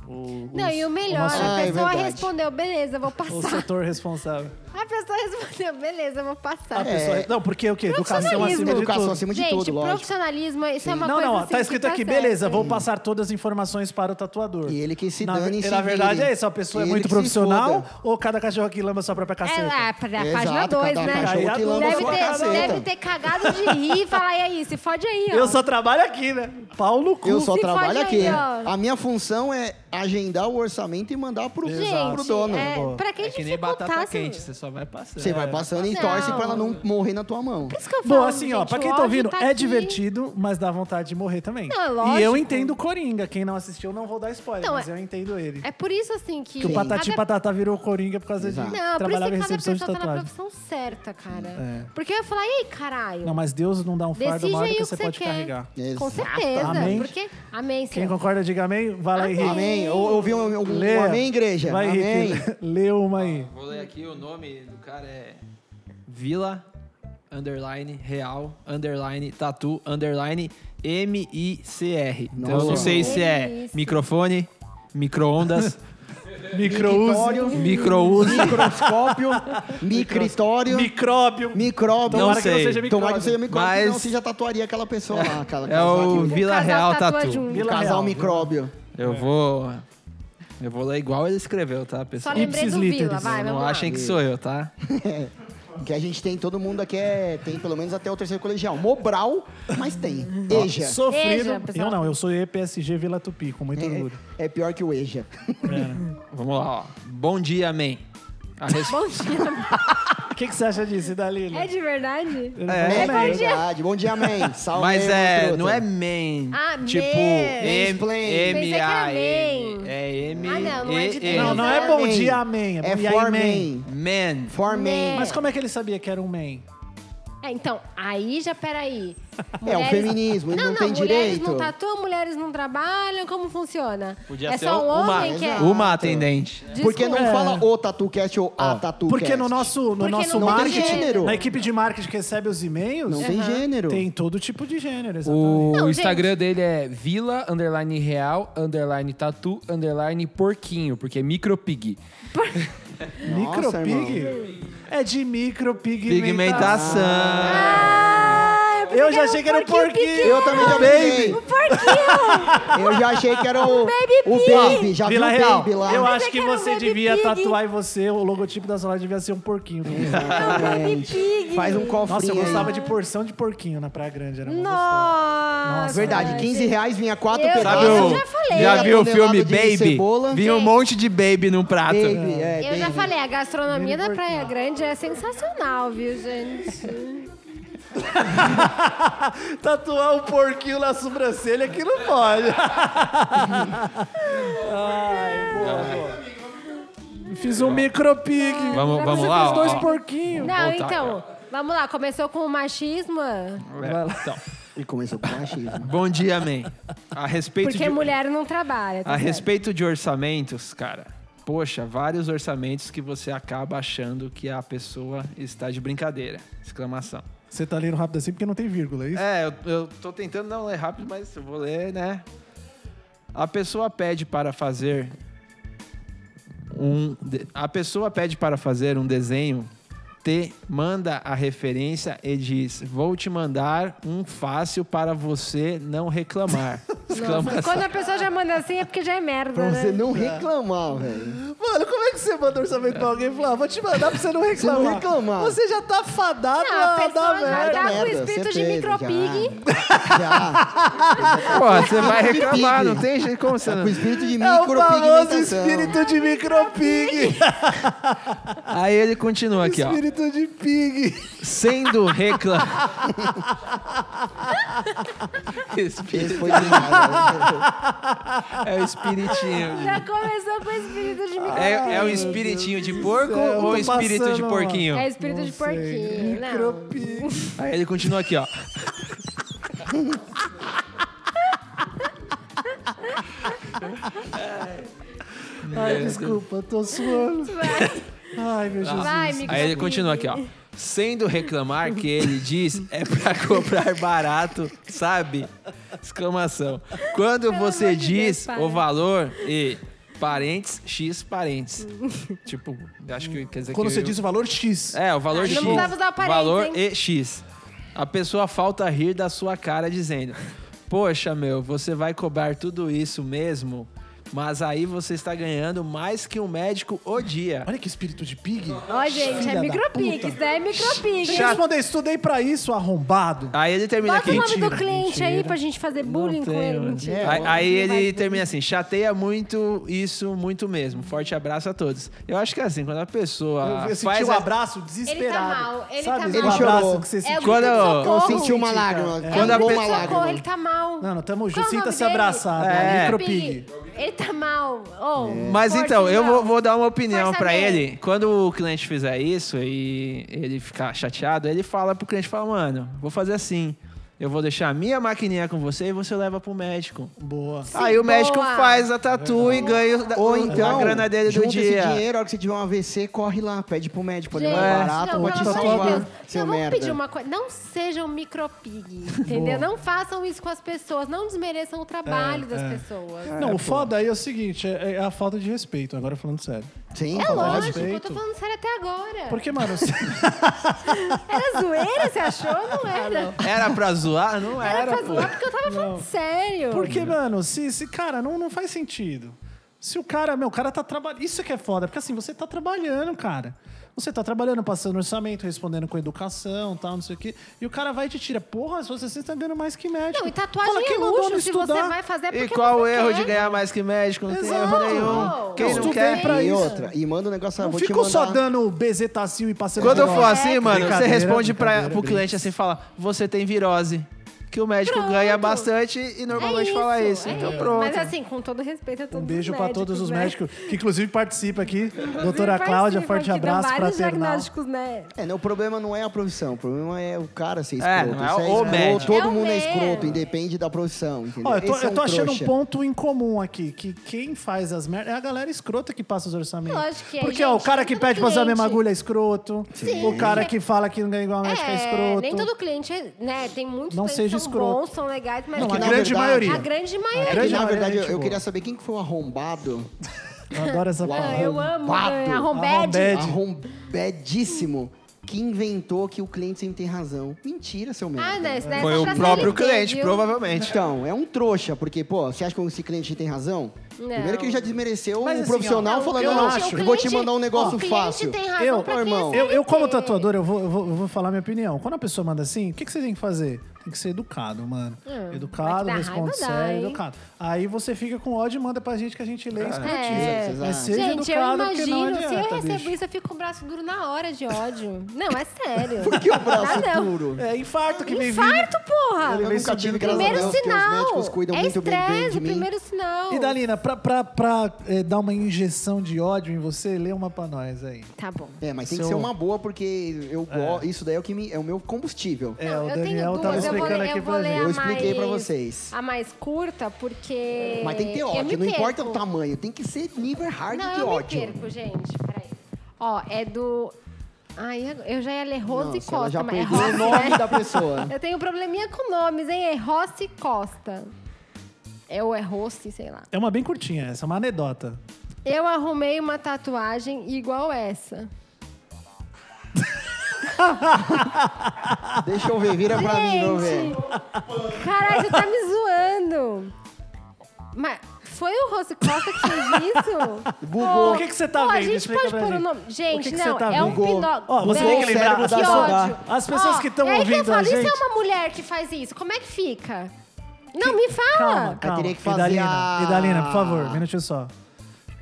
o- Não, os- e o melhor, é nosso- Ah, a é pessoa verdade. respondeu, beleza, vou o passar. setor responsável. A pessoa respondeu, beleza, vou A passar. pessoa- Não, porque o quê? Educação Profissionalismo. É, acima de É. Educação tudo. acima de Gente, tudo, lógico. profissionalismo, isso é uma não, coisa não, ó, assim tá que escrito aqui, certo. beleza, vou passar todas as informações para o tatuador. E ele que se na, dane e se Na verdade vire. é isso, a pessoa é Ele muito que se profissional foda. ou cada cachorro que lama sua própria É caceta? lá, pra Exato, página cada um 2, né? cachorro que lamba Deve um sua ter, caceta. deve ter cagado de rir e falar, e aí, se fode aí, ó. Eu só trabalho aqui, né? Pau no cu. Eu só Se trabalho fode aqui. aí, ó. a minha função é agendar o orçamento e mandar pro, Gente, pro dono. é, pra quem É que nem dificultar, batata assim, quente, você só vai passando. Você vai passando e É. Não. torce pra ela não morrer na tua mão. Por isso que eu falo, Bom, assim, ó, gente, pra o quem tá ódio ouvindo, é aqui. divertido, mas dá vontade de morrer também. Não, é e eu lógico. entendo o Coringa. Quem não assistiu, não vou dar spoiler, Então, mas é- eu entendo ele. É por isso, assim, que... que o Patati cada- Patatá virou Coringa por causa Exato. de Não, por isso trabalhar que em cada recepção de pessoa tá na tatuagem. profissão certa, cara. É. Porque eu ia falar, e aí, caralho? Não, mas Deus não dá um fardo Decide maior aí do o que que você você pode quer. carregar. Com Exato. certeza. Amém. Porque... Amém, Quem senhor. concorda, diga amém. Vai lá, Henrique. Amém. Ou- Ouviu um, um, Lê. um amém, igreja? Vai, amém. Henrique. Lê uma aí. Vou ler aqui o nome do cara é Vila underline real underline tatu underline M I C R. Então eu não Nossa. sei se Que é isso. microfone, microondas, Microúsio. microuse, Microscópio, micritório, Micróbio. micróbio. Não Tomara que não sei. seja Tomara que micróbio. seja micróbio, Mas- senão você já tatuaria aquela pessoa lá, aquela é o aquele- Vila casal Real tatua Tatu. tá junto. o Vila casal Real. micróbio. Eu vou eu vou ler igual ele escreveu, tá, Só pessoal? lembrei Ipsis do Vila, literis. vai, vamos Não lá. achem que sou eu, tá? É. Que a gente tem, todo mundo aqui é, tem pelo menos até o terceiro colegial. Mobral, mas tem. Eja. Sofrido. Eja, pessoal. eu não, eu sou EPSG Vila Tupi, com muito orgulho. É, é pior que o Eja. Vamos lá, ó. Bom dia, amém. A res- Bom dia. O que, que você acha disso, Dalila? É de verdade? É, bom né? dia. verdade. Bom dia, amém. Salve. Mas meu é, truta. não é man. Ah, tipo, man. M, Mansplain. Pensei M, que era A, N. man. É M, Ah, não, não é de E, Deus, N. Não, não é bom dia, amém. É e aí, for amém. man. Man. For man. Man. Mas como é que ele sabia que era um man? É, então, aí já, peraí. É, o feminismo, ele Não, não, não, tem mulheres direito. não tatuam, mulheres não trabalham, como funciona? Podia é ser só um uma, né? homem que é... uma atendente. Porque não É. fala o TatuCast ou a TatuCast. Porque no nosso, no Porque nosso não tem marketing, gênero. na equipe de marketing que recebe os e-mails, Não tem gênero. tem todo tipo de gênero, exatamente. O Não, Instagram dele é vila, underline real, underline tatu, underline porquinho, porque é micropig. Nossa, Micropig? É de micropigmentação. Pigmentação. Ah, eu, pensei Eu que já era achei é que era um porquinho. Eu também já Baby. baby. Eu já achei que era o Baby o Pig. baby, já Vila viu o Real, baby lá. eu Mas acho é que que era um você baby devia pig. tatuar em você, o logotipo da sua loja devia ser um porquinho. um pig. Faz um cofrinho Nossa, eu aí. gostava de porção de porquinho na Praia Grande, era uma Nossa. Verdade, 15 reais vinha quatro Eu- pedaços. Sabe Eu o, já falei. já viu o filme Meia tonelada Baby? de cebola. Vinha um Gente. monte de baby num prato. Baby, é, Eu já baby. falei, a gastronomia da Mini Praia Grande é sensacional, viu, gente? Tatuar um porquinho na sobrancelha que não pode. É. Ai, boa, boa. Fiz um micropig. Vamos, Você vamos fez lá. Fiz dois ó. porquinhos. Não, voltar, então, vamos lá. Começou com o machismo, É, então. E começou com machismo. Bom dia, man. A respeito porque é de... mulher não trabalha. tá A certo? respeito de orçamentos, cara, poxa, vários orçamentos que você acaba achando que a pessoa está de brincadeira. Exclamação. Você tá lendo rápido assim porque não tem vírgula, é isso? É, eu, eu tô tentando não ler rápido, mas eu vou ler, né? A pessoa pede para fazer um. de- A pessoa pede para fazer um desenho, te manda a referência e diz: Vou te mandar um fácil para você não reclamar. Nossa, Exclamação. quando a pessoa já manda assim é porque já é merda, Pra você né? não reclamar, velho. Mano, como é que você manda orçamento pra alguém e fala, "Ah, vou te mandar pra você não reclamar? não reclamar. Você já tá fadado Não, a a pessoa dar já merda. tá com merda, espírito você de fez, micropig. Já. Pô, você vai reclamar, não tem jeito como você Tá não. com espírito de É o famoso micropigmentação. espírito de micropig. Aí ele continua aqui, ó. espírito de pig. Sendo reclam... Esse Espírito. foi demais, velho. É o espiritinho. Já começou com o espírito Ah, de micropig. É, é o espiritinho de porco céu, eu ou tô o espírito de passando, porquinho? É espírito de porquinho. Não. Micropig. Aí ele continua aqui, ó. Ai, desculpa, tô suando. Ai, meu Jesus. Vai, micropig. Aí ele continua aqui, ó. Sendo reclamar que ele diz é pra comprar barato, sabe? Exclamação. Quando você amor de Deus, diz para. o valor e parentes, X parentes. tipo, acho que quer dizer Quando que você eu- diz o valor X. É, o valor Ah, não X. precisava usar o parênteses, valor hein? e X. A pessoa falta rir da sua cara dizendo: Poxa, meu, você vai cobrar tudo isso mesmo? Mas aí você está ganhando mais que um médico o dia. Olha que espírito de pig. Ó, gente, Filha é da micropique, puta. isso daí é micropique. Deixa eu responder, estudei pra isso, arrombado. Aí ele termina Bota o aqui. nome Mentira, do cliente aí mentira. pra gente fazer Não bullying com tem, É, ele. mano. Mentira. Aí, Não aí vai ele ter. termina assim, chateia muito isso, muito mesmo. Forte abraço a todos. Eu acho que é assim, quando a pessoa Eu senti faz... um a- abraço desesperado. Ele tá mal, ele Sabe, tá esse mal. Ele abraço chorou. que você É o sentiu. Quando- grito de Eu socorro. senti uma Mentira. lágrima. É. É Quando o a grito Cantei de uma pessoa- socorro, lágrima. ele tá mal. Não, não, tamo junto. Qual o nome Sinta-se dele? abraçado. É. né? Micropig. Ele tá mal. Oh, Mas forte, então, eu não. vou, vou dar uma opinião Força pra dele. ele. Quando o cliente fizer isso e ele ficar chateado, ele fala pro cliente, fala, mano, vou fazer assim. Eu vou deixar a minha maquininha com você e você leva pro médico. Boa. Aí o boa. médico faz a tatu e ganha o- É. Ou o- então, a grana dele do junta dia. esse dinheiro, a hora que você tiver um AVC, corre lá, pede pro médico, pode Gente, levar barato, não, pode te pelo amor de salvar, Deus. seu Não, vamos merda. pedir uma coisa. Não sejam micropig, entendeu? não façam isso com as pessoas. Não desmereçam o trabalho das pessoas. Não, o foda aí é o seguinte, é, é a falta de respeito, agora falando sério. Sim, É pô, lógico. lógico, eu respeito. tô falando sério até agora. Porque, mano, você- Era zoeira, você achou? Não Ah, era. Era pra zoar? Não era, Era pra pô. zoar né? porque eu tava falando sério. porque mano, se, se cara, não, não faz sentido. Se o cara, meu, o cara tá trabalhando. Isso que é foda, porque assim, você tá trabalhando, cara. Você tá trabalhando, passando orçamento, respondendo com educação, tal, não sei o quê. E o cara vai e te tira. Porra, se você está ganhando mais que médico. Não, e tatuagem Fala, é quem mandou luxo. me Se estudar? você vai fazer é porque E qual o você erro quer. de ganhar mais que médico? Não tem Exato. erro nenhum. Eu Quem não estudei quer... pra E isso. outra, e manda um negócio, eu Não vou te fico mandar... só dando bezetacil e passando... Quando eu por for lá. assim, mano, você Brincadeira, responde pra, brincadeira, pro brincadeira. cliente assim, fala, você tem virose. Que o médico Pronto. ganha bastante e normalmente fala isso. é então pronto. Mas assim, com todo respeito a todos Um beijo os para médicos, todos os né? médicos, que inclusive participa aqui. Doutora Participa, Cláudia, que forte dão abraço para vários Ternal. diagnósticos, né? É, né, o problema não é a profissão, o problema é o cara ser É, escroto. não é Isso o escroto, médico. Todo É o mundo é médico. escroto, independe da profissão, entendeu? Ó, eu tô, Esse é eu tô achando trouxa. um ponto em comum aqui, que quem faz as merdas é a galera escrota que passa os orçamentos. Lógico que é, Porque ó, o gente, cara nem que todo pede pra usar a mesma cliente- agulha é escroto. Sim. O cara que fala que não ganha igual a médica é, escroto. nem todo cliente, é- né? Tem muitos Não clientes seja que são escroto. bons, são legais, mas Não, que a na grande verdade- maioria. a grande maioria. É que, grande na maioria é verdade, eu, gente eu boa. queria saber quem que foi o arrombado, Eu adoro essa Ah, palavra. eu amo Arrombado. ganhar Rombed. Arrombed. arrombadíssimo, que inventou que o cliente sempre tem razão. Mentira, seu merda. Ah, não, isso daí é Foi só o pra próprio CLT, cliente, viu? provavelmente. Então, é um trouxa, porque, pô, você acha que esse cliente tem razão? Não. Primeiro que ele já desmereceu Mas um assim, profissional ó, falando, eu não, acho- eu o vou te cliente- mandar um negócio o cliente fácil. tem razão Eu, pra Ô, quem irmão, é Eu, eu, como CLT. tatuador, eu vou, eu, vou, eu vou falar minha opinião. Quando a pessoa manda assim, o que, que você tem que fazer? Tem que ser educado, mano. Hum, mas educado, dá responde raiva, dá, sério, hein? educado. Aí você fica com ódio e manda pra gente que a gente lê e escrotiza. É. Mas seja Gente, eu educado, porque não imagino, se eu adianta, recebo bicho. isso, eu fico com o braço duro na hora de ódio. Não, é sério. Por que o braço Dá Ah, não. duro? É infarto que vem vindo. Infarto, porra! Eu nunca tive, graças a Primeiro Deus, porque os sinal. médicos cuidam é muito bem, bem estresse, de o mim. primeiro sinal. E Dalina, pra, pra, pra eh, dar uma injeção de ódio em você, lê uma pra nós aí. Tá bom. É, mas tem que Seu- ser uma boa, porque eu go- isso daí é o, que me- é o meu combustível. É, Não, o eu tenho Daniel tava duas, eu vou explicando ler- aqui eu vou pra ler gente. a Eu expliquei pra mais- vocês. A mais curta, porque. Mas tem que ter eu me ódio, não importa o perco. tamanho, tem que ser nível hard é Não, é de eu ódio. me perco, gente. Peraí. Ó, é do. Ai, ag- eu já ia ler Rose Nossa, ela Costa, já mas é perdeu Rose, o nome né? da pessoa. Eu tenho probleminha com nomes, hein? É Rossi Costa. É ou é Rossi, sei lá. É uma bem curtinha essa, uma anedota. Eu arrumei uma tatuagem igual essa. Deixa eu ver, vira pra mim, vamos ver. Gente! Caralho, você tá me zoando. Mas foi o Rose Costa que fez isso? Bugou. Pô, O que que você tá pô, vendo? A gente Explica pode pra pôr o gente. nome. Gente, O que que você não, tá é um vendo? pinó. Ó, você Velho, tem que lembrar que da saudade. ódio. As pessoas Ó, que estão é aí ouvindo que eu a falo, E gente- se é uma mulher que faz isso? Como é que fica? Não, me fala. Calma, calma. teria que fazer Idalina, a- Idalina, por favor, um minutinho só.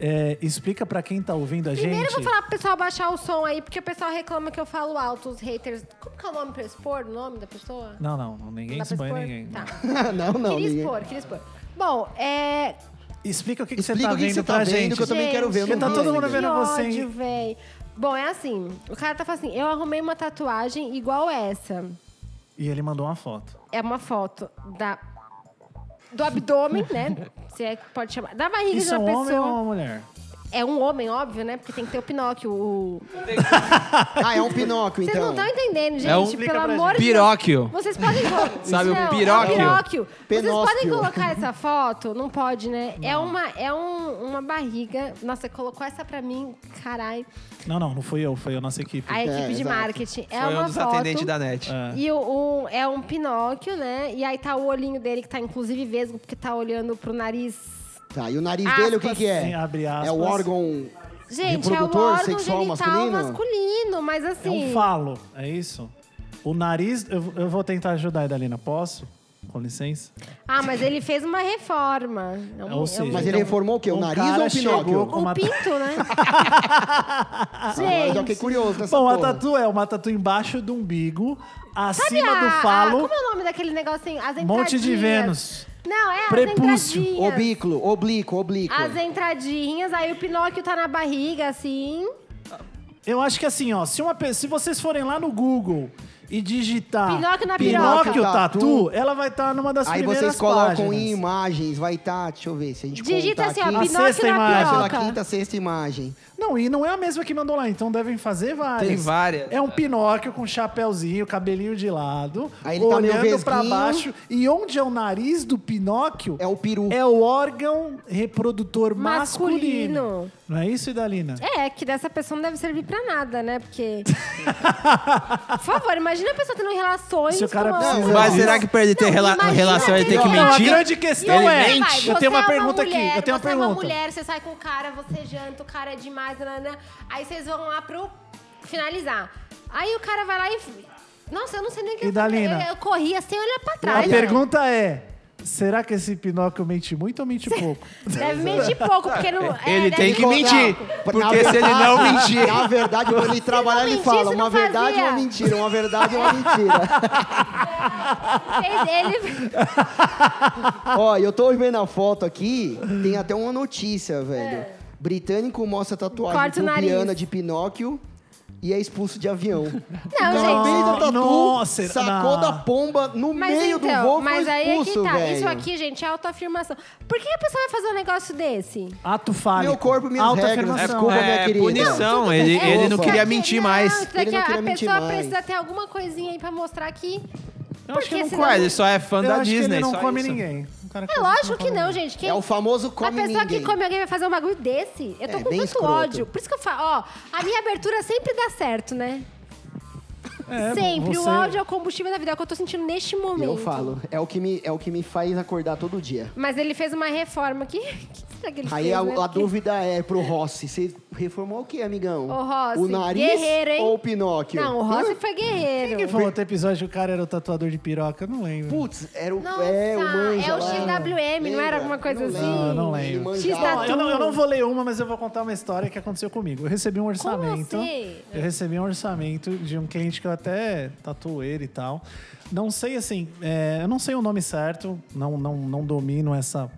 É, explica pra quem tá ouvindo a Primeiro eu gente. vou falar pro pessoal baixar o som aí, porque o pessoal reclama que eu falo alto, os haters. Como que é o nome pra eu expor? O nome da pessoa? Não, não, não, ninguém Dá pra expõe expor? ninguém. Tá. não, não. queria ninguém- expor, queria expor. Bom, é. Explica o que, que você Explica tá o que que vendo você tá pra vendo, gente. que eu também quero ver. eu Porque não tá vi todo ainda. mundo vendo que você, hein? ódio, véi. Bom, é assim. O cara tá falando assim: eu arrumei uma tatuagem igual essa. E ele mandou uma foto. É uma foto da. Do abdômen, né? Se é que pode chamar. Da barriga Isso de é um uma homem pessoa. ou uma mulher? É um homem, óbvio, né? Porque tem que ter o Pinóquio. O... Ah, é um Pinóquio, Vocês não então. estão entendendo, gente. É um- Pelo amor de Deus. Piróquio. Vocês podem colocar. Sabe o Não, é piróquio? piróquio. Vocês podem Penóquio. colocar essa foto? Não pode, né? É uma, é um- uma barriga. Nossa, você colocou essa pra mim, caralho. Não, não, não fui eu, foi a nossa equipe. A equipe de É, exato. marketing. É Foi uma um dos foto. atendentes da net. E o- um, é um Pinóquio, né? E aí tá o olhinho dele, que tá inclusive vesgo, porque tá olhando pro nariz. Tá, e o nariz Aspas. dele, o que que é? Sim, abre aspas. É o órgão... Gente, é o Reprodutor órgão sexual genital masculino? masculino? mas assim. É um falo, é isso? O nariz. Eu, eu vou tentar ajudar, Idalina. Posso? Com licença? Ah, mas ele fez uma reforma. É um- Ou seja, Mas ele Então, reformou o quê? O um nariz cara ou o chegou Pinóquio? Ah, com O uma- pinto, né? Agora eu fiquei Ah, Gente. é curioso nessa Bom, a porra. tatu é uma tatu embaixo do umbigo, Sabe acima a- do a- falo, um como é o nome daquele negócio? As entradinhas. monte de Vênus. Não, é Prepúcio. as entradinhas. Obículo, oblíquo, oblíquo. As entradinhas, aí o Pinóquio tá na barriga, assim. Eu acho que assim, ó, se, uma, pe- se vocês forem lá no Google e digitar Pinóquio na Pinóquio piroca. Tatu, Tatu, ela vai estar numa das Aí primeiras vocês colocam páginas. em imagens, vai estar... deixa eu ver se a gente Digita contar assim, ó, aqui. A sexta Pinóquio imagem, na pela piroca. quinta, sexta imagem. Não, e não é a mesma que mandou lá, então devem fazer várias. Tem várias. É um Pinóquio com chapéuzinho, cabelinho de lado, Aí ele tá meio olhando pra vesguinho. baixo. E onde é o nariz do Pinóquio É o peru. é o órgão reprodutor masculino. Masculino. Não é isso, Idalina? É, que dessa pessoa não deve servir pra nada, né? Porque. Por favor, imagina a pessoa tendo relações. Se o cara com uma- precisa Mas disso. será que pra ele ter Não, rela- imagina relação ele tem É que aquele Não, a mentir? grande questão Ele é. mente. Vai, eu você tenho uma é pergunta mulher, aqui. Eu tenho uma você é uma pergunta. mulher, você sai com o cara, você janta, o cara é demais, nanana. aí vocês vão lá pro finalizar. Aí o cara vai lá e... Nossa, eu não sei nem o que E eu falei. Dalina? Eu, eu corria sem olhar pra A trás. né? pergunta é: será que esse Pinóquio mente muito ou mente pouco? Deve mentir pouco, porque não... é, Ele deve tem que mentir mentir. pouco. Na Porque se ele verdade- não mentir. Na verdade, quando ele trabalhar, ele mentir, fala você uma não verdade e uma fazia. mentira, uma verdade e uma mentira. Ele... Ó, eu tô vendo a foto aqui, tem até uma notícia, velho. Britânico mostra É. Corta tatuagem o nariz. pubiana de Pinóquio e é expulso de avião. Não, gente. Fez a tatu, nossa, sacou não. da pomba no Mas meio então, do voo e mas foi aí é que expulso, tá. velho. Isso aqui, gente, é autoafirmação. Por que a pessoa vai fazer um negócio desse? Ato falho. Meu corpo, minhas regras, É, desculpa, minha é querida. punição, Tudo bem. ele, ele não Opa. queria mentir mais. é Não, Ele não que a queria mentir pessoa mais. precisa ter alguma coisinha aí pra mostrar que. Eu acho que Porque não senão- Ué, ele só é fã Eu da acho que Disney. ele não só come isso. ninguém. O cara É come- lógico que não, gente. Quem... É o famoso A come pessoa ninguém. que come alguém vai fazer um bagulho desse. Eu tô É, com bem tanto escroto. ódio. Por isso que eu falo, ó, a minha abertura sempre dá certo, né? É, sempre. você- O ódio é o combustível da vida, é o que eu tô sentindo neste momento. Eu falo, é o, que me, é o que me faz acordar todo dia. Mas ele fez uma reforma. Que, que será que ele Aí fez, a, né? a Porque- dúvida é pro Rossi, você reformou o quê, amigão? Ô, Rossi, o nariz guerreiro, hein? ou o Pinóquio? Não, o Rossi foi Quem guerreiro. que falou outro episódio que o cara era o tatuador de piroca? Eu não lembro. Putz, era o Nossa, é, o manja é o lá. XWM, não era Lembra? alguma coisa Não assim? lembro. Ah, não Ele lembro. manjava. X-Tatu. Eu não, eu não vou ler uma, mas eu vou contar uma história que aconteceu comigo. Eu recebi um orçamento. assim? Eu recebi um orçamento de um cliente que eu até tatuei ele e tal. Não sei assim, é, eu não sei o nome certo, não, não, não domino essa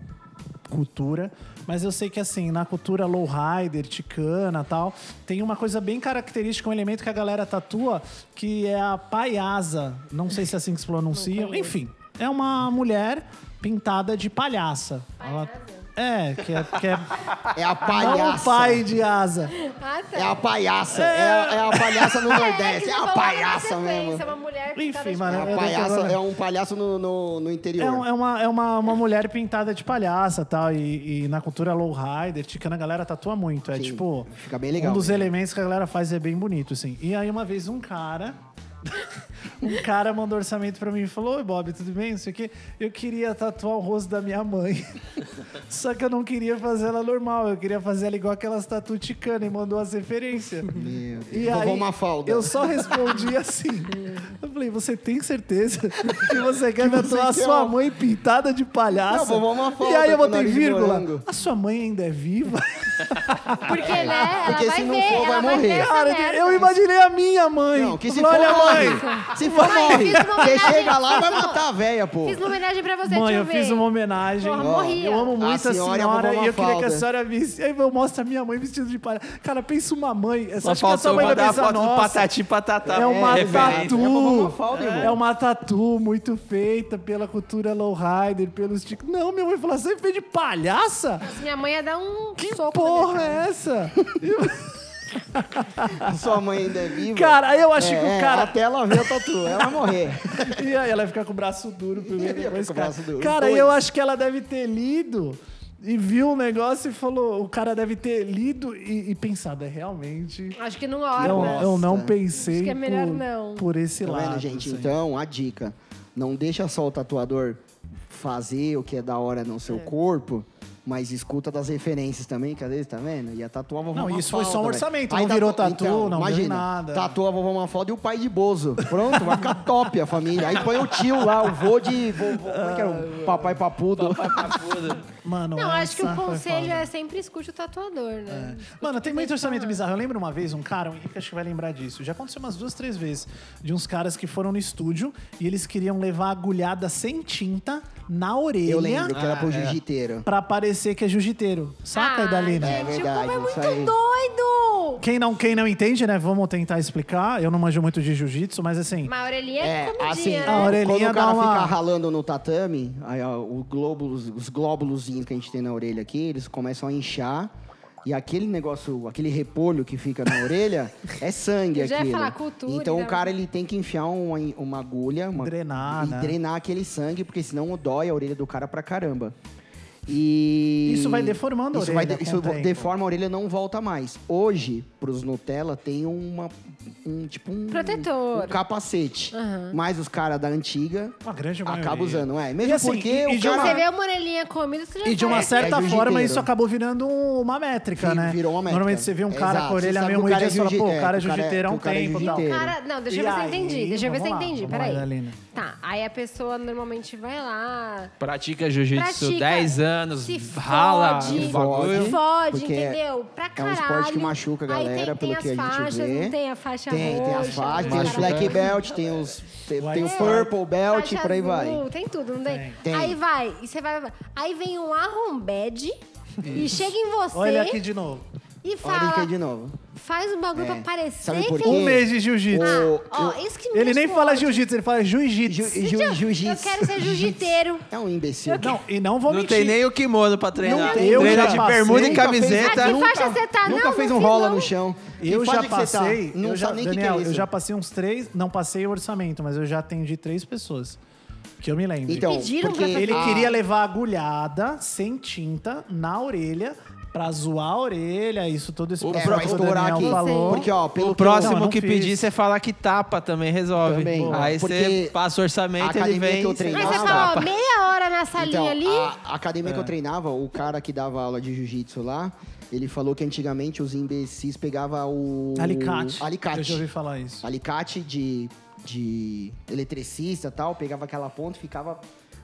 cultura, mas eu sei que assim, na cultura lowrider, ticana tal, tem uma coisa bem característica, um elemento que a galera tatua, que é a paiasa. Não sei se é assim que se pronuncia. Enfim, é uma mulher pintada de palhaça. Ela- é, que é, que é É a não um palhaça. pai de asa. Ah, tá. É a palhaça. É, a- é a palhaça no que Nordeste. você É a falou palhaça na sequência, mesmo. Uma mulher Enfim, pintada de mano, É branco. eu a tô palhaça, quebrando. é um palhaço no, no, no interior. É, um- é uma, é uma, uma mulher pintada de palhaça tal, e, e na cultura lowrider, ticana, a galera tatua muito. É Sim, tipo. fica bem legal Um dos mesmo. elementos que a galera faz é bem bonito, assim. E aí, uma vez, um cara. um cara mandou orçamento pra mim e falou: Oi, Bob, tudo bem? Não sei o quê. Eu queria tatuar o rosto da minha mãe. Só que eu não queria fazer ela normal. Eu queria fazer ela igual aquelas tatu ticana e mandou as referências. Meu Deus. E Vovó aí, Mafalda. eu só respondi assim. Eu falei, você tem certeza que você quer ver a quer sua uma- mãe pintada de Não, palhaça? vovó Mafalda e aí eu com botei nariz de vírgula. morango. A sua mãe ainda é viva? Porque, né? Ela Porque vai se não ver, for, ela vai morrer. Ver essa Cara, merda. eu imaginei a minha mãe. Não, que se Eu for, falei, Olha, morre. mãe. Se for, Mãe, morre. fiz uma Você homenagem- chega lá, vai fiz uma- matar a véia, pô. Fiz uma homenagem pra você, Mãe, deixa eu eu ver. fiz uma homenagem. Porra, Ó, morria. eu amo muito a A senhora, senhora é a vovó e eu queria que a Mafalda. senhora visse. E aí eu mostro a minha mãe vestida de palhaça. Cara, pensa uma mãe. Só Só acho que é a sua faltou mãe vai mandar a pensar, foto do nossa, Patati Patatá. é uma referência. Tá É a vovó tatu. não falta, irmão. É uma tatu muito feita pela cultura lowrider, pelos tic. Não, minha mãe falou assim, feito de palhaça? Minha mãe ia dar um Que soco. na minha porra cara. é essa? A sua mãe ainda é viva. Cara, eu acho que o cara. Até ela ver o tatu, ela vai morrer. E aí ela ia ficar com o braço duro primeiro, Ia ficar depois com o cara. braço duro. Cara, Dois. eu acho que ela deve ter lido e viu o negócio e falou... O cara deve ter lido e, e pensado, é realmente... Acho que não né? orna. Eu, eu não Nossa. pensei Ah, Acho que é melhor por, não. por esse Tá lado. vendo, gente? assim. Então, a dica. Não deixa só o tatuador fazer o que é da hora no seu corpo, mas escuta das referências também, que às vezes, tá vendo? E a tatuava vovó Não, Mafalda, isso foi só um velho. então, orçamento, não virou tatu, não deu em nada. Tatua a vovó Mafalda e o pai de Bozo. Pronto, vai ficar top a família. Aí põe o tio lá, o vô de... Vovô, como é que era? Ah, O papai papudo. Mano, Não, acho que o essa foi conselho foda. É. é sempre escute o tatuador, né? Mano, tem muito orçamento bizarro. Eu lembro uma vez um cara, o Henrique acho que vai lembrar disso. Já aconteceu umas duas, três vezes. De uns caras que foram no estúdio e eles queriam levar agulhada sem tinta na orelha. Eu lembro que Ah, era é. pro jiu-jiteiro. Pra parecer que é jiu-jiteiro. Saca, Ah, né? Idalina? Ai, É Gente, verdade, o povo é isso muito aí. doido! Quem não, quem não entende, né? Vamos tentar explicar. Eu não manjo muito de jiu-jitsu, mas assim. Mas a orelhinha é, É, comidinha, assim, né? a orelha- orelhinha quando o cara dá uma- fica ralando no tatame, aí, ó, o glóbulos, os glóbulozinhos que a gente tem na orelha aqui, eles começam a inchar. E aquele negócio, aquele repolho que fica na orelha, é sangue Eu já ia aquilo. falar cultura, então né? o cara ele tem que enfiar uma, uma agulha, uma- Drenar, e né? drenar aquele sangue, porque senão dói a orelha do cara pra caramba. E Isso vai deformando a isso orelha Vai de- com isso o tempo. deforma a orelha, não volta mais. Hoje, pros Nutella tem uma um tipo um Protetor. um capacete. Aham. Mas os caras da antiga Uma grande maioria. acabam usando, é. E Mesmo assim, porque e- e o de cara... uma- Você vê uma orelhinha comida, você já E de uma sabe. certa jiu-jiteiro. forma, isso acabou virando um- uma métrica, Vir- né? virou uma métrica. Normalmente você vê um cara Exato. com a Você orelha sabe meio que o cara moedinha é e fala, jiu-jite- pô, é, o cara é que o cara é- jiu-jiteiro há um que o cara é tempo e tal. jiu-jiteiro. Cara, não, deixa eu ver E se eu aí? entendi. Deixa eu ver se Vamos eu lá, entendi. vamos lá, Peraí. Adelina. Tá, aí a pessoa normalmente vai lá. Pratica jiu-jitsu pratica, 10 anos, se rala fode, o bagulho. se fode, Porque entendeu? Pra é um caralho. esporte que machuca a Aí galera, tem, pelo tem que a as gente faixas, vê. Não tem a faixa Tem, tem as roxa, faixas, tem os os caralho. black belt, tem os tem, tem o White purple belt, Faixa por aí vai. azul, Tem tudo, não tem? Tem. Aí vai, e você vai. Aí vem um arrombed e chega em você Olha aqui de novo. e Olha aqui fala. de novo. Faz o bagulho É. pra parecer Sabe por que quê? é. Ah, Um mês de jiu-jitsu. O- Ó, eu- isso que me Ele nem deixa fala ódio. jiu-jitsu, ele fala jiu-jitsu. ju- ju- Eu Jiu-jitsu. quero ser jiu-jiteiro. É um imbecil. Não, e não vou Não mentir. tem nem o kimono pra treinar. tem, eu Treina já de passei. bermuda e Nunca fez- camiseta. Aqui- faixa você tá? Nunca Não, fez não um fiz, rola não. no chão. Que Eu já faixa que você tá? passei. Não eu já, sabe nem o que que Daniel, é isso. eu já passei uns três. Não passei o orçamento, mas eu já atendi três pessoas. Que eu me lembro. Então, pediram porque pra ele a- queria levar agulhada sem tinta na orelha pra zoar a orelha, isso todo esse O processo É, pra que o estourar Daniel aqui. falou. Porque, ó, pelo O que eu- Não, eu próximo não que fiz. pedir, você fala que tapa também resolve. Também. Aí Porque você passa o a orçamento, ele academia vem. que eu você Aí treinava- dá você Não, um fala, ó, tapa. meia hora na salinha Então, ali. a a academia que eu treinava, o cara que dava aula de jiu-jitsu lá, ele falou que antigamente os imbecis pegavam o... Alicate. Eu já ouvi Alicate. Tá falar isso. Alicate de, de eletricista e tal, pegava aquela ponta e ficava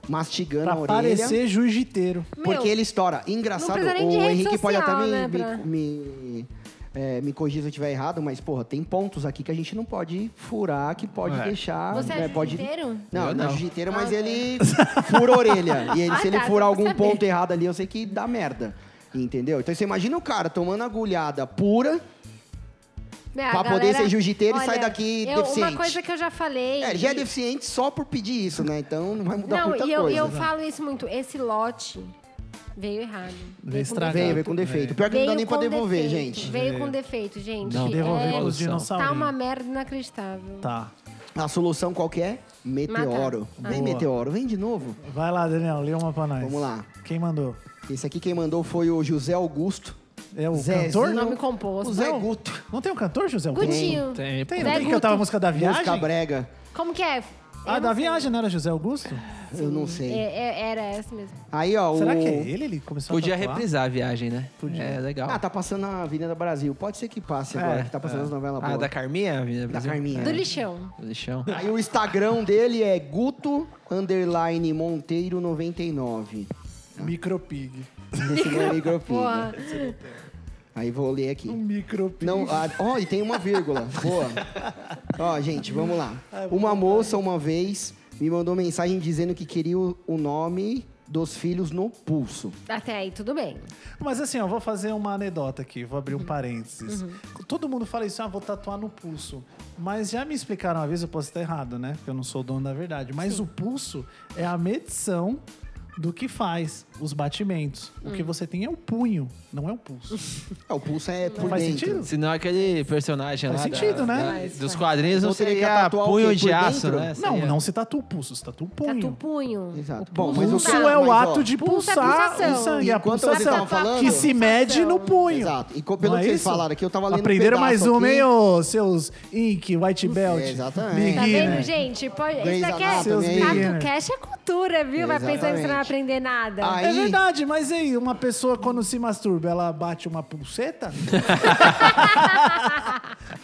mastigando Pra a orelha. parecer jiu-jiteiro. Porque Meu, ele estoura. Engraçado, precisa nem de o rede Henrique pode até social, me, né, me, pra- me, é, me corrigir se eu estiver errado, mas, porra, tem pontos aqui que a gente não pode furar, que pode É. deixar. Você é né, pode... jiu-jiteiro? Não, Eu não é não. jiu-jiteiro, Ah, mas tá. ele fura a orelha. E ele, Ah, se ele tá, furar só pra algum saber. ponto errado ali, eu sei que dá merda. Entendeu? Então você imagina o cara tomando agulhada pura. Né, a pra poder ser jiu-jiteiro e sair daqui eu- deficiente. Uma coisa que eu já falei. É, ele já é deficiente só por pedir isso, né? Então não vai mudar Não, muita e eu, coisa. eu falo isso muito. Esse lote veio errado. Veio estragado. Vem, vem com né? defeito. Pior que não dá nem pra devolver, defeito, gente. Veio com defeito, gente. Não, Devolver é, pros Tá dinossauros. Tá uma merda inacreditável. Tá. A solução qual que é? Meteoro. Matar. Vem, Boa. meteoro. Vem de novo. Vai lá, Daniel, lê uma pra nós. Vamos lá. Quem mandou? Esse aqui quem mandou foi o José Augusto. É o Zezinho. cantor? Nome composto. O Zé Não. Guto. Não tem um cantor, José? Gutinho. Tem, Tem, pô. não Zé tem que Guto. cantava a música da Música viagem? brega. Como que é? Eu Ah, não da sei. viagem, não era José Augusto? Eu não sei. É, é- era essa mesmo. Aí, ó. Será o... que é ele? Ele começou Podia a tatuar? reprisar a viagem, né? É legal. Ah, tá passando na Avenida Brasil. Pode ser que passe agora, É, que tá passando as novelas Ah, boas. da Carminha? Avenida Da Brasil? Carminha. Do lixão. Do lixão. Aí o Instagram dele é Guto Underline Monteiro 99. Micropig. Esse não é microfone. Porra. Aí vou ler aqui. Um micropig. Não, ah, ó, e tem uma vírgula. Boa. Ó, gente, vamos lá. Uma moça uma vez me mandou mensagem dizendo que queria o, o nome dos filhos no pulso. Até aí, tudo bem. Tá Mas assim, ó, vou fazer uma anedota aqui, vou abrir um parênteses. Uhum. Todo mundo fala isso, ah, vou tatuar no pulso. Mas já me explicaram uma vez, eu posso estar errado, né? Porque eu não sou o dono da verdade. Mas o pulso é a medição do que faz, os batimentos. O que você tem é o punho, não é o pulso. Ah, o pulso é por Faz dentro. sentido? Senão é aquele personagem Faz lá da- sentido, né? da- Faz, dos faz. quadrinhos não Então teria que seria tatuar o quê? punho de Por aço, dentro? né? Não, Seria- não se tatua o pulso, se tatua o punho. Tatu punho. Exato. O Bom, O mas pulso pulso não, é o mas, ó, ato de pulso é pulsar pulsação. o sangue, a Enquanto vocês pulsação estavam falando- que se mede no punho. Exato. E co- pelo Não é que vocês isso? falaram aqui, eu tava lendo um Aprenderam mais pedaço uma, aqui. hein, ô, seus Ink, White Belt. É, exatamente. Big né? Tá Guinness. vendo, gente? Pode... Grey's Isso aqui Anatomy é... aí. Tato cash é cultura, viu? Vai pensando que você não vai Exatamente. aprender nada. Ai. É Aí- verdade, mas e aí, uma pessoa quando se masturba, ela bate uma pulseta?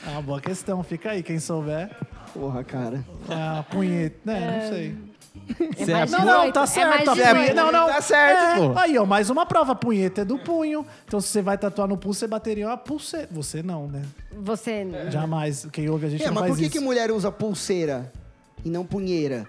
é uma boa questão, fica aí, quem souber. Porra, cara. A punheta, né? É. Não sei. Você mais é- de Não, não, Dezoito. É tá mais certo. a dezoito. punheta- Não, não. Tá certo, É, pô. Aí, ó, mais uma prova. A punheta é do punho. Então, se você vai tatuar no pulso, você bateria uma pulseta. Você não, né? Você... Jamais. Quem ouve a gente É, não mas faz por que, isso. que mulher usa pulseira e não punheira?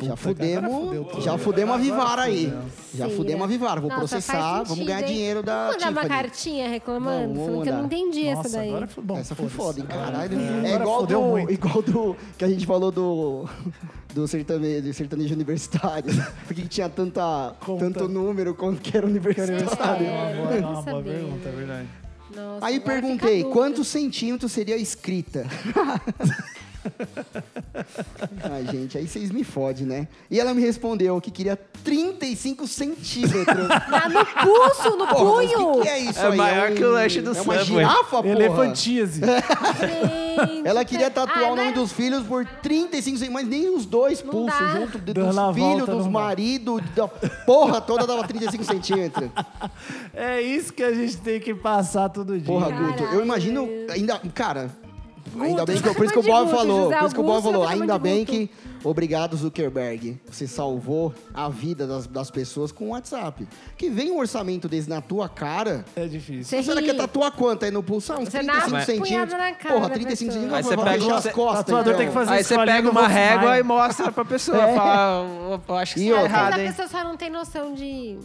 Puta, Já agora fudeu fudemos, tudo. já fudemos a Vivara aí. Já Sim, fudemos é. a Vivara. Vou Nossa, processar, faz vamos sentido, ganhar hein? dinheiro da Vamos mandar uma Tiffany. cartinha reclamando? Vamos, vamos falando que eu não mandar. entendi essa Nossa, daí. agora foi bom. Essa foi foda-se. foda, hein, caralho. É Agora igual fudeu do, muito. igual do que a gente falou do, do sertanejo, sertanejo universitário. Porque tinha tanta, Conta. tanto número quanto que era universitário. É uma boa, é uma Não boa sabia. pergunta, é verdade. Nossa, Aí agora fica a perguntei, dúvida. quantos centímetros seria a escrita? Ai, gente, aí vocês me fodem, né? E ela me respondeu que queria 35 centímetros. Ah, no pulso, no Porra, mas punho! o que, que é isso É aí? maior que o lanche do É uma Subway. girafa, porra? Elefantíase. Gente, Ela queria tá- tatuar Ah, o nome não dos filhos por 35 centímetros, mas nem os dois Não pulsos dá. junto de- Dando a dos filhos, volta, dos não dá. maridos, da porra toda dava 35 centímetros. É isso que a gente tem que passar todo dia. Porra, Caralho. Guto, eu imagino. Ainda, cara, ainda bem que eu eu, por isso que o chamo de Bob Guto, falou. José Por isso que o Bob Augusto, falou. eu chamo de Ainda bem Guto. que. Obrigado, Zuckerberg. Você salvou a vida das, das pessoas com o WhatsApp. Que vem um orçamento desse na tua cara. É difícil. Você Será ri. que é tatuar quanto aí no pulso? Ah, uns Você dá 35 uma punhada centímetros. na cara Porra, da 35 pessoa. centímetros. Aí você vai pega fechar uma- as costas. tatuador então. tem que fazer Aí você escolinha pega do uma Volkswagen. régua e mostra pra pessoa. Fala, "Eu- eu acho que É. E isso tá outra. né? Mas errado, a hein? pessoa só não tem noção de...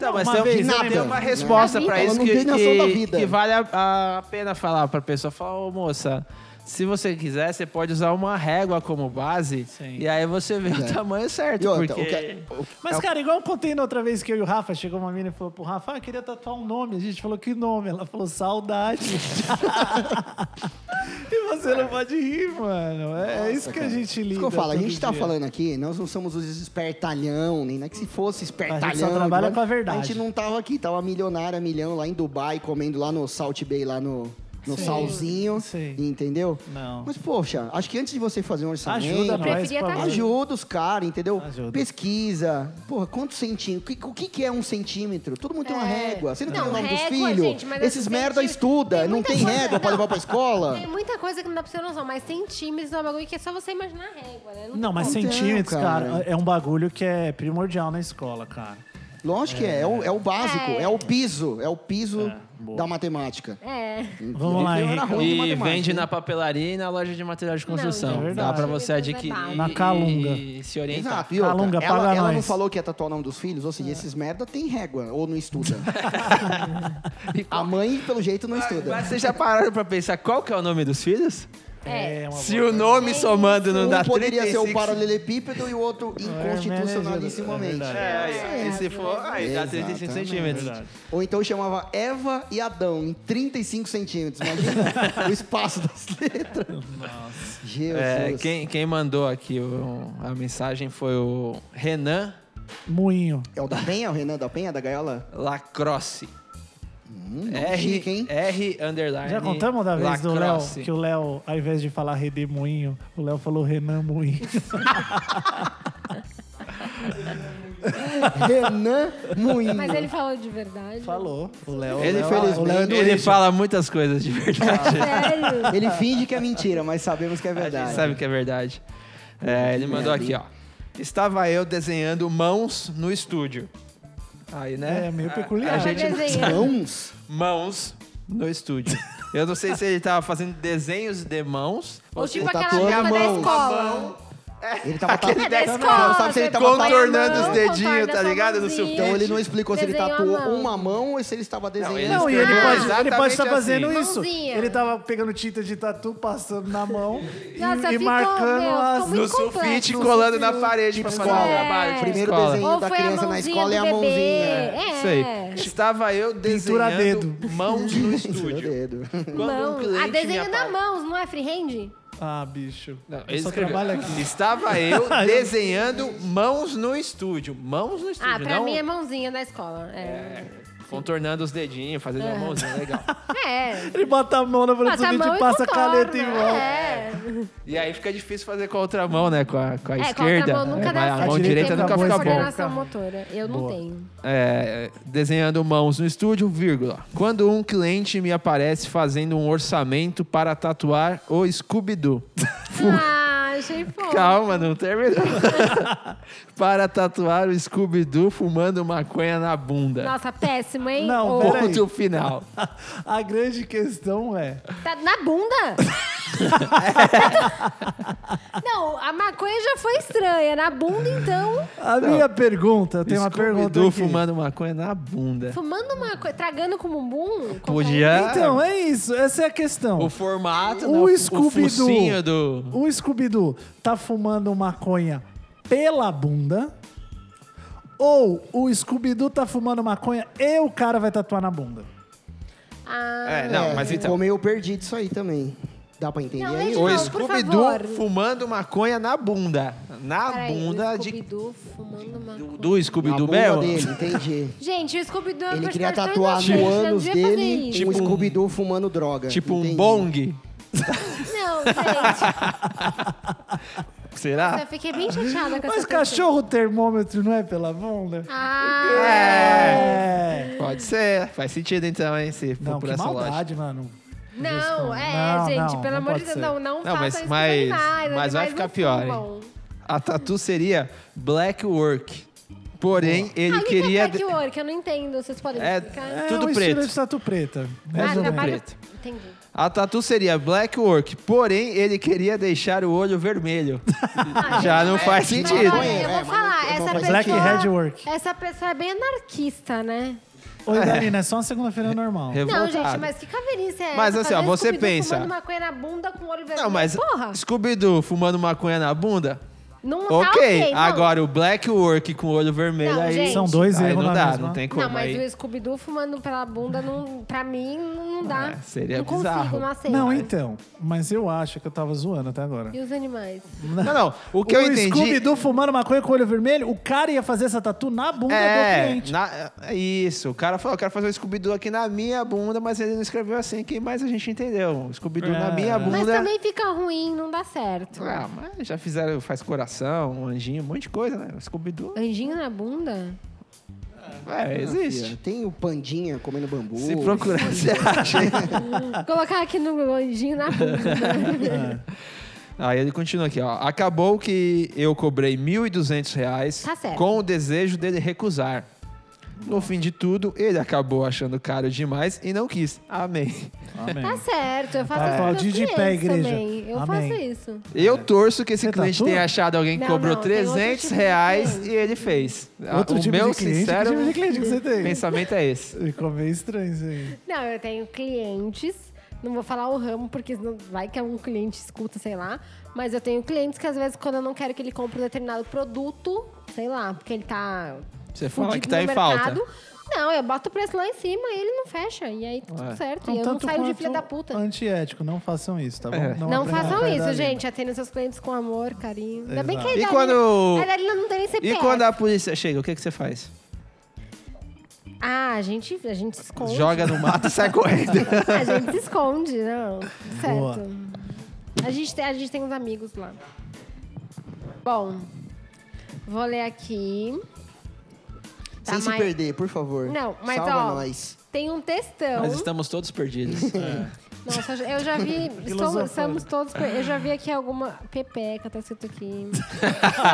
Não, mas Uma um tem, vez, não, eu tem lembro. uma resposta Não. pra isso Ela é não que, tem noção da que, vida. que vale a, a pena falar pra pessoa. Falar, ô moça, se você quiser, você pode usar uma régua como base. Sim. E aí você vê o tamanho certo. É. E outra, porque... o que- é o- Mas, cara, igual eu contei na outra vez que eu e o Rafa, chegou uma menina e falou pro Rafa, ah, eu queria tatuar um nome. A gente falou, que nome? Ela falou, saudade. e você não pode rir, mano. É isso que a gente lida. Isso que eu falo, a todo gente tá dia. falando aqui, nós não somos os espertalhão, nem não é que se fosse espertalhão. A gente só trabalha mas com a verdade. A gente não tava aqui, tava milionária, milhão lá em Dubai, comendo lá no Salt Bay, lá no, no Sim. salzinho, Sim. entendeu? Não. Mas, poxa, acho que antes de você fazer um orçamento... Ajuda preferia nós, por estar favor. aqui. Ajuda os caras, entendeu? Ajuda. Pesquisa. Porra, quantos centímetros? O que, o que que é um centímetro? Todo mundo tem uma É. régua. Você não, Não, tem o nome régua, dos filhos? gente, mas Esses assim, merda centímetro- estuda, tem não muita tem coisa- É. régua pra não. levar pra escola? Tem muita coisa que não dá pra você noção, mas centímetros é um bagulho que é só você imaginar a régua, né? Não, mas Então, centímetros, cara, cara. é um bagulho que é primordial na escola, cara. Lógico que é, é o, é o básico, É. é. o piso, é o piso boa. da matemática. É. Vamos lá, Eu era Henrique. ruim de E matemática, vende hein? na papelaria e na loja de material de construção. Não, gente, Dá pra isso você é adquirir. verdade. Na e- Calunga. E se orientar. Exato, e outra, Calunga, ela, paga ela não nós. É. falou que ia tatuar o nome dos filhos, ou seja, esses merda tem régua, ou não estuda. E A qual- mãe, pelo jeito, não estuda. Mas vocês já pararam pra pensar qual que é o nome dos filhos? É. É uma Se o nome somando não um dá poderia ser o 35. paralelepípedo e o outro inconstitucionalissimamente. É É, aí, aí se É, for, aí dá 35 Exatamente. centímetros. Verdade. Ou então chamava Eva e Adão, em 35 centímetros. Imagina o espaço das letras. Nossa. Jesus. É, quem, quem mandou aqui o- a mensagem foi o Renan Moinho. É o da Penha, o Renan da Penha, da Gaiola? Lacrosse. Hum, nome R, chique, hein? R underline. Já contamos da vez do Léo, Lacrosse. que o Léo, ao invés de falar René Moinho, o Léo falou Renan Moinho. Renan Moinho. Mas ele falou de verdade. Falou. O Léo. Ele, o Léo- felizmente, o Léo é do Ele eixo. fala muitas coisas de verdade. Sério? Ele finge que é mentira, mas sabemos que é A gente verdade. sabe que é verdade. É, ele mandou aqui, ó. Estava eu desenhando mãos no estúdio. Aí, né? É, meio a- peculiar. A, Tá gente desenhando. Mãos? mãos no estúdio. Eu não sei se ele tava fazendo desenhos de mãos Ou tipo se aquela tatuou a capa da mão. a escola. mão Ele tava É tatuando. da escola, Não sabe se ele você tava põe a contornando mão, os dedinhos, contorna tá com a ligado? Do seu mãozinha. Então ele não explicou se ele Desenhou a tatuou mão. uma mão ou se ele estava desenhando. ele- Não, e ele É, pode, ele pode exatamente estar fazendo assim. isso. Mãozinha. Ele tava pegando tinta de tatu, passando na mão e- Nossa, e, ficou, marcando meu, as. ficou No muito sulfite complexo. colando na parede pra fazer o Tipo Escola. trabalho. É. Primeiro Escola. desenho Ou da foi a criança na mãozinha escola é a do bebê. mãozinha. É. Isso aí. Estava eu Pintura a desenhando dedo. É. mãos no Meu estúdio. dedo. Quando um Mão. cliente ah, me desenho da apa- mão, não é freehand? Ah, bicho. Não, Eu ele só escreveu. trabalho aqui. Estava eu desenhando mãos no estúdio. Mãos no estúdio, Ah, pra não mim é mãozinha da escola. É. contornando os dedinhos, fazendo a mãozinha, legal. É. Ele bota a mão na Bota a frente mão e e passa a contorna. caneta em volta. É. E aí fica difícil fazer com a outra mão, né? Com a, com a É, esquerda. com a outra mão nunca É, dá a certo, mão porque direita tem nunca muita fica bom. coordenação motora. Eu não tenho. É, desenhando mãos no estúdio, vírgula. Quando um cliente me aparece fazendo um orçamento para tatuar o Scooby-Doo. Ah, achei fofo. Calma, não terminou. para tatuar o Scooby-Doo fumando maconha na bunda. Nossa, péssimo, hein? Não, Ou- peraí. Ponto final. A grande questão é. Tá na bunda? não, a maconha já foi estranha. Na bunda, então, A minha pergunta, eu tenho uma pergunta. Scooby-Doo Aqui. fumando maconha na bunda. fumando maconha, tragando com bumbum? com Podia. Então, é isso. Essa é a questão. O formato, O né? fu- Scooby-Doo. O focinho do... O Scooby-Doo tá fumando maconha pela bunda? Ou o Scooby-Doo tá fumando maconha e o cara vai tatuar na bunda? Ah, É, não, É, mas então... Ficou meio perdido isso aí também. Dá pra entender Não, é tipo- aí? O de novo, por favor. Scooby-Doo fumando maconha na bunda. Na peraí, bunda o de... Scooby-Doo fumando maconha. Do, do Na Scooby-Doo bunda Bell? dele, entendi. Gente, o Scooby-Doo é um Ele queria personagem tatuar no tão inocente, ânus não devia fazer dele tá isso. um Scooby-Doo fumando droga. Tipo um Entendi. bong? Tipo- Não, gente, Será? eu fiquei bem chateada com essa Mas questão. cachorro termômetro não é pela bunda? Ah, É. Pode ser. Faz sentido então, hein? Se for Não, por que essa lógica. maldade, mano. não, é, Não, gente, não, pelo não amor pode de Deus, ser. não, não, Não, faça mas- isso mas- com animais, mas vai animais ficar não pior, hein? fumam. A tatu seria Black Work. Porém, Ah, ele o que queria. é backwork? Eu não entendo, vocês podem É, me explicar? É Tudo um preto. estilo de tatu Ah, preta. Mais ou menos. trabalho- preto. Entendi. A tatu seria Black Work. Porém, ele queria deixar o olho vermelho. Já não faz Ah, É, Mas sentido. olha, eu vou falar, essa pessoa... Black Head Work. Essa pessoa é bem anarquista, né? Oi, Dalina, é só uma segunda-feira normal. Não, Revoltado. gente, mas que cabeça é essa? Mas assim, ó, Fazer você Scooby-Doo pensa. fumando maconha na bunda com olho vermelho. Não, mas Porra! Scooby-Doo fumando maconha na bunda? Não Ok, tá ok. não. agora o Black Work com o olho vermelho Não, aí. gente. São dois aí erros não na dá, mesma. não tem como. Não, mas aí. o Scooby-Doo fumando pela bunda, não, pra mim, não dá. É, seria não bizarro. consigo, não aceito. Não, então. Mas eu acho que eu tava zoando até agora. E os animais? Não, não. O que eu entendi. Scooby-Doo fumando maconha com olho vermelho, o cara ia fazer essa tatu na bunda do é, cliente. na- é isso. O cara falou, eu quero fazer o Scooby-Doo aqui na minha bunda, mas ele não escreveu assim, que mais a gente entendeu. O Scooby-Doo na É. minha bunda. Mas também fica ruim, não dá certo. Ah, mas já fizeram faz coração, um anjinho, um monte de coisa, né? O Scooby-Doo, Anjinho na bunda? Ah, é, existe. Tem o pandinha comendo bambu. Se procurar, você acha. Ah. Colocar aqui no Google, anjinho na bunda. Aí ele continua aqui, ó. Acabou que eu cobrei R$ 1.200 reais Tá certo. com o desejo dele recusar. No fim de tudo, ele acabou achando caro demais e não quis. Amém. Amém. tá certo, eu É. faço Vai aplaudir isso de com meus pé, clientes igreja. também. Eu Amém. faço isso. Eu torço que esse É. Você tá cliente tatua? tenha achado alguém que Não, cobrou não, tem outro 300 tipo de reais cliente. e ele fez. Ah, Outro o tipo meu de cliente, sincero que tipo de cliente que você tem? pensamento é esse. Ficou meio estranho isso aí. Não, eu tenho clientes. Não vou falar o ramo, porque senão vai que algum cliente escuta, sei lá. Mas eu tenho clientes que, às vezes, quando eu não quero que ele compre um determinado produto, sei lá, porque ele tá. Você fala fudido que tá no em falta. Não, eu boto o preço lá em cima e ele não fecha. E aí tá tudo Ué. certo. Então, e eu não tanto saio de quanto filha da puta. Antiético, não façam isso, tá bom? É. Não aprendam a façam cair isso, dali. gente. Atendam seus clientes com amor, carinho. Ainda bem que a E Dalila- quando- A Dalila não tem nem E CPF. quando a polícia chega, o que, que você faz? Ah, a gente, a gente se esconde. Joga no mato e sai correndo. A gente se esconde, não. Boa. Certo. A gente, tem, a gente tem uns amigos lá. Bom, vou ler aqui. Sem Tá, se mas- perder, por favor. Não, mas Salva ó, nós. tem um textão. Nós estamos todos perdidos. É. Nossa, eu já- eu já vi. estou, Filosofando. estamos todos. per- Eu já vi aqui alguma. Pepeca, tá escrito aqui.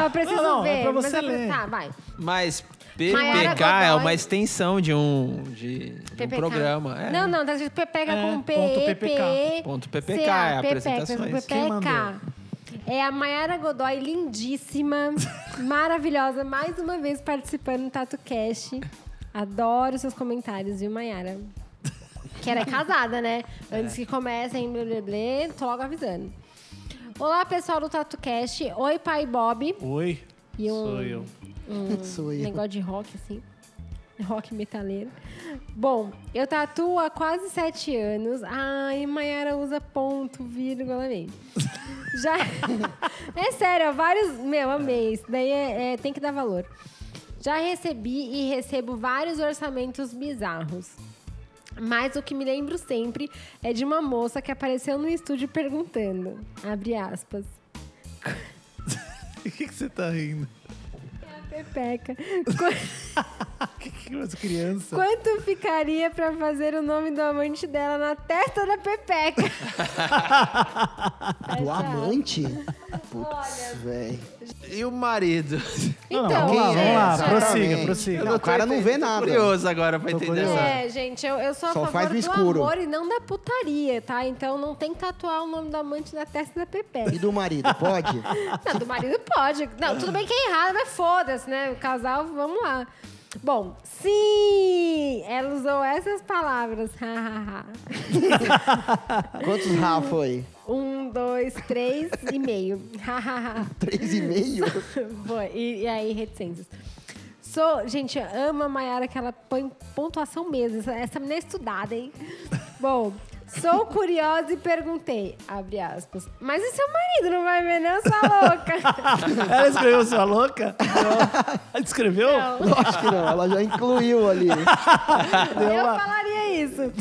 eu preciso Não, não, ver. é pra mas você eu pre- ler. Tá, vai. Mas Maiara PPK Godoy. é uma extensão de um, de, de um PPK. programa. É. Não, não, tá escrito PPK É, com P, ponto E, PPK. P, E, Ponto PPK, C, A, é PPK, apresentações. PPK. Quem mandou? É a Mayara Godoy, lindíssima, maravilhosa, mais uma vez participando do TatuCast. Adoro seus comentários, viu, Mayara? Que era casada, né? Antes que comecem, blê, blê, blê, tô logo avisando. Olá, pessoal do TatuCast. Oi, pai Bob. Oi, E um- sou eu. Sou eu. Negócio de rock, assim. Rock metaleiro. Bom, eu tatuo há quase sete anos. Ai, Mayara usa ponto, vírgula, amei. Já... É sério, vários... Meu, amei. Isso daí é- é- tem que dar valor. Já recebi e recebo vários orçamentos bizarros. Mas o que me lembro sempre é de uma moça que apareceu no estúdio perguntando, abre aspas, O que, que você tá rindo? é Pepeca, "Qu- O que, que umas crianças? Quanto ficaria pra fazer o nome do amante dela na testa da Pepeca? Do Exato. amante? Putz, velho. E o marido? Não, não, Então, vamos lá, vamos lá. gente, Prossiga, Exatamente. prossiga. Não, o cara não vê nada. curioso agora pra Tô entender curioso. essa. É, gente, eu, eu sou a Só faz favor do no escuro. amor e não da putaria, tá? Então não tem que tatuar o nome do amante na testa da E Pepeca. do marido, pode? Não, do marido pode. Não, tudo bem que é errado, mas foda-se, né? O casal, vamos lá. Bom, sim! Ela usou essas palavras. Quantos Rafa aí? um, dois, três e meio. Três e meio? Boa. E, e aí, reticências. Sou, gente, ama a Mayara que ela põe pontuação mesmo. Essa, essa menina é estudada, hein? Bom, sou curiosa e perguntei, abre aspas, mas e seu marido não vai ver, não, sua louca? Ela escreveu sua louca? Não. Ela escreveu? Não, Acho que não, ela já incluiu ali. eu falaria isso.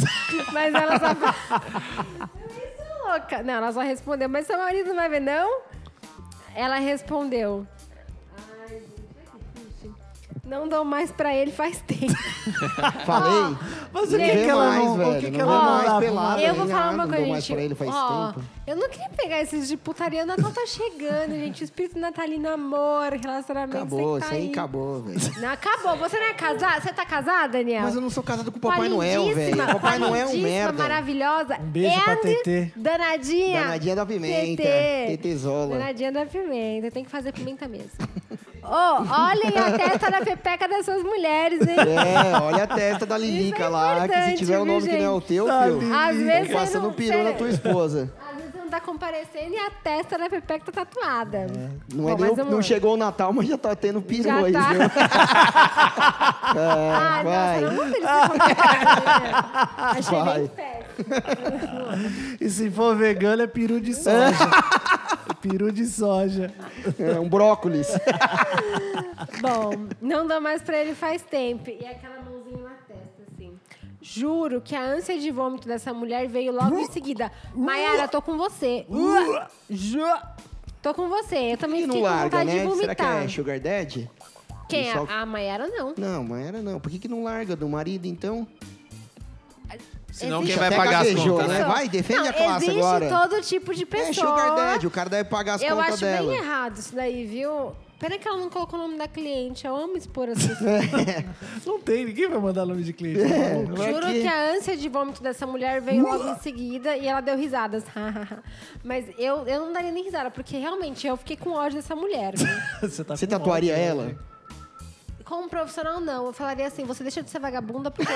Mas ela só fala, "Mas sua louca. Não, ela só respondeu, mas seu marido não vai ver, não? Ela respondeu, ai, gente, é difícil. não dou mais pra ele faz tempo. Falei? Mas o que, Não vê que ela mais, não, o velho, que, que não ela vê não mais dá? pelado. Eu vou Ele falar anda, uma coisa, dou mais gente. pra ele faz Ó, tempo. Eu não queria pegar esses de putaria, o Natal tá chegando, gente. O espírito natalino, amor, relacionamento. Acabou, você que isso tá aí aí. acabou, velho. Não, acabou. Você não é casada? Você tá casada, Daniel? Mas eu não sou casado com o Com a Papai Noel, lindíssima, velho. com a Papai Noel é um lindíssima, merda. maravilhosa. Um beijo pra Tetê. Danadinha. Danadinha da pimenta, Tetezola. Danadinha da pimenta. Tem que fazer pimenta mesmo. Ô, olhem a testa da pepeca dessas mulheres, hein? É, olha a testa da Lilica é lá, que se importante, tiver o viu, nome que não é o teu, Tá filho, lindo. Às vezes estão você passando não- um peru na Sério. tua esposa. Às vezes não tá comparecendo e a testa da Pepeca tá tatuada. Não, Bom, é nem mas o- vamos não lá. chegou o Natal, mas já tá tendo peru Já aí, tá. viu? Ah, vai. nossa, não dele ser comparecendo. né? Achei Vai. bem péssimo. E se for vegano, é peru de soja. peru de soja. É um brócolis. Bom, não dá mais pra ele faz tempo. E aquela mãozinha na testa, assim. Juro que a ânsia de vômito dessa mulher veio logo Uh! em seguida. Mayara, tô com você. Ju- Tô com você. Eu também E Uh! não fiquei com larga, vontade de né? Será que vomitar. é Sugar Daddy? Quem? é? Só- A, a Mayara, não. Não, mas era não. Por que, que não larga do marido, então? Senão Existe- quem vai Até pagar as gaguejou, contas, né? né? Vai, defende Não, a classe existe agora. todo tipo de pessoa. É Sugar Daddy, o cara deve pagar as Eu contas acho dela. bem errado isso daí, viu? Pena que ela não colocou o nome da cliente. Eu amo expor as É, pessoas. Não tem, ninguém vai mandar nome de cliente. Não é Juro que a ânsia de vômito dessa mulher veio logo em seguida e ela deu risadas. Mas eu, eu não daria nem risada, porque realmente eu fiquei com ódio dessa mulher. né? Você, tá Você com tatuaria ódio, ela? né? Como profissional, não. Eu falaria assim, você deixa de ser vagabunda porque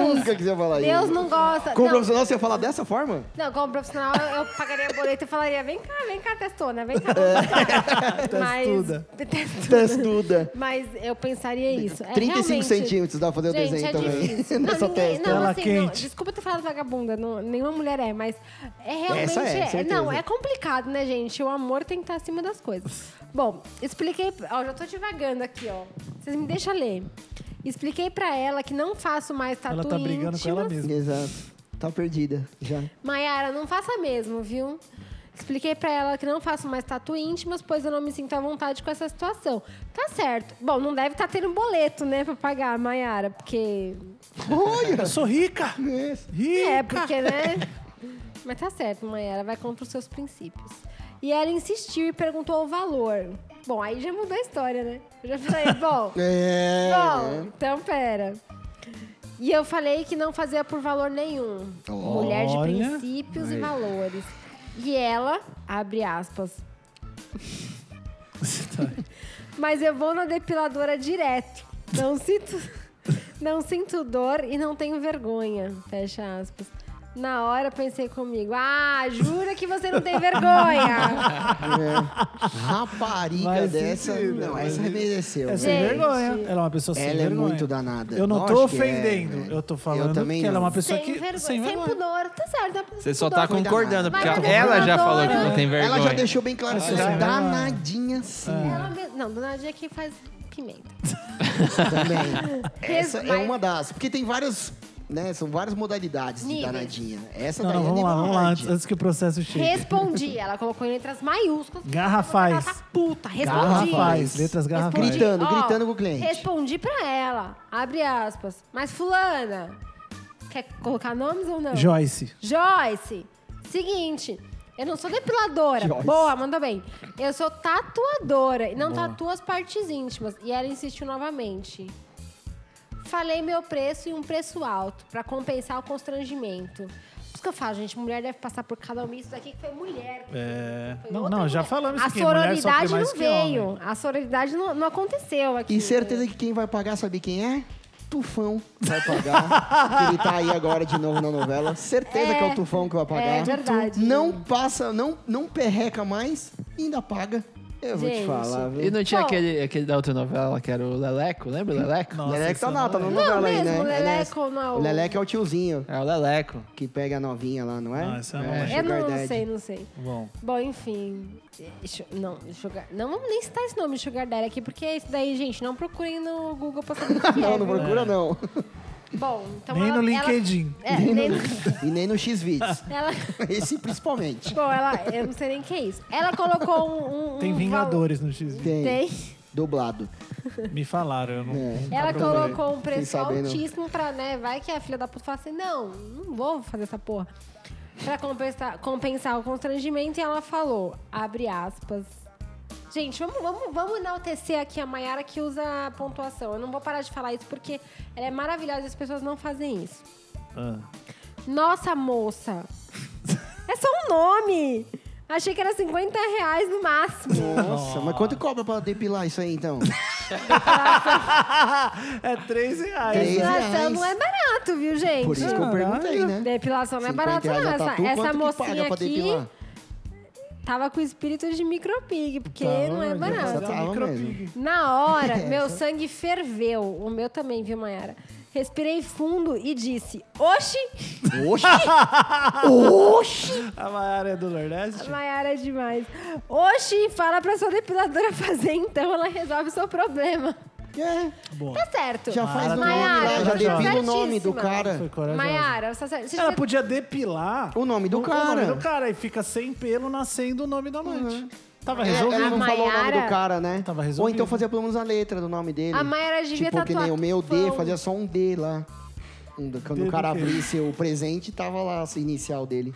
Nunca Deus, quis eu falar Deus isso. não gosta. Como não, profissional, você ia falar dessa forma? Não, como profissional, eu eu pagaria boleto e falaria: vem cá, vem cá, testona, vem cá, É. vamos lá. Testuda. Mas, testuda. Testuda. Mas eu pensaria isso. É 35 realmente- centímetros dá pra fazer o Gente, desenho é também. difícil. Não, Nessa ninguém, testa. não, Ela assim, não, quente. desculpa ter falado vagabunda, não- nenhuma mulher é, mas é realmente. Essa é, certeza. não, é complicado, né, gente? O amor tem que estar acima das coisas. Bom, expliquei. Ó, já tô divagando aqui, ó. Vocês me deixam ler. Expliquei pra ela que não faço mais tatu Ela tá brigando com ela íntimas. mesma. Exato. Tá perdida já. Mayara, não faça mesmo, viu? Expliquei pra ela que não faço mais tatu íntimas, pois eu não me sinto à vontade com essa situação. Tá certo. Bom, não deve estar tendo boleto, né, pra pagar, Mayara, porque. tá- Eu sou rica! Rica! É, porque, né? Mas tá certo, Mayara, vai contra os seus princípios. E ela insistiu e perguntou o valor. Bom, aí já mudou a história, né? Eu já falei, bom. É. Bom, né? então pera. E eu falei que não fazia por valor nenhum. Mulher de Olha. princípios e valores. E ela, abre aspas, Tá. mas eu vou na depiladora direto. Não sinto, não sinto dor e não tenho vergonha. Fecha aspas. Na hora pensei comigo, ah, jura que você não tem vergonha. É. Rapariga Faz dessa. sentido, não, faz essa sentido. mereceu. É sem Gente. vergonha. Ela é uma pessoa sem Ela é vergonha. muito danada. Eu não Lógico tô que é, ofendendo. velho. eu tô falando Eu também que ela é não. uma pessoa sem que. vergonha, sem sem, vergonha. pudor. Tá certo, tá Você só tá Cuidado. concordando, Vai porque na ela já falou que não depiladora. tem vergonha. Ela já deixou bem claro que Ela ela é já- Ah. danadinha assim, sim. É. Ela me- Não, dona Dia que faz pimenta. Também. Essa é Mas- uma das. Porque tem várias. Né, são várias modalidades de Níveis. danadinha. Essa Não, daí não, é vamos lá, vamos lá, nível antes, hard. antes que o processo chegue. Respondi. Ela colocou em letras maiúsculas. Ela Garrafais. tá puta. Respondi. Garrafais, letras garrafais. Respondi, Gritando, ó, gritando com o cliente. Respondi pra ela. Abre aspas. Mas fulana, quer colocar nomes ou não? Joyce. Joyce, seguinte, eu não sou depiladora. Joyce. Boa, mandou bem. Eu sou tatuadora e não tatuo as partes íntimas. E ela insistiu novamente. Falei meu preço e um preço alto pra compensar o constrangimento. Por isso que eu falo, gente, mulher deve passar por cada um isso daqui que foi mulher. que É, foi não, outra não, já mulher. falamos A que mulher sofre sororidade mais não que homem. veio. A sororidade não, não aconteceu aqui. E certeza que quem vai pagar, sabe quem é? Tufão vai pagar. que ele tá aí agora de novo na novela. Certeza que é o Tufão que vai pagar. é verdade. Não passa, não, não perreca mais e ainda paga. Eu vou te Gente. falar, E viu? não tinha Bom. aquele, aquele da outra novela que era o Leleco, lembra o Leleco? Nossa, Leleco tá isso é na, tá na não novela aí, mesmo, né? o É Leleco nessa. não é o- O Leleco é o tiozinho É o Leleco. que pega a novinha lá, não é? Não, essa eu não é lembro. Eu Sugar não, Daddy. sei, não sei. Bom. Bom, enfim. deixa eu- Não, sugar, não vamos nem citar esse nome, Sugar Daddy, aqui, porque isso daí, gente, não procurem no Google pra saber o que é. Não, não viu? procura, não. Bom, então Nem ela- no ela- LinkedIn. é, nem, no... E nem no X-Videos. Ela... Esse principalmente. Bom, ela... eu não sei nem o que é isso. Ela colocou um... um- um Tem val- Vingadores no X. Tem. Tem. Dublado. Me falaram, eu não. É. Ela colocou um Fiquei preço sabendo. altíssimo pra, né? Vai que a filha da puta fala assim: não, não vou fazer essa porra. Pra compensar, compensar o constrangimento, e ela falou: abre aspas. Gente, vamos, vamos, vamos enaltecer aqui a Mayara que usa a pontuação. Eu não vou parar de falar isso porque ela é maravilhosa e as pessoas não fazem isso. Ah. Nossa, moça. É só um nome. Achei que era 50 reais no máximo. Nossa, mas quanto cobra pra depilar isso aí, então? é 3 reais. Três Depilação reais. não é barato, viu, gente? Por isso que eu perguntei, né? Depilação não é 50 barato, reais não. a Essa, tatu, essa quanto que mocinha paga pra aqui depilar? tava com o espírito de micropig, porque Tá, não é olha, barato. tá Tava micro mesmo. pig. Na hora, É, meu sangue ferveu. O meu também, viu, Mayara? Respirei fundo e disse: Oxi! Oxi! A Maiara é do Nordeste? Mayara é demais. Oxi, fala pra sua depiladora fazer, então ela resolve o seu problema. É, Bom. Tá certo. já faz o nome Maiara, lá, já tá depila o nome do Foi certíssima. cara. corajosa. Mayara, você tá certo. Ela podia depilar O nome do o- o cara. Uhum. nome do cara e fica sem pelo nascendo o nome do amante. Tava É, ela resolvido. não A falou o nome Maiara- do cara, né? Tava Ou resolvido. então fazia pelo menos a letra do nome dele. A Maiara devia Tipo, que tatuar nem o meu D, Tufão. fazia só um D lá. Um do- Quando D o do cara quê? abrisse o presente, tava lá a inicial dele.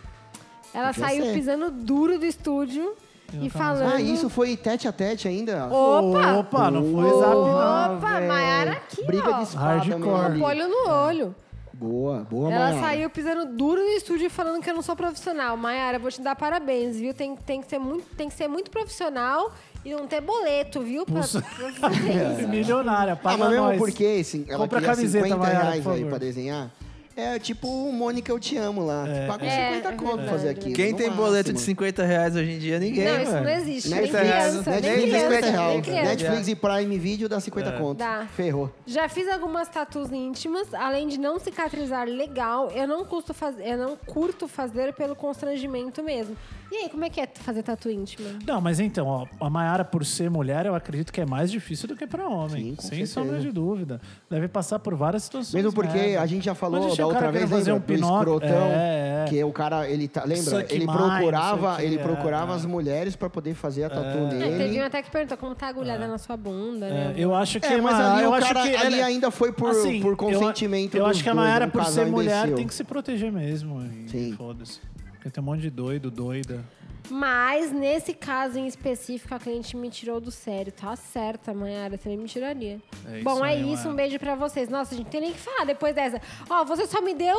Ela Podia saiu ser. pisando duro do estúdio e falando. Ah, isso foi tete a tete ainda? é. Opa! Opa, não foi zap, não. Opa, velho. Maiara aqui, Briga de ó. espada, Hardcore. meu amigo. Olho no olho. Boa, boa, Ela Maiara. saiu pisando duro no estúdio e falando que eu não sou profissional. Maiara, vou te dar parabéns, viu? Tem, tem, que, ser muito, tem que ser muito profissional e não ter boleto, viu? Pra, pra fazer isso. Milionária, Ah, paga mas mesmo nós. porque assim, ela Compra a queria camiseta, 50 Maiara, reais por aí favor. pra desenhar. É tipo o Mônica Eu Te Amo lá. que Paga uns É, 50 é conto pra fazer verdade. aquilo. Quem no tem máximo. boleto de 50 reais hoje em dia? Ninguém, Não, isso velho. não existe. Nem Netflix, criança. Nem Netflix, criança. 50 Nem reais. criança. Netflix e Prime Video dá 50 É. conto. Dá. Ferrou. Já fiz algumas tatus íntimas, além de não cicatrizar legal, eu não, custo faz... eu não curto fazer pelo constrangimento mesmo. E aí, como é que é fazer tatu íntima? Não, mas então, ó, a Maiara, por ser mulher, eu acredito que é mais difícil do que pra homem. Sim, com sem certeza. sombra de dúvida. Deve passar por várias situações. Mesmo porque merda. a gente já Mas falou deixa da o cara outra vez, querendo fazer lembra? um do pinóquio. escrotão, É, é. que o cara, ele tá, lembra? Suck Ele mine, não sei o procurava, quê, ele é, procurava é. as mulheres pra poder fazer a tatu É, teve um nele. até que perguntou como tá a agulhada na sua bunda, É, né? eu acho que É, a mas Maiara- ali eu o acho cara que ali ela- ainda foi por, Assim, por eu a- consentimento Eu, dos acho que a dois, é um Maiara, por ser casal mulher, imbecil. tem que se proteger mesmo. Sim. E foda-se. Porque tem um monte de doido, doida. Mas nesse caso em específico, a cliente me tirou do sério. Tá certa, Mayara, também me tiraria. É isso Bom, é aí, isso. Mayara. Um beijo pra vocês. Nossa, gente, tem nem o que falar depois dessa. Ó, você só me deu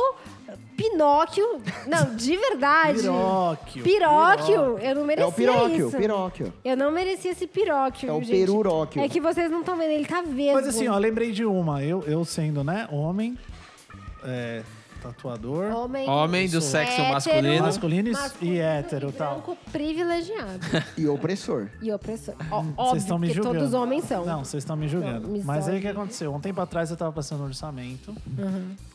Pinóquio. Não, de verdade. Piróquio. Piróquio. Eu não É o merecia piróquio, isso. piróquio. Eu não merecia esse piróquio, É o gente. peruróquio. É que vocês não estão vendo, ele tá vendo. Mas assim, ó, lembrei de uma. Eu, eu sendo, né, homem, é, tatuador, Homem, Homem do sexo masculino. Masculino e- e hétero, e tal. branco privilegiado E opressor. e opressor. Ó, Vocês óbvio estão me que julgando. todos homens são. Não, vocês estão me julgando. Não, me Mas aí o julguem. que aconteceu? Um tempo atrás eu tava passando um orçamento.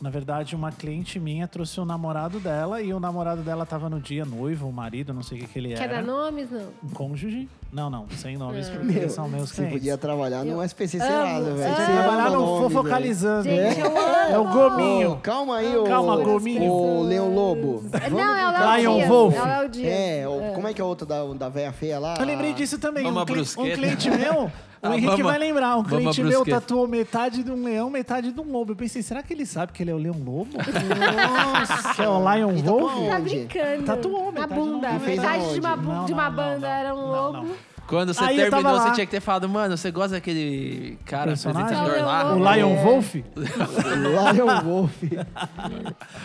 Na verdade, uma cliente minha trouxe o namorado dela e o namorado dela tava no dia noivo, o marido, não sei o que, que ele Quer era. dar nomes? Não. Um cônjuge? Não, não, sem nomes, porque eles são meus Você clientes. podia trabalhar num SPC Amo, selado, velho. amo. Você ama Trabalhar no nome, Fofocalizando. Gente, né? eu amo. É o Gominho. velho. Ô, Calma aí, ô. Calma, Gominho. Ô, Leão Lobo. Oh. Não, é o brincar. Léo Lion Dias. Wolf. É o Léo Dias. É, ô, como é que é a outra da, da véia feia lá? Eu lembrei disso também. Mama Um, cli- Brusqueta. um cliente meu, o A Henrique Mama- vai lembrar, um Mama cliente meu Brusqueta. tatuou metade de um leão, metade de um lobo. Eu pensei, será que ele sabe que ele é o leão lobo? Nossa. Que é o Lion Então, Wolf? aonde? Tá brincando. Tatuou Na metade de um bunda. homem, Metade de uma, metade de um homem. de uma Não, não, banda não, era um não, não. lobo. Quando você Aí eu tava terminou, lá. você tinha que ter falado, mano, você gosta daquele cara Personagem? apresentador Não, lá? não, O não. Lion Wolf? Lion Wolf.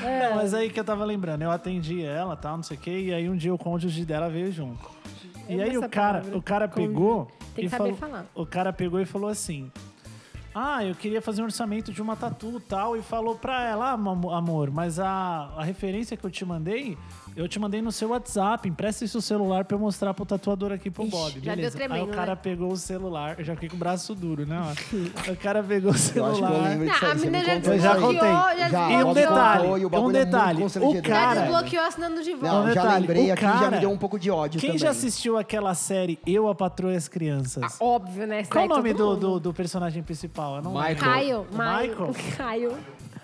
É. Não, mas aí que eu tava lembrando, eu atendi ela, tal, não sei o quê, e aí um dia o cônjuge dela veio junto. E Amo aí o essa cara, palavra. o cara Cônjuge. pegou Tem que e saber falou, falar. o cara pegou e falou assim: "Ah, eu queria fazer um orçamento de uma tatu, tal", e falou pra ela: "Ah, mam- amor, mas a, a referência que eu te mandei, eu te mandei no seu WhatsApp, empresta esse celular pra eu mostrar pro tatuador aqui pro Ixi, Bob, já deu beleza?". aí tremendo, o cara né? pegou o celular, eu já fiquei com o braço duro, né? ó. o cara pegou o Eu acho que eu celular. lembro Não, disso aí. a você menina me já contou. Eu já desbloqueou, contei. já Já, E um ela contou, e desbloqueou. detalhe, o bagulho um é muito detalhe. O constrangedor, Já cara, desbloqueou assinando de volta. Não, Não, já um detalhe, lembrei o aqui, já cara- me deu um pouco de ódio Quem também. já assistiu aquela série Eu, a Patroa e as Crianças? Óbvio, né? Isso Qual aí o nome todo do, mundo. do, do personagem principal? Eu não Michael. lembro. Caio. O Michael. Michael. Caio.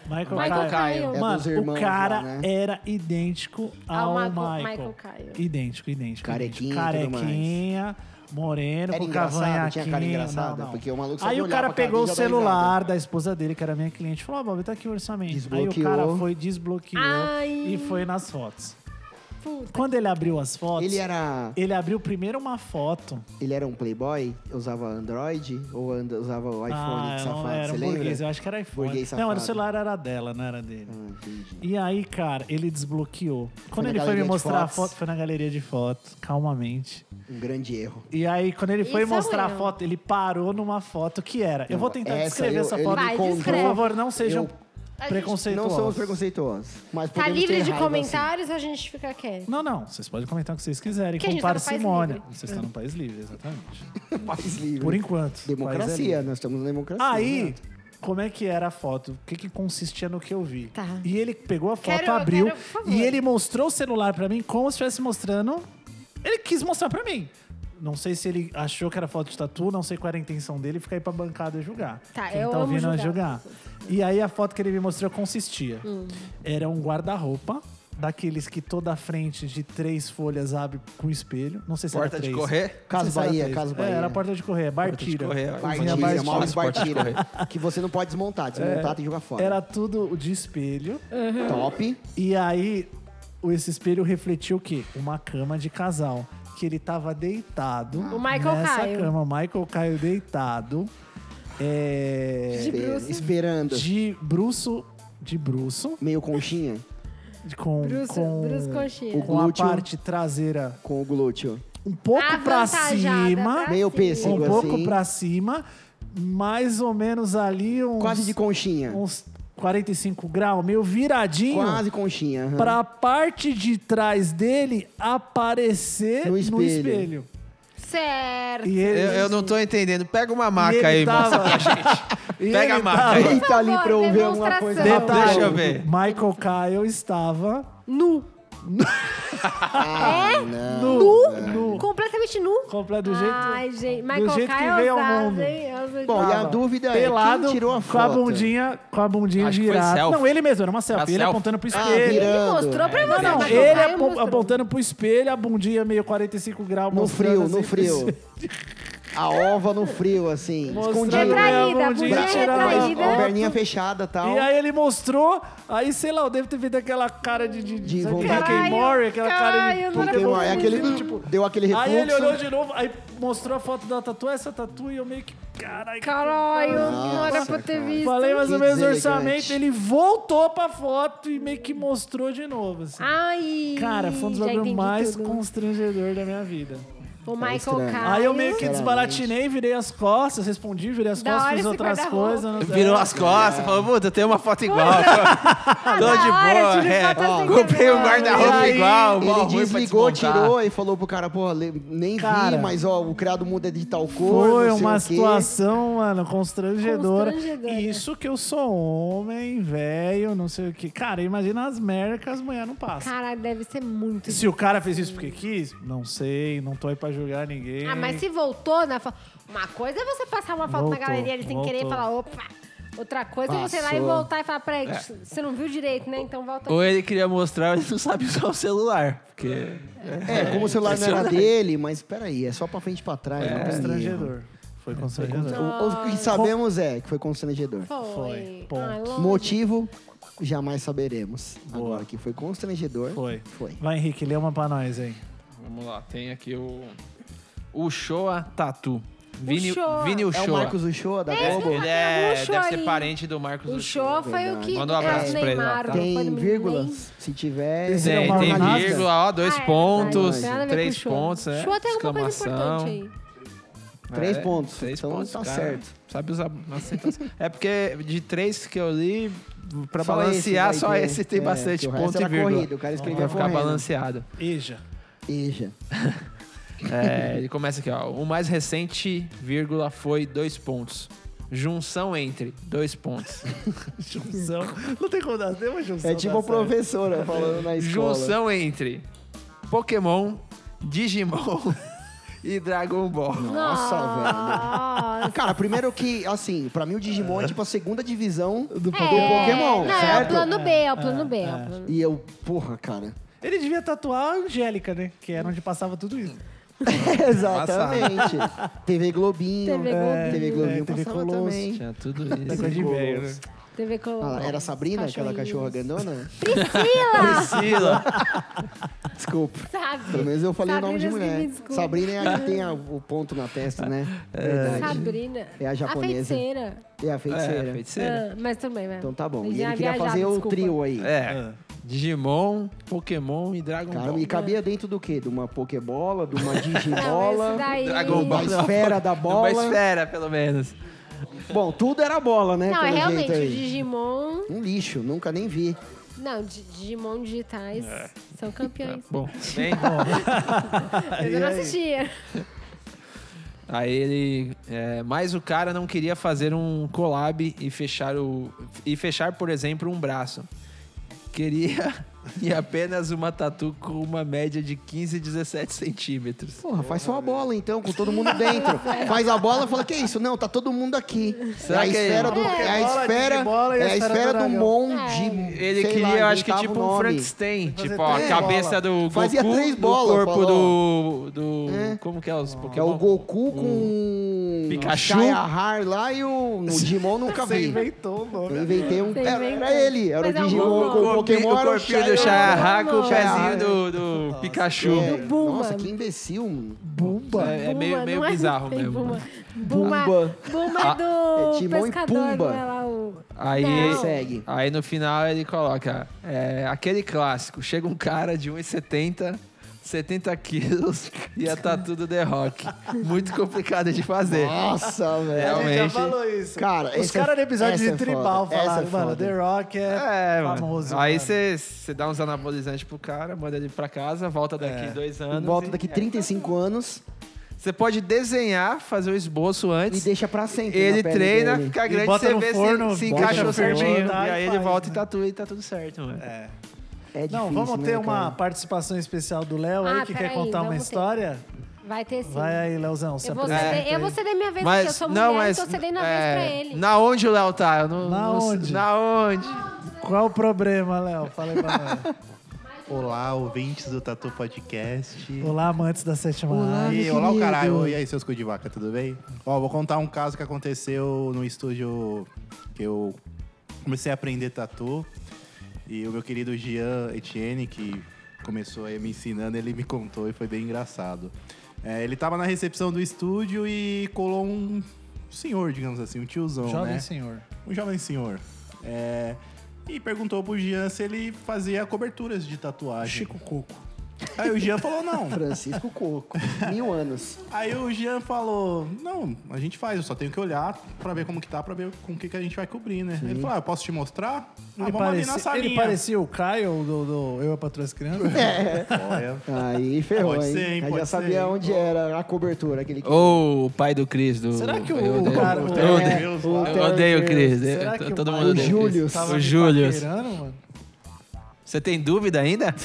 Michael, Michael Caio. É Mano, dos irmãos o cara lá, né? era idêntico ao, Ah, Ao Michael- Michael. Michael Caio. Idêntico, idêntico. Carequinha e idêntico. tudo mais. Carequinha, moreno, Era com engraçado, cavanhaquinha. tinha cara engraçada, não, não. porque o maluco Aí sabia o olhar cara pra cara pegou o dele e já dá celular risada. da esposa dele, que era minha cliente, falou, ó, Bob, tá aqui o orçamento. Aí o Desbloqueou. cara foi, desbloqueou Ai. e foi nas fotos. É Puta. Quando ele abriu as fotos, Ele era, ele abriu primeiro uma foto ele era um playboy? Usava Android? Ou and- usava o iPhone ah, de eu não- safado? era você um lembra? burguês, eu acho que era iPhone. Burguês não, era o safado. celular era dela, não era dele. Ah, entendi. E aí, cara, ele desbloqueou. Quando na ele foi me galeria de mostrar a fotos? foto, foi na galeria de fotos, calmamente. Um grande erro. E aí, quando ele foi Isso mostrar a eu. foto, ele parou numa foto que era. eu Não, vou tentar essa descrever eu- essa ele foto. me Vai, contou. Por descreve. favor, não um sejam A gente preconceituosos. Não um somos preconceituosos. Mas Tá podemos ter livre de assim. raiva, assim, comentários ou a gente fica quieto? Não, não. Vocês podem comentar o que vocês quiserem, Que a com gente tá no país parcimônia. livre. Vocês estão num país livre, exatamente. assim. País livre. Por enquanto. país é livre. Democracia, nós estamos na democracia. Aí, né? como é que era a foto? O que, que consistia no que eu vi? Tá. E ele pegou a foto, Quero- abriu quero, por favor. e ele mostrou o celular pra mim como se estivesse mostrando. Ele quis mostrar pra mim. Não sei se ele achou que era foto de tatu, não sei qual era a intenção dele, fica aí pra bancada julgar. Tá, Quem eu tá amo ouvindo é julgar. Hum. julgar. E aí a foto que ele me mostrou consistia. Era um guarda-roupa, daqueles que toda a frente de três folhas abre com espelho. Não sei se Porta era de três. correr. Não sei Caso se era Bahia, três. Caso É, Bahia. era porta de correr, é de Bartira. correr, Tinha Bartira, Partida, Maurício Partida. Partida. Que você não pode desmontar. Desmontar tem que jogar fora. É. Era tudo de espelho. top. E aí, o- esse espelho refletiu o quê? Uma cama de casal. Que ele tava deitado. O Michael nessa Caio. cama. O Michael Caio deitado. É, De bruços. Esperando. de bruço. De bruço. Meio conchinha de- Com, Bruce, com, Bruce com Coxinha. a glúteo. parte traseira com o glúteo. um pouco pra Avantajada tá? cima. pra Meio cima. pêssego. Um Assim. pouco pra cima. Mais ou menos ali uns... Quase de conchinha. Uns 45 graus. Meio viradinho. Quase conchinha. aham. pra parte de trás dele aparecer no No espelho. espelho. Certo. E ele, Eu, eu não tô entendendo. Pega uma e ele maca aí, tava- moça. e Pega ele a maca tava- aí. Eita, tá ali pra eu ver Por alguma favor, coisa. demonstração. Detalhe, Deixa eu ver. Michael Kyle estava Nu. Ah, não. nu, É? Completamente nu. completo Tá do jeito. Ai, gente. Michael jeito que Caio veio ao ousado, mundo. hein? Ousado Bom, e a Tava dúvida é pelado, quem tirou a foto? com a bundinha, com a bundinha Acho que foi virada. selfie. Não, ele mesmo, era uma selfie. ele selfie. apontando pro Ah, espelho. virando. Ele mostrou pra você. não, Michael ele Caio apo- mostrou. apontando pro espelho, a bundinha meio 45 graus. No mostrando frio, assim no pro frio. espelho. a ova no frio, assim, Mostrando escondida. Retraída, minha podia bundinha, Bra- tirando retraída. as Mas, ó, Retraída. fotos. perninha fechada e tal. E aí ele mostrou, aí sei lá, eu devo ter feito aquela cara de, de, De sabe, vontade. Rick and Morty, aquela cara de... Caralho, puta, não Porque eu vou é aquele, fugir. deu aquele refluxo. Aí ele olhou de novo, aí mostrou a foto da tatu, essa tatu, e eu meio que... Caralho, Caralho, não era Nossa, pra ter cara. visto. Falei mais ou Que menos o deselegante. orçamento, ele voltou pra foto e meio que mostrou de novo, assim. Ai, Cara, foi um dos já bagulhos entendi mais tudo. constrangedor da minha vida. O Michael estranho. Caio. Aí eu meio que Caralho. desbaratinei, virei as costas, respondi, virei as Da costas, hora fiz esse outras guarda-roupa. coisas. né? não sei. Virou as costas, falou, puta, tem uma foto igual. Ah, Tô da de hora, boa, tive é. foto Ó, assim, Comprei um cara. guarda-roupa aí, igual, mó Ele ruim pra desligou, desmontar. tirou e falou pro cara, porra, le- nem Cara. vi, mas ó, o criado muda é de tal cor, Foi não sei uma o quê. situação, mano, constrangedora. Constrangedora. Isso que eu sou homem, velho, não sei o que. Cara, imagina as merdas que as mulheres não passam. Cara, deve ser muito. Se o cara fez isso porque quis, não sei, não tô aí pra julgar ninguém. Ah, mas se voltou na foto. Uma coisa é você passar uma foto na Voltou, galeria ali sem querer e voltou. falar, opa. Outra coisa é você ir lá e Passou. voltar e falar, peraí, você não viu direito, né? Então volta. Ou ele queria mostrar, ele não sabe usar o celular. Porque. É, como o celular não era dele, mas peraí, é só pra frente e pra trás. não tem erro. Constrangedor. É, Foi constrangedor. O, o que sabemos é que foi constrangedor. Foi. Foi, ponto. Ai, lógico. Motivo, jamais saberemos. Agora que foi constrangedor, Foi. foi. Vai, Henrique, lê uma pra nós, hein? Vamos lá, tem aqui o. O Shoa Tatu. Vini Shoa. Vini É Uchoa. o Marcos Uchoa da É, Globo? Ele é, O Shoa deve ser aí. parente do Marcos O Uchoa. show foi o que. Manda um abraço é, o pra ele lá, Neymar, tá? não foi Tem no Ney? vírgulas? Se tiver... Esse Tem, é uma tem nada. vírgula, ó, dois Ah, é pontos, verdade, não tem nada a ver três com o show. pontos, né? Show até alguma coisa exclamação. importante aí. Três É, pontos, Três então pontos, tá cara. certo. Sabe usar na sentença. É porque de três que eu li, pra Só balancear, esse só vai ter- esse tem é, bastante que o resto ponto e era vírgula. corrido, o cara escrevia pra ficar correndo. balanceado. Eja. Eja. É, ele começa aqui, ó. O mais recente, vírgula, foi dois pontos. Junção entre dois pontos. Junção. Não tem como dar, tem uma junção. É tipo dá a professora falando na escola. Junção entre Pokémon, Digimon e Dragon Ball. Nossa, Nossa. Cara, primeiro que, assim, pra mim o Digimon é tipo a segunda divisão do, É, Pokémon, Não, é o certo? plano B, é o plano B. é o plano B. E eu, porra, cara. certo. Ele devia tatuar a Angélica, né? Que era onde passava tudo isso. Exatamente. TV Globinho. TV Globinho. TV Globinho É, TV passava Colosso. também. Tinha tudo É isso. coisa de velho, né? TV com. Ah, era a Sabrina, aquela cachorra cachorrinhos. grandona? Priscila. Desculpa. Pelo Sabe? menos eu falei o nome de Sabrina, me mulher. desculpa. Sabrina é a que tem a- o ponto na testa, né? Verdade. Sabrina. É a japonesa. feiticeira. É a É, feiticeira. feiticeira. Ah, mas também, né? Então tá bom. Já E ele queria viajado, fazer o desculpa. trio aí. É. Digimon, Pokémon e Dragon Ah. Cara, Ball. e cabia dentro do quê? De uma Pokébola, de uma Não, Digibola, esse daí. Dragon da Ball. esfera da Numa bola. esfera, pelo menos. Bom, tudo era bola, né? Não, pelo é jeito realmente, o aí. Digimon. Um lixo, nunca nem vi. Não, di- Digimon digitais são campeões. É. Tá Bom, bem bom. Mas eu não assistia. Aí ele. É, mas o cara não queria fazer um collab e fechar o. E fechar, por exemplo, um braço. Queria e apenas uma tatu com uma média de 15, 17 centímetros. Porra, faz só a bola então, com todo mundo dentro. faz a bola e fala, que isso? Não, tá todo mundo aqui. É Será a que é- esfera do. É. É a Bola, esfera. digibola e É a a esfera do esfera do dragão. monte. É. Ele sei queria, lá, eu acho que inventava tipo o um nome. Frankenstein. Fazer Tipo, ó, a três cabeça bolas. do Goku Fazia três bolas, no corpo do. do É. Como que é os Que é o Pokémon? Goku com. Hum. Pikachu. Chayahar lá e o. No Digimon nunca Você vi. inventou o nome. Eu inventei um. Você Era, inventou. era ele, era Mas é o um Digimon bom com o O corpi- Pokémon. o era o corpinho do Shayahar. Shayahá com o Shayahar. pezinho do, do Pikachu. É, Do Bulma. Nossa, que imbecil. Bumba. É, é meio, Buma, meio não é? bizarro Tem mesmo. né? Ah, Buma. Buma, Bumba. Buma é do é Timão e pescador, Pumba. não é lá o... Aí, Não. Segue. aí no final ele coloca é, aquele clássico: chega um cara de 1,70, 70 quilos e a tatu do The Rock. Muito complicado de fazer. Nossa, A velho. gente já É, realmente. falou isso. Cara, Os essa é- caras no episódio essa de é Tribal foda. falaram, Essa é mano, foda. The Rock é, É, mano. famoso. Aí mano. você dá uns anabolizantes pro cara, manda ele pra casa, volta É. daqui dois anos. Volta e- daqui 35 anos Você pode desenhar, fazer o esboço e antes. deixa pra sempre. Ele na pele treina, dele. fica E grande, bota você no vê forno, se, se bota encaixou no forno, certinho. tá, e e aí ele faz, volta e né? tatua e tá tudo certo, mano. É. É Não, difícil, vamos ter né, uma cara? participação especial do Léo aí Ah, que peraí, quer contar uma vamos ter. história. Vai ter sim. Vai aí, Leozão, se eu, vou apresenta. ceder, eu vou ceder minha vez aqui, eu sou mulher, então eu cedei na é, vez pra ele. Na onde o Léo tá? Eu não, Na não- onde? Na onde? Qual o problema, Léo? Fala aí pra nós. Olá, ouvintes do Tatu Podcast. Olá, amantes da sétima Olá. arte. E meu olá o querido. caralho, e aí seus cu de vaca, tudo bem? Ó, vou contar um caso que aconteceu no estúdio que eu comecei a aprender tatu. E o meu querido Jean Etienne, que começou aí me ensinando, ele me contou e foi bem engraçado. É, ele tava na recepção do estúdio e colou um senhor, digamos assim, um tiozão, Jovem né? senhor. um jovem senhor. É, e perguntou pro Jean se ele fazia coberturas de tatuagem. Chico Coco. Aí o Jean falou, não. Francisco Coco, mil anos. Aí o Jean falou, não, a gente faz, eu só tenho que olhar pra ver como que tá, pra ver com o que, que a gente vai cobrir, né? Ele falou, ah, eu posso te mostrar? Ah, Ele, vamos ali na parecia, salinha. ele parecia o Caio do, do Eu, a Patroa e as Crianças. É. Olha, Aí ferrou, Pode ser, hein, hein? Eu pode já ser, sabia hein. onde era a cobertura, aquele que... Ou o pai do Cris. Do... Será que Eu o, odeio, cara... o- o- Meu É, Deus, o eu Terry odeio o Cris. Crews. Será que Eu- o Todo pai mundo odeia do o Cris. Július tava O me Július. paquerando, mano? Você tem dúvida ainda?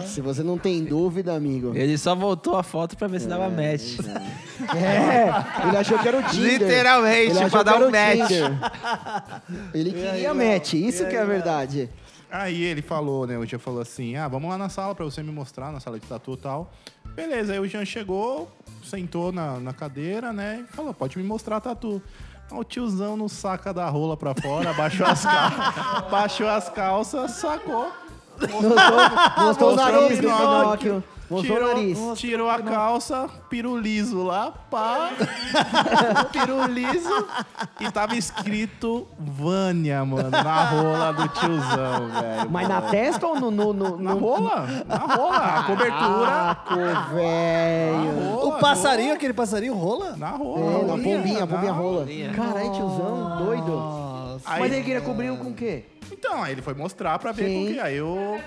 É, Se você não tem dúvida, amigo. Ele só voltou a foto pra ver se dava match. é. É, ele achou que era o Tinder. Literalmente, é Ele achou pra que dar era um o match. Tinder. Ele queria match, isso que é a verdade. Aí ele falou, né? O Jean falou assim: ah, vamos lá na sala pra você me mostrar, na sala de tatu e tal. Beleza, aí o Jean chegou, sentou na, na cadeira, né? E falou: pode me mostrar a tatu. Aí O tiozão no saca da rola pra fora, baixou as, cal... baixou as calças, sacou. Mostrou o Mostrou o nariz do Pinóquio. Pinóquio. Mostrou o nariz. Tirou, tirou a calça, piruliso lá, pá. piruliso. E tava escrito Vânia, mano, na rola do tiozão, velho. Mas na testa ou no... no, no, Na no- rola? Na rola. Ah. A cobertura. Saco, Na velho. rola, O passarinho, aquele passarinho rola? Na rola. É, na pombinha, a na- pombinha rola. Caralho, tiozão, doido. Aí- Mas ele queria cobrir um com o quê? Então, aí ele foi mostrar pra ver Sim. com que. Aí eu.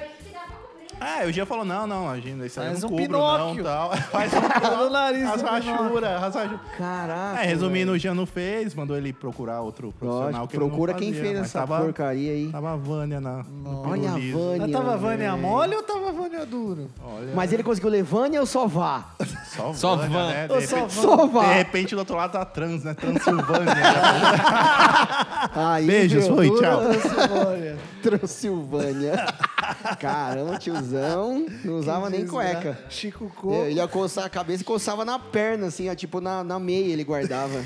É, o Gia falou, não, não, agenda, isso aí eu Faz não um cubro, não, Pinóquio. tal. Faz um No nariz As do rachuras, as rachuras. Caraca. É, resumindo, o Jean não fez, mandou ele procurar outro profissional Ah, né? Lógico, que ele não procura quem fazia, fez mas essa tava, porcaria aí. Tava a Vânia na. no Olha a piruliso. Vânia. Mas tava a Vânia velho. mole ou tava a Vânia duro? Olha, Mas ele conseguiu levando ou só vá? só, Só Vânia, Vânia. né? De Ou só repente, Só vá. de repente, do outro lado tá trans, né? Transilvânia. Aí, Beijos, viu? foi, tchau. Olha. Transilvânia. Caramba, tiozão. Não usava nem cueca. tá? É, Chico é Coco. Ele ia coçar a cabeça e coçava na perna, assim, ó, tipo na, na meia ele guardava.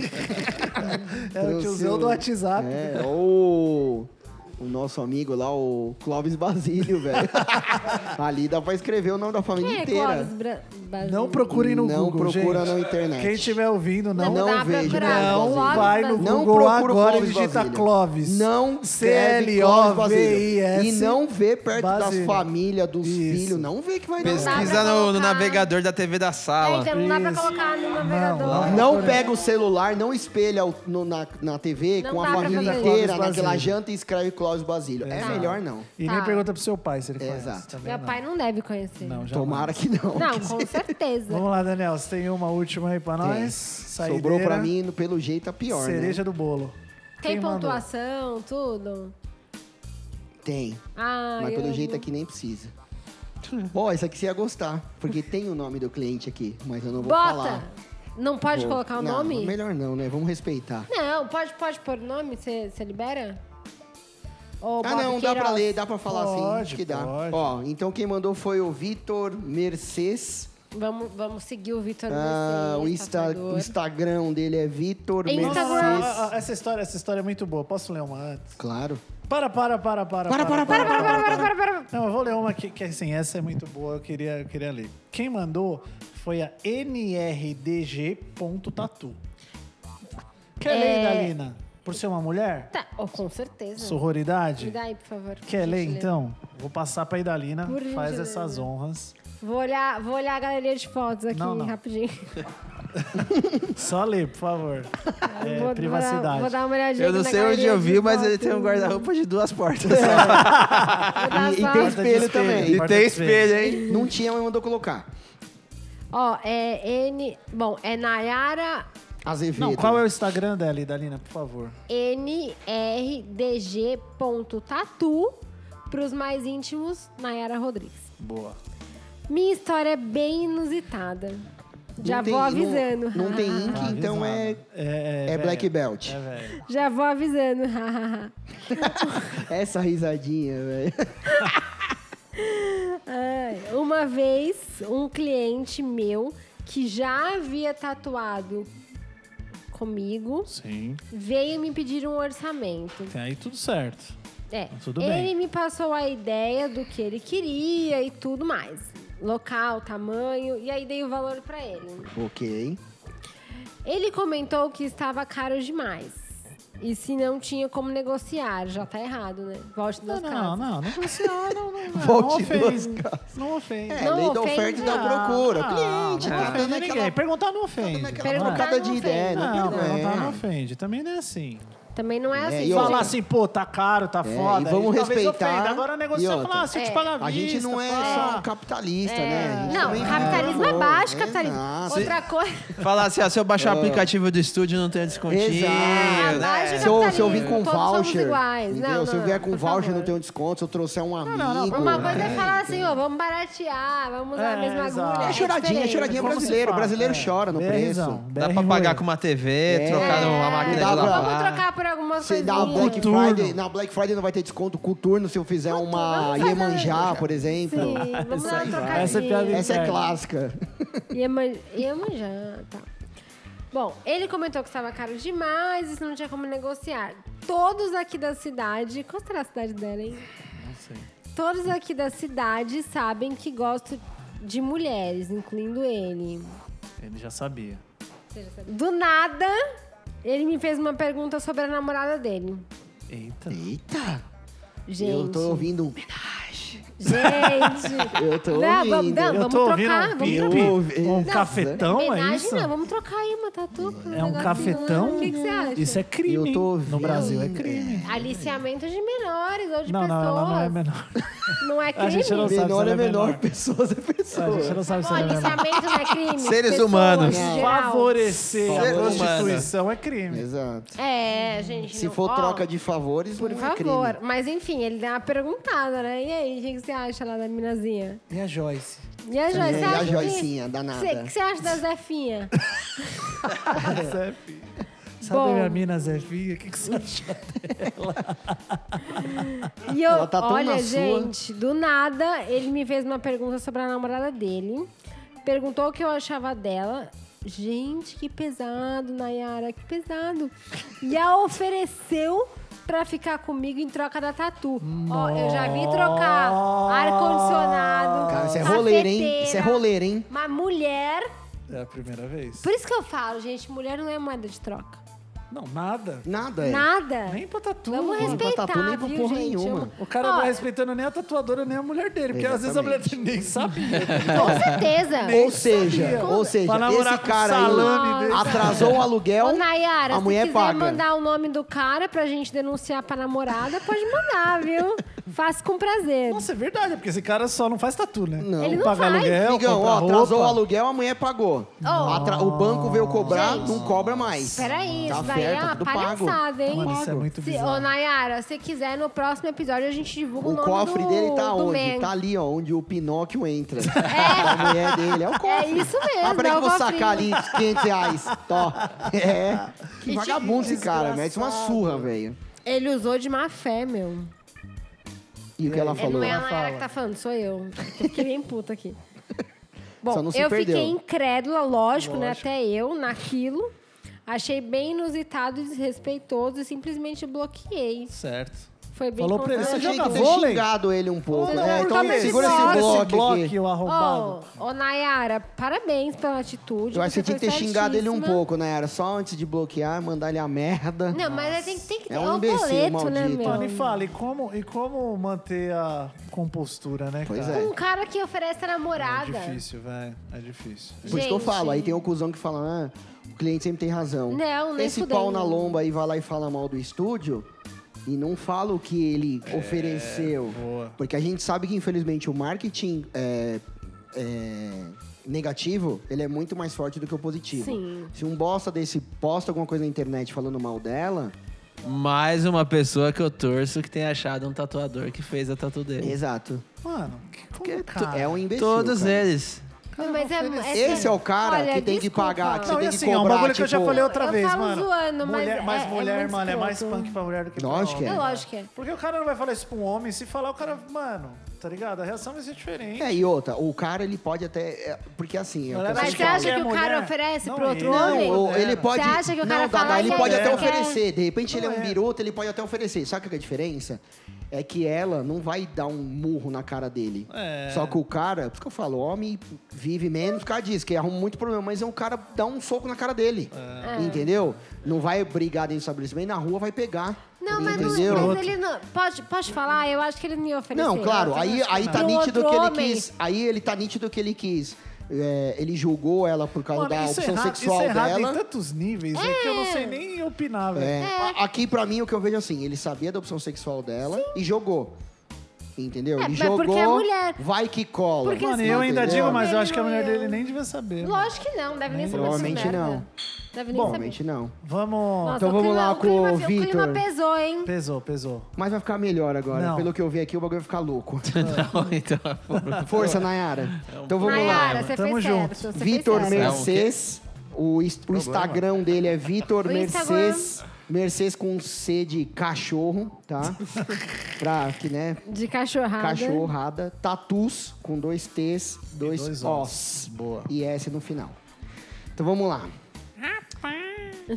Era o tiozão do WhatsApp. É, ou o nosso amigo lá, o Clóvis Basílio, velho. Ali dá pra escrever o nome da família Quem é inteira. Clóvis Bra... Basílio? Não procurem no Não Google, procura gente. na internet. Quem estiver ouvindo, não, Não não, dá pra vejo, né? procurar. não Clóvis vai no Basílio. Não Google procura agora o e Clóvis digita Basílio. Clóvis. Não escreve Clóvis Basílio. C-L-O-V-I-S. E não vê perto Basílio. das famílias, dos Isso. filhos. Não vê que vai não. Pesquisa. Pesquisa no, no navegador da TV da É, sala. então não dá pra Isso. colocar no navegador. Não pega o celular, não espelha o- no- na, na TV Não com dá a pra família fazer inteira isso. naquela Basílio. janta e escreve Clóvis Basílio. É melhor não. E Tá. nem pergunta pro seu pai se ele conhece. tá Exato. Também Meu não. pai não deve conhecer. Não, já Tomara que não. Não, com certeza. Vamos lá, Daniel. Você tem uma última aí pra Tem. nós. Saideira, Sobrou pra mim, no- pelo jeito, a pior, né? Cereja do bolo. Tem Quem mandou? pontuação, tudo. né? Tem. Ah, Mas pelo eu jeito é não- aqui nem precisa. Ó, essa aqui você ia gostar, porque tem o nome do cliente aqui, mas eu não vou Bota! falar. Não pode Vou- colocar o Não, nome? Melhor não, né? Vamos respeitar. Não, pode, pode pôr o nome, você libera? Ou Ah, Bob não, dá pra Queiroz? ler, dá pra falar assim. Pode, Acho que dá. pode. Ó, então quem mandou foi o Vitor Mercedes. Vamos, vamos seguir o Vitor tá Ah, o, Mercedes, Insta, tatuador. o Instagram dele é Vitor Instagram. Mercedes. Ah, ah, essa história, essa história é muito boa. Posso ler uma antes? Claro. Para, para, para, para. Para, para, para, para, para, para, para, para. Não, eu vou ler uma que, que assim, essa é muito boa, eu queria, eu queria ler. Quem mandou foi a nrdg.tatu. Quer ler, É. Dalina? Por ser uma mulher? Tá, oh, com certeza. Me Sororidade? dá aí, por favor. Quer ler, gentileza. então? Vou passar pra Idalina, Por faz gentileza. essas honras. Vou olhar, vou olhar a galeria de fotos aqui Não, não. rapidinho. Só ler, por favor. É, vou, Vou dar, privacidade. vou dar uma olhadinha Eu não aqui na sei onde galeria eu vi, de mas ele fotos. tem um guarda-roupa de duas portas. Vou dar E, e só- tem Porta de espelho espelho. também. E É, Porta tem de espelho, hein? Não tinha, mas mandou colocar. Ó, é N... Bom, é Nayara Azevedo. Não, qual é o Instagram dela, Idalina, por favor? nrdg.tatu pros mais íntimos, Nayara Rodrigues. Boa. Minha história é bem inusitada. Não Já tem- vou avisando. Não, não tem ink, então é, Ah, É, é Black velho. Belt. É, velho. Já vou avisando. Essa risadinha, velho. Ai, uma vez, um cliente meu que já havia tatuado comigo Sim. veio me pedir um orçamento. Tem É, aí tudo certo. É, Tudo ele bem. me passou a ideia do que ele queria e tudo mais. Local, tamanho, e aí dei o valor pra ele. Ok. Ele comentou que estava caro demais. E se não tinha como negociar, já tá errado, né? Volte Não, das não, casas. não. Não funciona, não, não. não. Volte não duas ofende. Não ofende. Ah, É, Não lei da ofende, oferta e da não. procura. O cliente não, tá ofende dando ninguém. aquela... Perguntar não ofende. aquela Não é? Perguntar trocada não de ofende. ideia, né? Não, tá perguntar É. não ofende. Também não é assim. Também não é assim. e gente. Falar assim, pô, tá caro, tá É, foda. e vamos talvez respeitar. ofenda. Agora E negociar e outra. falar, ah, se eu te É. pagar à A gente vista, não é pá. só um capitalista, né? assim, A gente Não, também- capitalismo Ah, é baixo, é capitalismo. nada. Outra coisa. Falar assim, ah, se eu baixar o aplicativo do estúdio não tem descontinho. Exato. Ah, Né? baixo Se eu, se eu vim capitalismo, com todos somos voucher, iguais. entendeu? Não, se eu não, vier com por voucher, favor. não tem um desconto. Se eu trouxer um amigo... não, Uma coisa é falar assim, ó, vamos baratear, vamos usar É, a mesma exato. agulha. né? É choradinha, é diferente. choradinha Como se brasileiro. O fala, brasileiro é. chora no BRzão, preço. Dá BR pra pagar roleiro. com uma TV, É. trocar numa máquina de Dá pra- lavar. Vamos trocar por algumas Se coisas. dá um Black Coturno. Friday, na Black Friday não vai ter desconto coturno se eu fizer uma Vamos fazer- Iemanjá, por exemplo. Sim, vamos dar uma trocadinha. Essa é piada Essa é Inferno. clássica. Ieman- Iemanjá, tá. Bom, ele comentou que estava caro demais, isso não tinha como negociar. Todos aqui da cidade. Qual será a cidade dela, hein? Não sei. Todos aqui da cidade sabem que gosto de mulheres, incluindo ele. Ele já sabia. Do nada, ele me fez uma pergunta sobre a namorada dele. Eita. Eita! Gente. Eu tô ouvindo um... Gente. Eu tô não, vamos, ouvindo. não, Eu vamos tô ouvindo trocar. um vamos pip, trocar. trocar. um Não, cafetão, é Homenagem isso? não, vamos trocar aí uma tatu. com É um negócio. cafetão? O que, que você acha? Isso é crime. Eu tô hein? ouvindo. um No Brasil é crime. Aliciamento de menores ou de Não, pessoas. não, ela não é menor. Não é crime? A gente não sabe Menor se é é menor, menor. pessoas é A pessoas. gente não sabe se Bom, ela é menor. aliciamento não é crime? Seres Pessoas, humanos. em geral. Favorecer a Ser humano. prostituição é crime. Exato. É, gente. Se não- for ó, troca de favores, Por não é favor. crime. Mas enfim, ele dá uma perguntada, né? E aí, o que que você acha lá da minazinha? E a Joyce? E a Joyce? E você a acha joicinha, que... Cê- O danada. que você acha da Zefinha? Zé Fi. tá Sabe Bom. minha mina Zefinha? O que, que você acha? E eu, Ela tá tão na olha, sua. gente, do nada, ele me fez uma pergunta sobre a namorada dele. Perguntou o que eu achava dela. Gente, que pesado, Nayara, que pesado. E a ofereceu pra ficar comigo em troca da tatu. Ó, eu já vi trocar ar-condicionado. Cara, isso é cafeteira, roleiro, hein? Isso é roleiro, hein? Uma mulher. É a primeira vez? Por isso que eu falo, gente, mulher não é moeda de troca. Não, nada. Nada, é. Nada. Nem pra tatu. Vamos mano. respeitar, pra tatu, nem pra viu, porra gente? nenhuma. O cara não Ó. vai respeitando nem a tatuadora, nem a mulher dele. Porque às vezes a mulher dele nem sabia. Com certeza. Ou seja, ou seja, Pra namorar esse com cara salame Nossa. aí desse. atrasou o aluguel, Ô, Nayara, a mulher é se quiser paga. mandar o nome do cara pra gente denunciar pra namorada, pode mandar, viu? Faço com prazer. Nossa, é verdade, porque esse cara só não faz tatu, né? Não. Ele não paga faz. aluguel, Amigão, É, compra ó, atrasou o roupa. aluguel, a mulher pagou. Atra- O banco veio cobrar, não cobra mais. Peraí, Tá isso daí é certo, uma tudo pago. palhaçada, hein? Mano, isso é muito Se, bizarro. ô, Nayara, se quiser, no próximo episódio a gente divulga o, O nome cofre do, dele tá do onde? man. Tá ali, ó, onde o Pinóquio entra. É. A mulher dele, é o cofre. É isso mesmo, Ah, peraí é que o eu vou sacar ali cofrinho. 500 reais. Tó. É. Que vagabundo esse cara, desgraçado. mete uma surra, velho. Ele usou de má fé, meu. E o que ela É, falou? não é a Nayara que tá falando, sou eu. Eu fiquei bem puta aqui. Só Bom, não se eu perdeu. fiquei incrédula, lógico, né? Até eu, naquilo. Achei bem inusitado, desrespeitoso e simplesmente bloqueei. Certo. Foi bem Falou pra ele, confuso. Você Você tinha É, joga que ter vôlei? xingado ele um É, pouco, Olha, né? por Então que que segura esse esse esse bloco bloco, aqui. o arrombado. Ô, ô, Nayara, parabéns pela atitude. Eu acho que você você tinha que foi ter xingado ele um certíssima. pouco, né? Era só antes de bloquear, mandar ele a merda. Não, mas é, tem, que- tem que ter É um o imbecil, boleto, né, maldito. Mano, e meu? fala, e como, e como manter a compostura, né, Pois cara? é. Um cara que oferece a É namorada. difícil, velho. É difícil. Por isso que eu Gente. falo, aí tem o cuzão que fala, ah, o cliente sempre tem razão. Não, nem Esse fudendo. pau na lomba aí vai lá e fala mal do estúdio e não fala o que ele ofereceu. boa. Porque a gente sabe que, infelizmente, o marketing é, é, negativo, ele é muito mais forte do que o positivo. Sim. Se um bosta desse posta alguma coisa na internet falando mal dela, Mais uma pessoa que eu torço que tem achado um tatuador que fez a tatu dele. exato. Mano, que como, Porque tu- cara? é um imbecil. Todos cara. eles. Mas é, é Esse é o cara Olha, que tem que desculpa. pagar, que Não, tem e que assim, é um cobrar, bagulho que eu já tipo- falei outra Eu vez, falo mano. zoando, mas mulher, é- mas é mulher, muito mano, é mais escroto. punk pra mulher do que pra Lógico que homem. É lógico que é. Porque o cara não vai falar isso pra um homem. Se falar, o cara, mano, tá ligado? A reação vai ser diferente. É, e outra, o cara ele pode até. é, Porque assim, é o que eu Mas sempre você falo. acha que o cara mulher? oferece Não pro outro é. homem? Não, ou Não, ele era. pode. Você acha que é um o cara não, Dada, fala, ele "Ai, pode eu até quero"? oferecer. De repente ele é Não um é. biroto, ele pode até oferecer. Sabe qual que é a diferença? É que ela não vai dar um murro na cara dele. É. Só que o cara, por isso que eu falo, homem vive menos por causa disso, que arruma muito problema, mas é um cara dá um soco na cara dele. É. Entendeu? Não vai brigar dentro do estabelecimento, na rua vai pegar. Não, mas, entendeu? não, mas ele não. Pode, pode falar, eu acho que ele não ia oferecer. um Não, claro, aí, aí tá Pro nítido outro que ele homem. quis. Aí ele tá nítido que ele quis. É, ele julgou ela por causa Mano, da isso é opção errado, sexual isso é errado dela. em tantos níveis é. que eu não sei nem opinar, velho. É. A- Aqui, pra mim, o que eu vejo é assim, ele sabia da opção sexual dela e jogou. Entendeu? É, ele mas jogou, porque é mulher. vai que cola. Porque assim, Mano, senão eu ainda todo digo, homem mas eu acho que a mulher ia- dele nem devia saber. mano. Lógico que não, deve nem saber Provavelmente dessa merda. não. Deve nem saber. Provavelmente não. Vamos. Nossa, Então o vamos clima- lá com o clima- O clima Vitor. pesou, hein? Pesou, pesou. Mas vai ficar melhor agora. Não. Pelo que eu vi aqui, o bagulho vai ficar louco. Não, então. Força, Nayara. É um Então vamos Nayara, lá. você Tamo fez junto. certo. você Vitor fez certo. Mer- Mercedes. O, is- o Instagram dele é Vitor O Instagram. Mercedes. Mercedes com C de cachorro, tá? pra que, né? De cachorrada. Cachorrada. Tatus com dois T's, dois, dois Os. Boa. E S no final. Então vamos lá.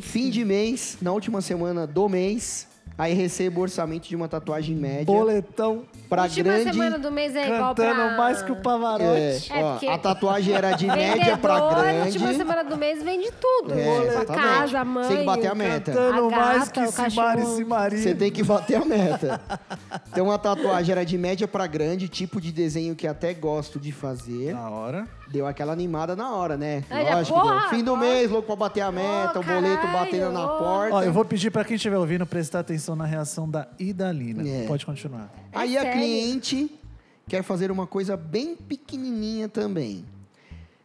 Fim de mês, na última semana do mês, aí recebo o orçamento de uma tatuagem média Boletão pra Última grande. semana do mês é igual pra... cantando mais que o É, Pavarotti. É, ó, porque- a tatuagem era de Vendedor, média pra grande. última semana do mês vende tudo. É, Sua exatamente. casa, a mãe. Tem que bater a meta. Cantando A mais gata, que o Simari cachorro. Simari. Você tem que bater a meta. Então a tatuagem era de média pra grande, tipo de desenho que até gosto de fazer. Na hora. Deu aquela animada na hora, né? Aí já, Lógico, porra, deu. Fim do ó. mês, louco pra bater a meta, Ô, o boleto caralho, batendo na ô. porta. Ó, eu vou pedir pra quem estiver ouvindo prestar atenção na reação da Idalina. É. Pode continuar. Aí É a sério? cliente quer fazer uma coisa bem pequenininha também.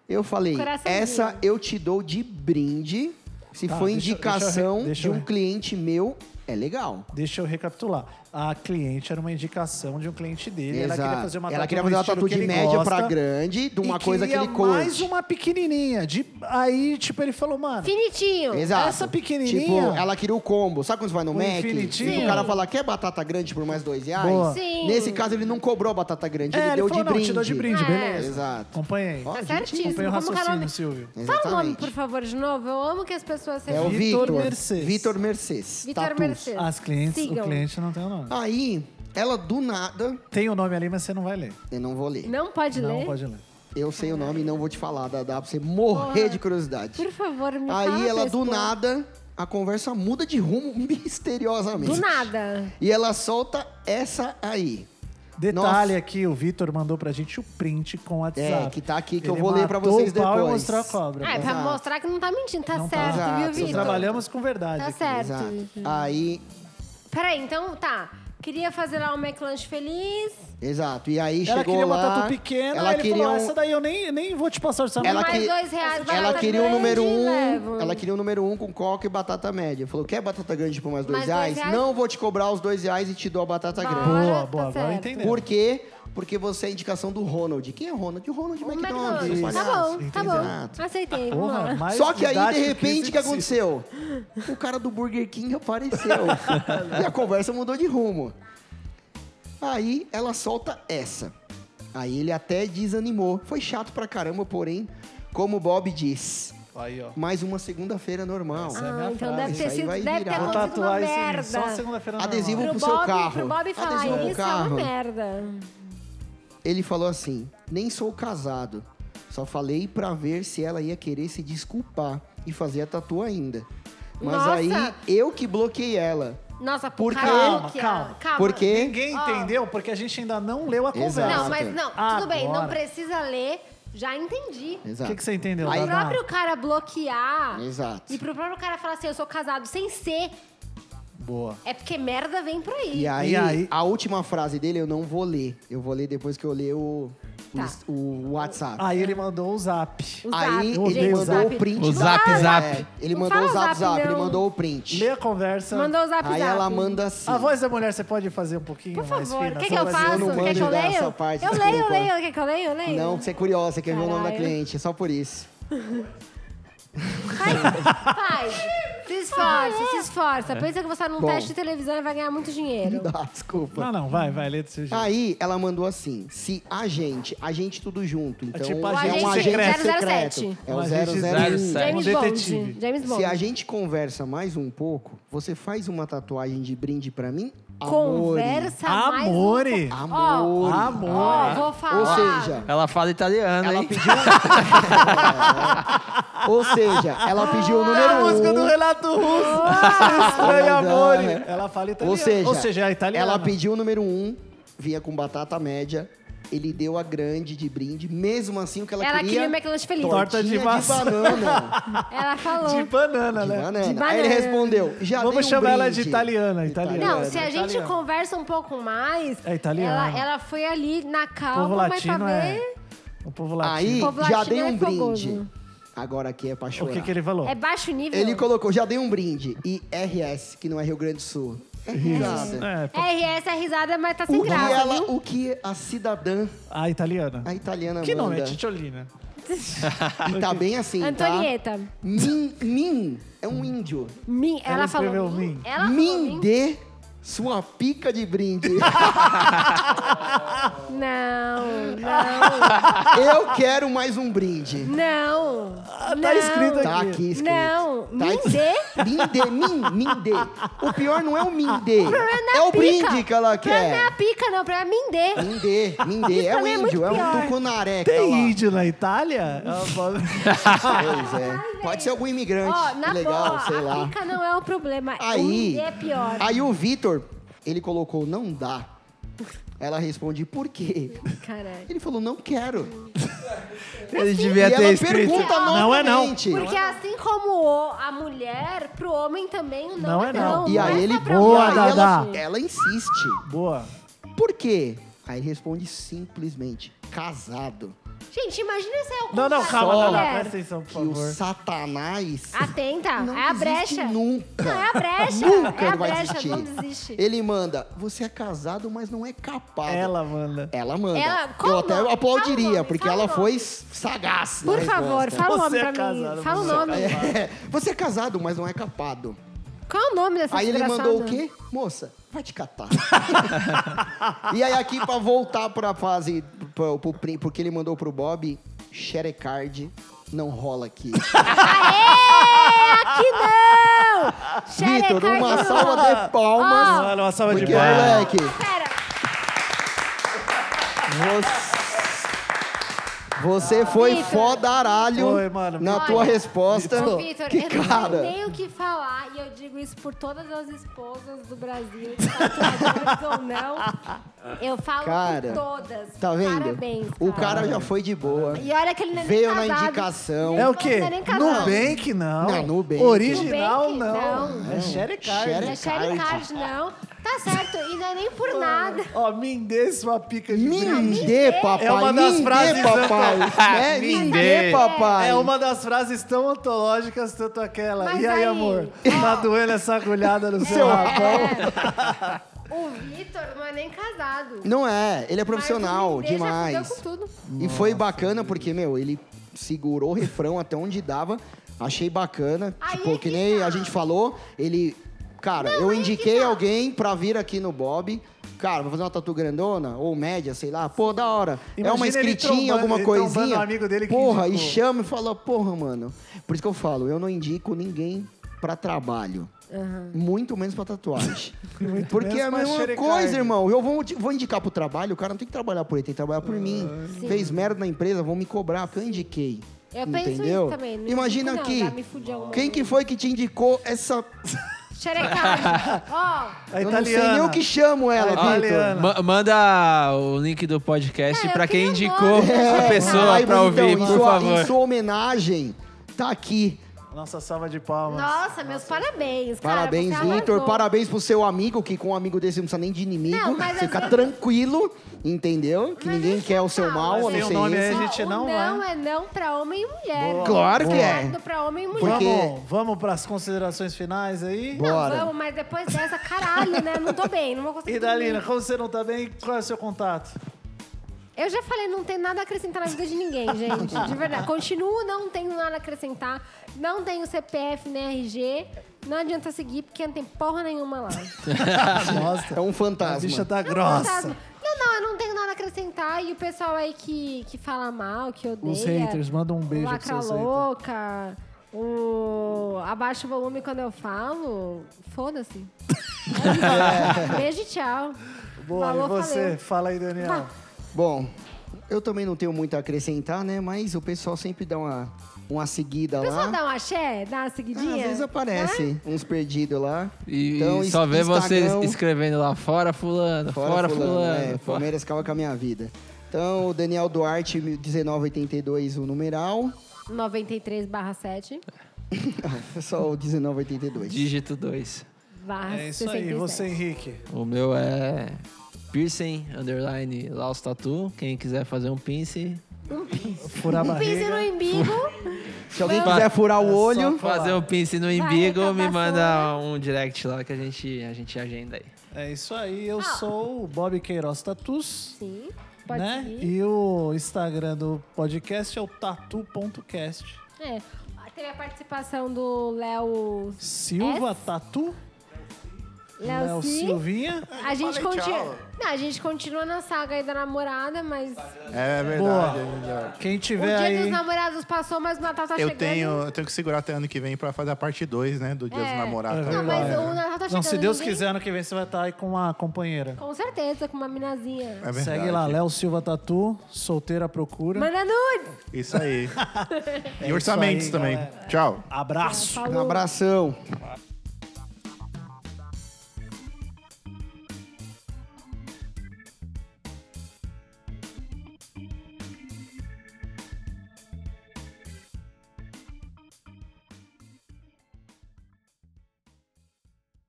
Eu falei, Coraçãozinho. essa eu te dou de brinde. Se Tá, for deixa- indicação deixa eu re- deixa eu de um re- cliente meu, é legal. Deixa eu recapitular. A cliente era uma indicação de um cliente dele. Ela queria fazer uma Ela tatu queria no fazer uma estilo tatu que de ele média gosta, pra grande, de uma e coisa que queria ele curte. mais um- uma pequenininha. De... Aí, tipo, ele falou, mano... Finitinho. Exato. Essa pequenininha- Tipo, ela queria o combo. Sabe quando você vai no O Mac? infinitinho. E o cara fala, quer batata grande por mais dois reais? Boa. Sim. Nesse caso, ele não cobrou a batata grande, É, ele, ele deu falou, de não, brinde. te dou de brinde, É. beleza. Exato. Acompanha aí. Ó, Tá gente, certinho. Acompanha o Como que é o nome? raciocínio, Silvio. Fala o nome, Exatamente. por favor, de novo. Eu amo que as pessoas É o sejam... Vitor Vitor. Mercedes. Vitor Mercedes. Vitor Tatus. Mercedes. As clientes, Sigam. o cliente não tem o nome. Aí, ela do nada... Tem o nome ali, mas você não vai ler. Eu não vou ler. Não pode Não ler? pode ler. Eu sei o nome e não vou te falar. Dá, dá pra você morrer de curiosidade. Por favor, me fala Aí, ela desse do plano. nada... A conversa muda de rumo misteriosamente. Do nada. E ela solta essa aí. Detalhe Nossa. aqui, o Vitor mandou pra gente o print com o WhatsApp. É, que tá aqui, que eu Ele vou ler pra matou vocês o pau e depois. mostrou a cobra. Ah, é pra Exato. mostrar que não tá mentindo. Tá Não tá. certo, Exato, viu, você Vitor? Trabalhamos com verdade. Tá aqui. certo. Exato. Aí, Peraí, então tá. Queria fazer lá um McLanche feliz. exato. E aí Ela chegou queria uma lá. tatu pequena, ela aí ele queria falou, "Ah, um- essa é daí eu nem, nem vou te passar orçamento. Ela Mais que- dois reais, vai Ela lá, queria o grande, número um. levo. Ela queria o número um com coca e batata média. Falou: quer batata grande por mais dois Mais dois reais? reais? Não vou te cobrar os dois reais e te dou a batata Vai. grande. Boa, Tá boa, agora certo. entendeu. Por quê? Porque você é indicação do Ronald. Quem é Ronald? O Ronald Um é McDonald's. McDonald's. palhaço. Tá bom, tá Exato. bom. Aceitei. vamos Porra, lá. mais Só que aí, didático de repente, o que isso é existe. aconteceu? O cara do Burger King apareceu. e a conversa mudou de rumo. Aí ela solta essa. Aí ele até desanimou. Foi chato pra caramba, porém, como o Bob diz, Aí, ó. mais uma segunda-feira normal. é a minha Ah, então frase. deve ter Isso aí sido, vai deve ter virar. Vou acontecido uma tatuar isso em merda. mim, só um segunda-feira normal. Adesivo pro pro seu Bob, carro. pro Bob falar Adesivo pro isso é carro. uma merda. Ele falou assim: nem sou casado. Só falei pra ver se ela ia querer se desculpar e fazer a tatu ainda. Mas Nossa! aí eu que bloqueei ela. Nossa, Por por quê? calma, Calma, calma. Porque Ninguém entendeu porque a gente ainda não leu a conversa. Exato. Não, mas não, tudo bem, Agora. não precisa ler. Já entendi. O Exato. que, que você entendeu, Pro Dada? próprio cara bloquear Exato. e pro próprio cara falar assim, eu sou casado sem ser, Boa. é porque merda vem por aí. E aí, E aí? a última frase dele eu não vou ler. Eu vou ler depois que eu ler o, Tá. Ah, o, o WhatsApp. Aí ele mandou o zap. O Aí zap, eu ele odeio mandou zap. o print. O do- zap, É, zap. ele Não mandou o fala zap, zap, zap. Ele não. mandou o print. Meia conversa. Mandou o zap Aí zap. ela manda assim. A voz da mulher, você pode fazer um pouquinho Por mais favor, fina? quer Só que eu fazer- um não faço? Quer que eu mando leio? essa parte, eu leio, eu desculpa. leio. Quer que eu leio? Eu leio. Não, você é curiosa, você quer ver o nome da Caralho. cliente, é só por isso. Faz, faz. Se esforça, se esforça. É. Pensa que você tá num é. Bom. teste de televisão e vai ganhar muito dinheiro. Dá, desculpa. Não, não, vai, vai, lê do seu jeito. Tá Aí ela mandou assim: se a gente, a gente tudo junto. Então, tipo é agente um agente secreto. secreto. É Um o agente 001. James Um Bond. detetive. James Se a Bond. gente conversa mais um pouco, você faz uma tatuagem de brinde pra mim? Amore. Conversa mais um Amore! pouco. Ó, Amore. ó, Amore! vou falar. Ou seja, Ela fala italiano, ela hein? pediu. Ou seja, ela pediu o É a música do número 1. Renato Russo! Estranho Amore! Ela fala italiano. Ou seja, Ou seja, é italiana. ela pediu o número 1, vinha com batata média. Ele deu a grande de brinde, mesmo assim o que ela, Ela queria queria. o McLanche feliz. Torta tortinha de maçã. banana. Ela falou. De banana, de né? banana. É, De Aí ele banana. respondeu: já Vamos dei um chamar ela brinde. de italiana, italiana. Não, se a italiana. gente conversa um pouco mais, É italiana. Ela, ela foi ali na O povo calma, mas pra latino é... ver. O povo Aí latino. povo já latino dei um é fogoso. brinde. Agora aqui é pra O chorar. que, que ele falou? É baixo nível. Ele colocou: já dei um brinde. E RS, que não é Rio Grande do Sul. É risada. É, pô, RS é risada, mas tá sem O que, graça, ela, viu? o que a cidadã, a italiana. a italiana, Que manda. nome é? Titiolina. E tá bem assim, tá? Antonieta. Min, min é um índio. Min, ela, Ela escreveu falou. Min. Ela falou Me Min. dê sua pica de brinde. Não, não, Eu quero mais um brinde. não. Ah, Não. tá escrito aqui. Tá aqui escrito. Não, tá me aqui. dê. Me dê, min, min dê. O pior não é o min dê. Pra É o pica. brinde que ela Pra não é a quer. pica, não, pra mim dê. Min dê, min dê. É pra um mim é muito índio, é um pior. tucunaré que tá Tem lá. índio na Itália? É Ela fala- Pois é. Pode ser algum imigrante Ó, na legal, boa, sei a lá. pica não é o problema. o Aí, me dê é pior. aí o Vitor, ele colocou não dá. Ela responde por quê? Caralho. Ele falou não quero. Ele E devia ter ela escrito. pergunta Não é não. novamente. Porque assim como o- a mulher, pro homem também o não, Não é não. E Não aí é ele só pra Boa, mulher. e aí ela, Dadá. ela insiste. Boa. Por quê? Aí responde simplesmente casado. Gente, imagina se é o Não, não, calma, contrário da não, não, mulher. presta atenção, por Que o favor. Satanás Atenta, não é a desiste brecha. nunca. Não, é a brecha. Nunca é a ele vai brecha, desistir. não desiste. Ele manda, você é casado, mas não é capaz. Ela manda. Ela manda. Ela- qual Eu o até nome? aplaudiria, Fala o nome, porque fala ela o nome. foi sagaz. na Por favor, resposta. fala o Você nome é pra casado, mim. Fala o você é nome. É, você é casado, mas não é capado. Qual é o nome dessa Aí ele desgraçada? mandou o quê? Moça, vai te catar. e aí aqui, pra voltar pra fase, pro, pro, pri- porque ele mandou pro Bob, Sherecard não rola aqui. Aê, É, aqui não! Vitor, Xerecard uma não. salva de palmas. Olha, uma salva de Porque, palmas. moleque, Pera, você, você foi Vitor. fodaralho Foi, mano. na Olha, tua resposta. Ô, Vitor, que eu cara. não tenho o que falar e eu digo isso por todas as esposas do Brasil, de tatuadores ou não. Eu falo Cara, por todas. Tá vendo? Parabéns. o cara já foi de boa. E olha que ele não é nem veio na casado. indicação. É o Não quê? é nem casado. Nubank, não. Não, Nubank. Original, Nubank, não. não. É Sherecard. Não é Sherecard, não. Tá certo, e não é nem por nada. Ó, me dê sua pica de brinde. Me dê, papai. É uma das me frases Ah, dê, papai. Né? Me Me dê. dê, papai. É uma das frases tão antológicas, tanto aquela. Mas e aí, aí, Ah. amor? ó. Tá doendo essa agulhada no seu Seu rapão? É. O Vitor não é nem casado. Não é, ele é profissional Mas o Mendê já demais. fudeu com tudo. E foi bacana porque, meu, ele segurou o refrão até onde dava. Achei bacana. Aí tipo, é que que nem tá. a gente falou, ele. Cara, eu indiquei alguém pra vir aqui no Bob. Cara, vou fazer uma tatu grandona ou média, sei lá. Pô, da hora. é Imagina uma ele trombando- escritinha, alguma ele trombando coisinha. um amigo dele que porra, e indicou. chama e fala, porra, mano. Por isso que eu falo, eu não indico ninguém pra trabalho. Muito menos pra tatuagem. Porque menos é a pra mesma xerecar, coisa, né? irmão. Eu vou, vou indicar pro trabalho, o cara não tem que trabalhar por ele, tem que trabalhar por mim. Fez merda na empresa, vão me cobrar, porque eu indiquei. Ah, Eu penso entendeu? isso também, não Imagina indico não, aqui. já me fudi alguma quem vez. que foi que te indicou essa. Xerecard. Ó, A Eu não sei nem italiana. o que chamo ela, A Vitor. italiana. Ma- manda o link do podcast Não, É, eu pra quem queria indicou nome. a pessoa Ai, pra bonitão, ouvir, em por sua- Em favor. sua homenagem, tá aqui. Nossa salva de palmas. Nossa, meus parabéns, cara. Parabéns, você Vitor. arrasou. Parabéns pro seu amigo, que com um amigo desse não precisa nem de inimigo. Não, mas você às fica vezes- tranquilo, entendeu? Que Mas ninguém isso quer o seu não, mal, a mas não tem ser um nome Ó, aí. isso. A gente o não não é. não pra homem e mulher. Boa. Claro que é. Concordo pra homem e mulher. Porque- Vamos, vamos para as considerações finais aí. Boa. Bora. Não, vamos, mas depois dessa, caralho, né? Não tô bem, não vou conseguir. E Dalina, dormir. como você não tá bem, qual é o seu contato? Eu já falei, não tem nada a acrescentar na vida de ninguém, gente. De verdade. Continuo, não tenho nada a acrescentar. Não tenho CPF nem RG. Não adianta seguir, porque não tem porra nenhuma lá. Nossa, É um a bicha fantasma. tá Fantasma. grossa. Não, não, eu não tenho nada a acrescentar. E o pessoal aí que, que fala mal, que odeia. Os haters, manda um beijo pros Lacra seus haters. louca. O... Abaixa o volume quando eu falo. Foda-se. É isso. Beijo e tchau. Boa, Falou, e você? valeu. Fala aí, Daniel. Bah. Bom, eu também não tenho muito a acrescentar, né? Mas o pessoal sempre dá uma, uma seguida O pessoal lá. dá um axé? Dá uma seguidinha? né? Ah, às vezes aparece uns perdidos lá. E, Então, e só is- vê Instagram, você escrevendo lá, fora fulano, fora, fulano. é, fora- Palmeiras acaba com a minha vida. Então, o Daniel Duarte, 1982, o numeral. 93 barra 7 Só o 1982. Dígito 2. barra É isso aí, 67. você, Henrique. O meu é piercing, underline, Laos Tatu. Quem quiser fazer um pince, Furar a Um pince no barriga. embigo. Se alguém quiser furar o olho, fazer um pince no com embigo, a me vassoura. manda um direct lá que a gente, a gente agenda aí. É isso aí, eu sou o Bob Queiroz Tatus. Sim, Ah. pode Né? seguir. E o Instagram do podcast é o tatu.cast. É. Teve a participação do Léo... É? Silva Tatu, né, Léo Silva. Silvinha. A gente, continua, não, a gente continua na saga aí da namorada, mas Boa. É verdade. é verdade. Quem o tiver Um dia aí. dos namorados passou, mas o Natal tá Eu chegando. tenho, eu tenho que segurar até ano que vem pra fazer a parte 2, né? Do Dia É. dos Namorados. É Não, mas Verdade. o Natal tá chegando. Não, se Deus ninguém- quiser, ano que vem você vai estar aí com uma companheira. Com certeza, com uma minazinha. É verdade. Segue lá, Léo Silva Tatu, solteira à procura. Manda nude! Isso aí. isso e orçamentos É aí, também. galera. Tchau. Abraço. Falou. um abração.